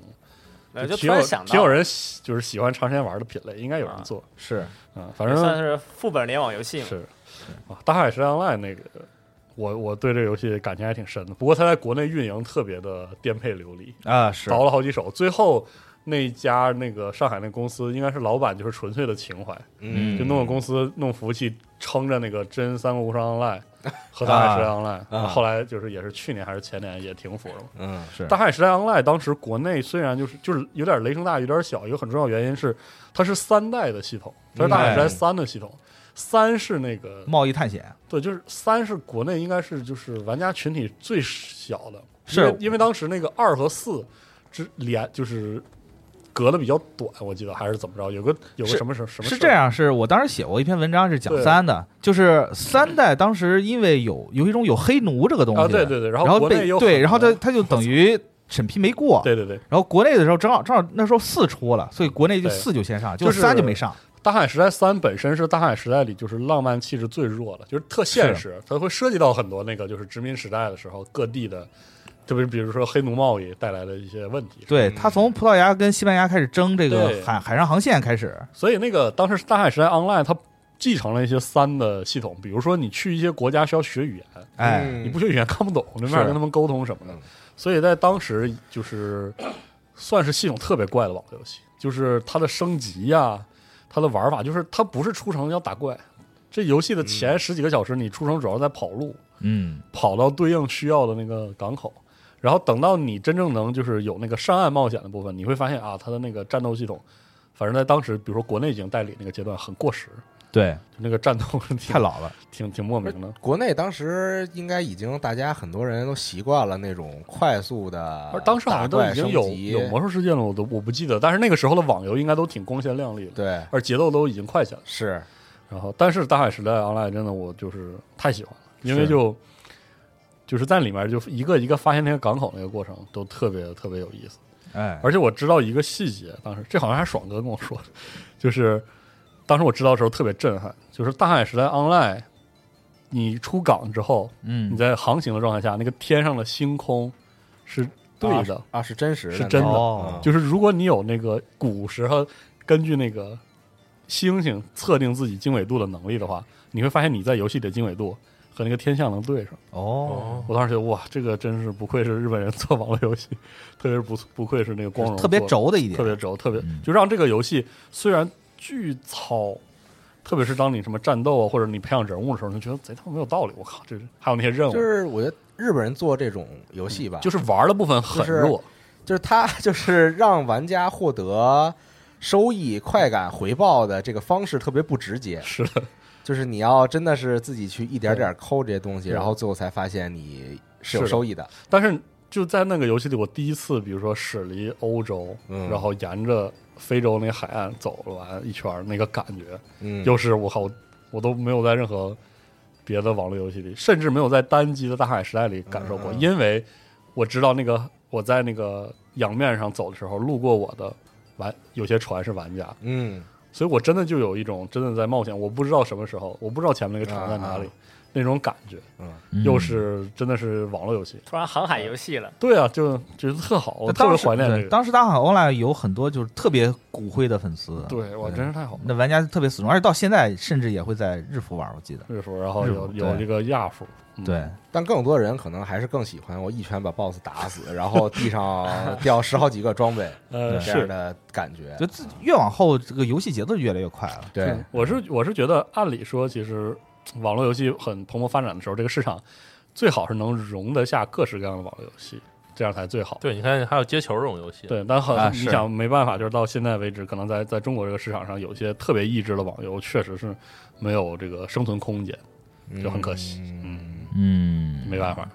[SPEAKER 3] 我哎就突
[SPEAKER 2] 挺有
[SPEAKER 3] 然想
[SPEAKER 2] 挺有
[SPEAKER 3] 到，啊
[SPEAKER 2] 人喜就是喜欢长时间玩的品类，应该有人做。
[SPEAKER 5] 是
[SPEAKER 2] 嗯，反
[SPEAKER 3] 也算
[SPEAKER 2] 正
[SPEAKER 3] 是副本联网游戏嘛。
[SPEAKER 2] 是啊，大海时 online 那个，我我对这个游戏感情还挺深的。不过它在国内运营特别的颠沛流离，
[SPEAKER 5] 啊，是
[SPEAKER 2] 倒了好几手。最后那家那个上海那公司，应该是老板就是纯粹的情怀，
[SPEAKER 1] 嗯
[SPEAKER 2] 就弄个公司弄服务器撑着那个真三国无双 online 和大海时代 online，、
[SPEAKER 1] 啊
[SPEAKER 2] 后来就是也是去年还是前年也停服了嘛。
[SPEAKER 1] 嗯，
[SPEAKER 5] 是
[SPEAKER 2] 大海时代 online 当时国内虽然就是就是有点雷声大雨点小，一个很重要原因是它是三代的系统，它是大海时代三的系统，三是那个
[SPEAKER 5] 贸易探险，
[SPEAKER 2] 对，就是三是国内应该是就是玩家群体最小的，
[SPEAKER 5] 是
[SPEAKER 2] 因为因为当时那个二和四之连就是隔的比较短，我记得还是怎么着，有个有个
[SPEAKER 5] 是
[SPEAKER 2] 什么什么什么
[SPEAKER 5] 是
[SPEAKER 2] 事
[SPEAKER 5] 这样，是我当时写过一篇文章是讲
[SPEAKER 2] 对
[SPEAKER 5] 三的，就是三代当时因为有游戏中有黑奴这个东西，
[SPEAKER 2] 啊，对对对，然
[SPEAKER 5] 然
[SPEAKER 2] 后
[SPEAKER 5] 后
[SPEAKER 2] 国内
[SPEAKER 5] 被
[SPEAKER 2] 又
[SPEAKER 5] 对，然后他
[SPEAKER 2] 对
[SPEAKER 5] 他就等于审批没过，
[SPEAKER 2] 对对对，
[SPEAKER 5] 然后国内的时候正好正好那时候四出了，所以国内就
[SPEAKER 2] 对
[SPEAKER 5] 四就先上，
[SPEAKER 2] 就是
[SPEAKER 5] 三就没上，
[SPEAKER 2] 大海时代三本身是大海时代里就是浪漫气质最弱的，就是特现实，它会涉及到很多那个就是殖民时代的时候各地的，特别比如说黑奴贸易带来的一些问题，
[SPEAKER 5] 对他从葡萄牙跟西班牙开始争这
[SPEAKER 2] 嗯对
[SPEAKER 5] 个海海上航线开始，
[SPEAKER 2] 所以那个当时大海时代 online 它继承了一些三的系统，比如说你去一些国家需要学语言，
[SPEAKER 5] 哎，
[SPEAKER 1] 嗯
[SPEAKER 2] 你不学语言看不懂，没法
[SPEAKER 5] 是嗯
[SPEAKER 2] 跟他们沟通什么的。所以在当时就是算是系统特别怪的网络游戏，就是它的升级呀、它的玩法，就是它不是出城要打怪。这游戏的前十几个小时，你出城主要在跑路，
[SPEAKER 5] 嗯，
[SPEAKER 2] 跑到对应需要的那个港口，然后等到你真正能就是有那个上岸冒险的部分，你会发现啊，它的那个战斗系统，反正在当时，比如说国内已经代理那个阶段很过时，
[SPEAKER 5] 对，
[SPEAKER 2] 就那个战斗 是挺
[SPEAKER 5] 太老了，
[SPEAKER 2] 挺挺莫名的。
[SPEAKER 1] 国内当时应该已经大家很多人都习惯了那种快速的，
[SPEAKER 2] 而当时好像都已经有有魔
[SPEAKER 1] 术，
[SPEAKER 2] 兽世界了，我都我不记得，但是那个时候的网游应该都挺光鲜亮丽的，
[SPEAKER 1] 对，
[SPEAKER 2] 而节奏都已经快起来了。
[SPEAKER 1] 是
[SPEAKER 2] 然后，但是大海时代 online 真的我就是太喜欢了，因为
[SPEAKER 5] 是
[SPEAKER 2] 就就是在里面就一个一个发现那个港口那个过程都特别特别有意思。
[SPEAKER 5] 哎，
[SPEAKER 2] 而且我知道一个细节，当时这好像还是爽哥跟我说的，就是当时我知道的时候特别震撼，就是大海时代 online，你出港之后，你
[SPEAKER 5] 嗯，
[SPEAKER 2] 在航行的状态下，那个天上的星空是对的，
[SPEAKER 1] 啊，是真实的，
[SPEAKER 2] 是真的
[SPEAKER 5] 哦
[SPEAKER 2] 就是如果你有那个古时候根据那个星星测定自己经纬度的能力的话，你会发现你在游戏里的经纬度和那个天象能对上。
[SPEAKER 5] 哦，
[SPEAKER 2] 我当时觉得哇，这个真是不愧是日本人做网络游戏，特别是不不愧是那个光荣做
[SPEAKER 5] 特别轴的一点，
[SPEAKER 2] 特别轴，特别
[SPEAKER 5] 嗯
[SPEAKER 2] 就让这个游戏虽然巨糙，特别是当你什么战斗啊，或者你培养人物的时候，你就觉得贼他妈没有道理。我靠，这是还有那些任务，
[SPEAKER 1] 就是我觉得日本人做这种游戏吧，
[SPEAKER 2] 嗯就是玩的部分很弱，
[SPEAKER 1] 就是他 就是让玩家获得收益、快感、回报的这个方式特别不直接，
[SPEAKER 2] 是的，
[SPEAKER 1] 就是你要真的是自己去一点点抠这些东西，
[SPEAKER 2] 对
[SPEAKER 1] 然后最后才发现你是
[SPEAKER 2] 是
[SPEAKER 1] 有
[SPEAKER 2] 的
[SPEAKER 1] 收益的。
[SPEAKER 2] 但是就在那个游戏里，我第一次，比如说驶离欧洲，
[SPEAKER 1] 嗯
[SPEAKER 2] 然后沿着非洲那个海岸走了完一圈儿，那个感觉，
[SPEAKER 1] 嗯，
[SPEAKER 2] 就是我靠，我都没有在任何别的网络游戏里，甚至没有在单机的大海时代里感受过，
[SPEAKER 1] 嗯嗯
[SPEAKER 2] 因为我知道那个我在那个洋面上走的时候，路过我的玩有些船是玩家，
[SPEAKER 1] 嗯，
[SPEAKER 2] 所以我真的就有一种真的在冒险，我不知道什么时候，我不知道前面那个船在哪里。
[SPEAKER 1] 啊
[SPEAKER 2] 那种感觉，
[SPEAKER 5] 嗯
[SPEAKER 2] 又是真的是网络游戏，
[SPEAKER 3] 突然航海游戏了，
[SPEAKER 2] 对啊，就觉得特好，我
[SPEAKER 5] 那
[SPEAKER 2] 特别
[SPEAKER 5] 当时
[SPEAKER 2] 怀念
[SPEAKER 5] 对
[SPEAKER 2] 这个。
[SPEAKER 5] 当时大海 online 有很多就是特别骨灰的粉丝，
[SPEAKER 2] 对，哇，
[SPEAKER 5] 嗯
[SPEAKER 2] 真是太好了。
[SPEAKER 5] 那玩家特别死忠，而且到现在甚至也会在日服玩，我记得。
[SPEAKER 2] 日服，然后有
[SPEAKER 5] 日服
[SPEAKER 2] 有
[SPEAKER 5] 对
[SPEAKER 2] 这个亚服，嗯
[SPEAKER 5] 对，
[SPEAKER 1] 但更多人可能还是更喜欢我一拳把 BOSS 打死，然后地上掉十好几个装备
[SPEAKER 2] 呃，
[SPEAKER 5] 对
[SPEAKER 1] 这样
[SPEAKER 2] 是，
[SPEAKER 1] 的感觉
[SPEAKER 5] 就。自越往后这个游戏节奏越来越快了。
[SPEAKER 1] 对，
[SPEAKER 2] 嗯我是我是觉得，按理说，其实网络游戏很蓬勃发展的时候，这个市场最好是能容得下各式各样的网络游戏，这样才最好。
[SPEAKER 4] 对，你看还有接球这种游戏，
[SPEAKER 2] 对，但很、
[SPEAKER 5] 啊
[SPEAKER 2] 你
[SPEAKER 5] 是
[SPEAKER 2] 想没办法，就是到现在为止，可能在在中国这个市场上，有些特别益智的网游确实是没有这个生存空间，
[SPEAKER 1] 嗯
[SPEAKER 2] 就很可惜
[SPEAKER 1] 嗯，
[SPEAKER 5] 嗯，
[SPEAKER 2] 没办法。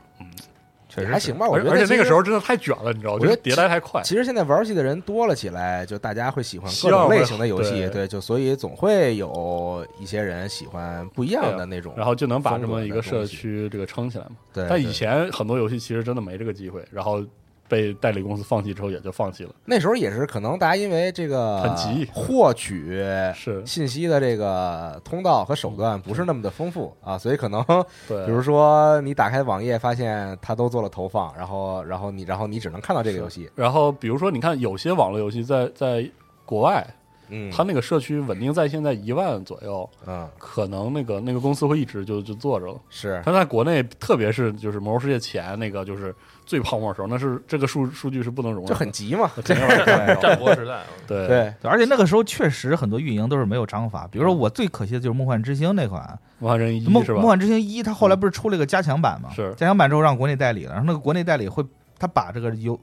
[SPEAKER 1] 确实还行吧。我
[SPEAKER 2] 而
[SPEAKER 1] 觉得
[SPEAKER 2] 而且
[SPEAKER 1] 其
[SPEAKER 2] 那个
[SPEAKER 1] 实
[SPEAKER 2] 时候，真的太卷了，你知道，
[SPEAKER 1] 我
[SPEAKER 2] 就
[SPEAKER 1] 觉
[SPEAKER 2] 是
[SPEAKER 1] 得
[SPEAKER 2] 迭代太快。
[SPEAKER 1] 其实现在玩游戏的人多了起来，就大家会喜欢
[SPEAKER 2] 希
[SPEAKER 1] 各
[SPEAKER 2] 望
[SPEAKER 1] 种
[SPEAKER 2] 会
[SPEAKER 1] 类型的游戏，
[SPEAKER 2] 对
[SPEAKER 1] 对就所以总会有一些人喜欢不一样的那种。
[SPEAKER 2] 然后就能把
[SPEAKER 1] 风
[SPEAKER 2] 这
[SPEAKER 1] 格
[SPEAKER 2] 么
[SPEAKER 1] 的
[SPEAKER 2] 一个社
[SPEAKER 1] 东西
[SPEAKER 2] 区这个撑起来嘛。
[SPEAKER 1] 对，
[SPEAKER 2] 但
[SPEAKER 1] 对
[SPEAKER 2] 以前很多游戏其实真的没这个机会，然后被代理公司放弃之后也就放弃了。
[SPEAKER 1] 那时候也是可能大家因为这个
[SPEAKER 2] 很急
[SPEAKER 1] 获取
[SPEAKER 2] 是
[SPEAKER 1] 信息的这个通道和手段不是那么的丰富啊，所以可能
[SPEAKER 2] 对，
[SPEAKER 1] 比如说你打开网页发现它都做了投放，然后然后你然后你只能看到这个游戏，
[SPEAKER 2] 然后比如说你看有些网络游戏在在国外，
[SPEAKER 1] 嗯，
[SPEAKER 2] 它那个社区稳定在线在一万左右，
[SPEAKER 1] 嗯
[SPEAKER 2] 可能那个那个公司会一直就就坐着了。
[SPEAKER 1] 是
[SPEAKER 2] 它在国内，特别是就是《魔兽世界》前那个就是最泡沫的时候，那是这个数数据是不能容忍的，
[SPEAKER 1] 就很急嘛，
[SPEAKER 2] 肯定 往下掉
[SPEAKER 4] 战国时代， 啊
[SPEAKER 1] 对，
[SPEAKER 2] 对
[SPEAKER 5] 对而且那个时候确实很多运营都是没有章法，
[SPEAKER 2] 嗯
[SPEAKER 5] 比如说我最可惜的就是《梦幻之星》那款，
[SPEAKER 2] 魔幻人一
[SPEAKER 5] 梦
[SPEAKER 2] 是
[SPEAKER 5] 梦
[SPEAKER 2] 吧？
[SPEAKER 5] 幻之星一》它后来不是出了一个加强版吗？
[SPEAKER 2] 是
[SPEAKER 5] 加强版之后让国内代理了，然后那个国内代理会他把这个游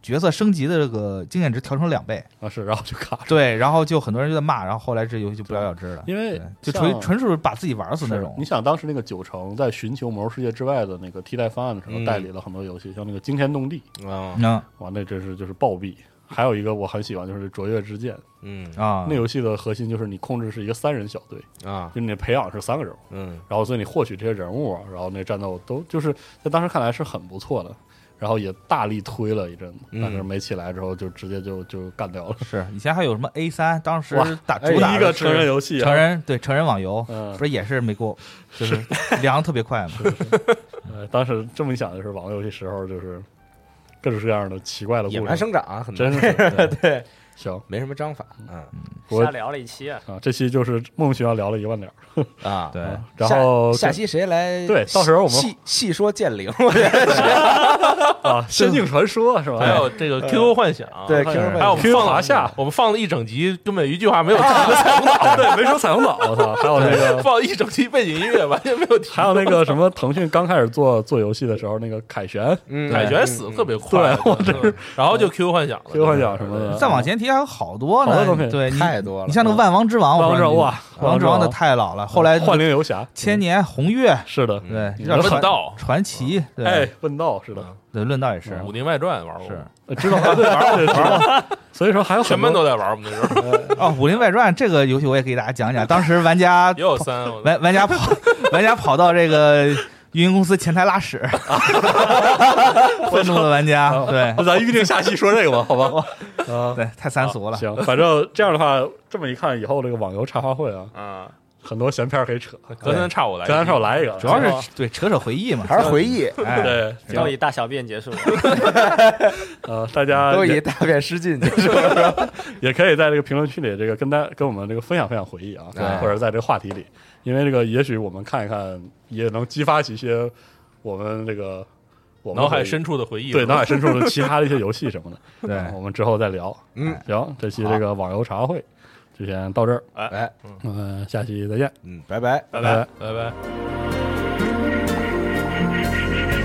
[SPEAKER 5] 角色升级的这个经验值调成两倍，
[SPEAKER 2] 啊是，然后就卡住，
[SPEAKER 5] 对，然后就很多人就在骂，然后后来这游戏就不了了之了，
[SPEAKER 2] 因为
[SPEAKER 5] 对，就
[SPEAKER 2] 像
[SPEAKER 5] 纯纯属是把自己玩死那
[SPEAKER 2] 是
[SPEAKER 5] 种
[SPEAKER 2] 你。想当时那个九城在寻求《魔兽世界》之外的那个替代方案的时候，
[SPEAKER 1] 嗯
[SPEAKER 2] 代理了很多游戏，像那个《惊天动地
[SPEAKER 1] 嗯
[SPEAKER 5] 嗯》，
[SPEAKER 2] 哇，那真是就是暴毙。还有一个我很喜欢就是《卓越之剑》，
[SPEAKER 1] 嗯
[SPEAKER 5] 啊，
[SPEAKER 2] 那游戏的核心就是你控制是一个三人小队，
[SPEAKER 1] 啊
[SPEAKER 2] 就是你培养是三个人物，
[SPEAKER 1] 嗯
[SPEAKER 2] 然后所以你获取这些人物啊，然后那战斗都就是在当时看来是很不错的，然后也大力推了一阵子，但是没起来之后就直接就就干掉了。
[SPEAKER 5] 是以前还有什么 A 三，当时
[SPEAKER 2] 哇
[SPEAKER 5] 打
[SPEAKER 2] 第
[SPEAKER 5] 主打
[SPEAKER 2] 哎一
[SPEAKER 5] 的
[SPEAKER 2] 个
[SPEAKER 5] 是
[SPEAKER 2] 成人游戏、啊，
[SPEAKER 5] 哎成人对成人网游，
[SPEAKER 2] 嗯
[SPEAKER 5] 不是也是没过，就是 凉特别快嘛。
[SPEAKER 2] 呃，当时这么一想，就是网络游戏时候就是各种各样的奇怪的
[SPEAKER 1] 野
[SPEAKER 2] 故
[SPEAKER 1] 蛮
[SPEAKER 2] 事，
[SPEAKER 1] 生长啊很多
[SPEAKER 2] 真是
[SPEAKER 3] 对，
[SPEAKER 2] 行
[SPEAKER 1] 没什么章法，嗯
[SPEAKER 2] 我
[SPEAKER 3] 瞎聊了一期啊，
[SPEAKER 2] 啊，这期就是莫名其妙聊了一万点儿，
[SPEAKER 1] 啊，
[SPEAKER 5] 对，
[SPEAKER 2] 然后
[SPEAKER 1] 下下期谁来？
[SPEAKER 2] 对到时候我们
[SPEAKER 1] 细细说剑灵，我觉得
[SPEAKER 2] 啊，《仙境传说》是吧？
[SPEAKER 4] 还有这个 QQ 幻想，
[SPEAKER 1] 哎 对
[SPEAKER 2] 还
[SPEAKER 1] Q
[SPEAKER 2] 有
[SPEAKER 4] 还有我
[SPEAKER 1] Q
[SPEAKER 2] Q
[SPEAKER 4] 们放
[SPEAKER 2] 华夏
[SPEAKER 4] 我们放了一整集，根本一句话没有提到彩
[SPEAKER 1] 啊
[SPEAKER 4] 虹岛，
[SPEAKER 2] 对，没说彩虹岛，我操，还有那个
[SPEAKER 4] 放一整集背景音乐，完全没有提。
[SPEAKER 2] 还有那个什么，腾讯刚开始做做游戏的时候，那个凯旋、
[SPEAKER 1] 嗯
[SPEAKER 4] 凯旋死得特别快，
[SPEAKER 2] 对我真是
[SPEAKER 4] 嗯然后就 QQ 幻想了
[SPEAKER 2] Q 幻想什么的，
[SPEAKER 5] 再往前提还有好多呢
[SPEAKER 2] 好多东西，
[SPEAKER 5] 对，你
[SPEAKER 1] 太多了
[SPEAKER 5] 你像那个万王之王，
[SPEAKER 2] 万
[SPEAKER 5] 我
[SPEAKER 2] 王
[SPEAKER 5] 不
[SPEAKER 2] 之
[SPEAKER 5] 知道
[SPEAKER 2] 王
[SPEAKER 5] 你
[SPEAKER 2] 哇，
[SPEAKER 5] 万王之王的太老了，后来
[SPEAKER 2] 幻灵游侠，
[SPEAKER 5] 千年红月，
[SPEAKER 2] 是的，
[SPEAKER 5] 对，有
[SPEAKER 2] 嗯
[SPEAKER 5] 点
[SPEAKER 4] 问
[SPEAKER 5] 传
[SPEAKER 4] 道
[SPEAKER 5] 传奇，
[SPEAKER 2] 哎嗯
[SPEAKER 5] 对，，
[SPEAKER 2] 问道是的，
[SPEAKER 5] 对，论道也是
[SPEAKER 4] 《武林外传》玩过，
[SPEAKER 5] 是
[SPEAKER 2] 呃知道啊，对，玩儿对知道，所以说还有
[SPEAKER 4] 全
[SPEAKER 2] 很
[SPEAKER 4] 班
[SPEAKER 2] 多
[SPEAKER 4] 都在玩。我们那时候
[SPEAKER 2] 嗯
[SPEAKER 5] 哦，《武林外传》这个 游戏我也给大家讲讲，当时玩家
[SPEAKER 4] 也有三，我
[SPEAKER 5] 玩玩家跑玩家跑到这个运营公司前台拉 屎，愤怒的玩
[SPEAKER 2] 哦
[SPEAKER 5] 家，对
[SPEAKER 2] 咱预定下期说这个吧，好吧？啊，
[SPEAKER 5] 对，太三俗了。
[SPEAKER 2] 行，反正这样的话，这么一看，以后这个网游茶话会啊，
[SPEAKER 4] 啊，
[SPEAKER 2] 很多闲篇儿可以扯。
[SPEAKER 4] 隔三差五来一
[SPEAKER 2] 咱
[SPEAKER 4] 期，
[SPEAKER 2] 咱手来一个，
[SPEAKER 5] 主要是对扯扯回忆嘛，
[SPEAKER 1] 还是回忆，
[SPEAKER 5] 哎，
[SPEAKER 4] 对，
[SPEAKER 3] 要以大小便结束。
[SPEAKER 2] 呃，大家
[SPEAKER 1] 都
[SPEAKER 2] 也
[SPEAKER 1] 以大便失禁结束。
[SPEAKER 2] 也可以在这个评论区里，这个跟大跟我们这个分享分享回忆啊，
[SPEAKER 1] 对
[SPEAKER 2] 或者在这个话题里，因为这个也许我们看一看，也能激发起一些我们这个我们
[SPEAKER 4] 脑海
[SPEAKER 2] 回忆
[SPEAKER 4] 深处的回忆，
[SPEAKER 2] 对脑海深处的其他的一些游戏什 么的，啊
[SPEAKER 5] 对
[SPEAKER 2] 我们之后再聊。
[SPEAKER 1] 嗯，
[SPEAKER 2] 行，这期这个网游茶话会就先到这儿，
[SPEAKER 1] 哎，
[SPEAKER 2] 嗯、下期再见，
[SPEAKER 1] 嗯，拜拜。
[SPEAKER 2] 拜拜
[SPEAKER 4] 拜拜。
[SPEAKER 7] Thank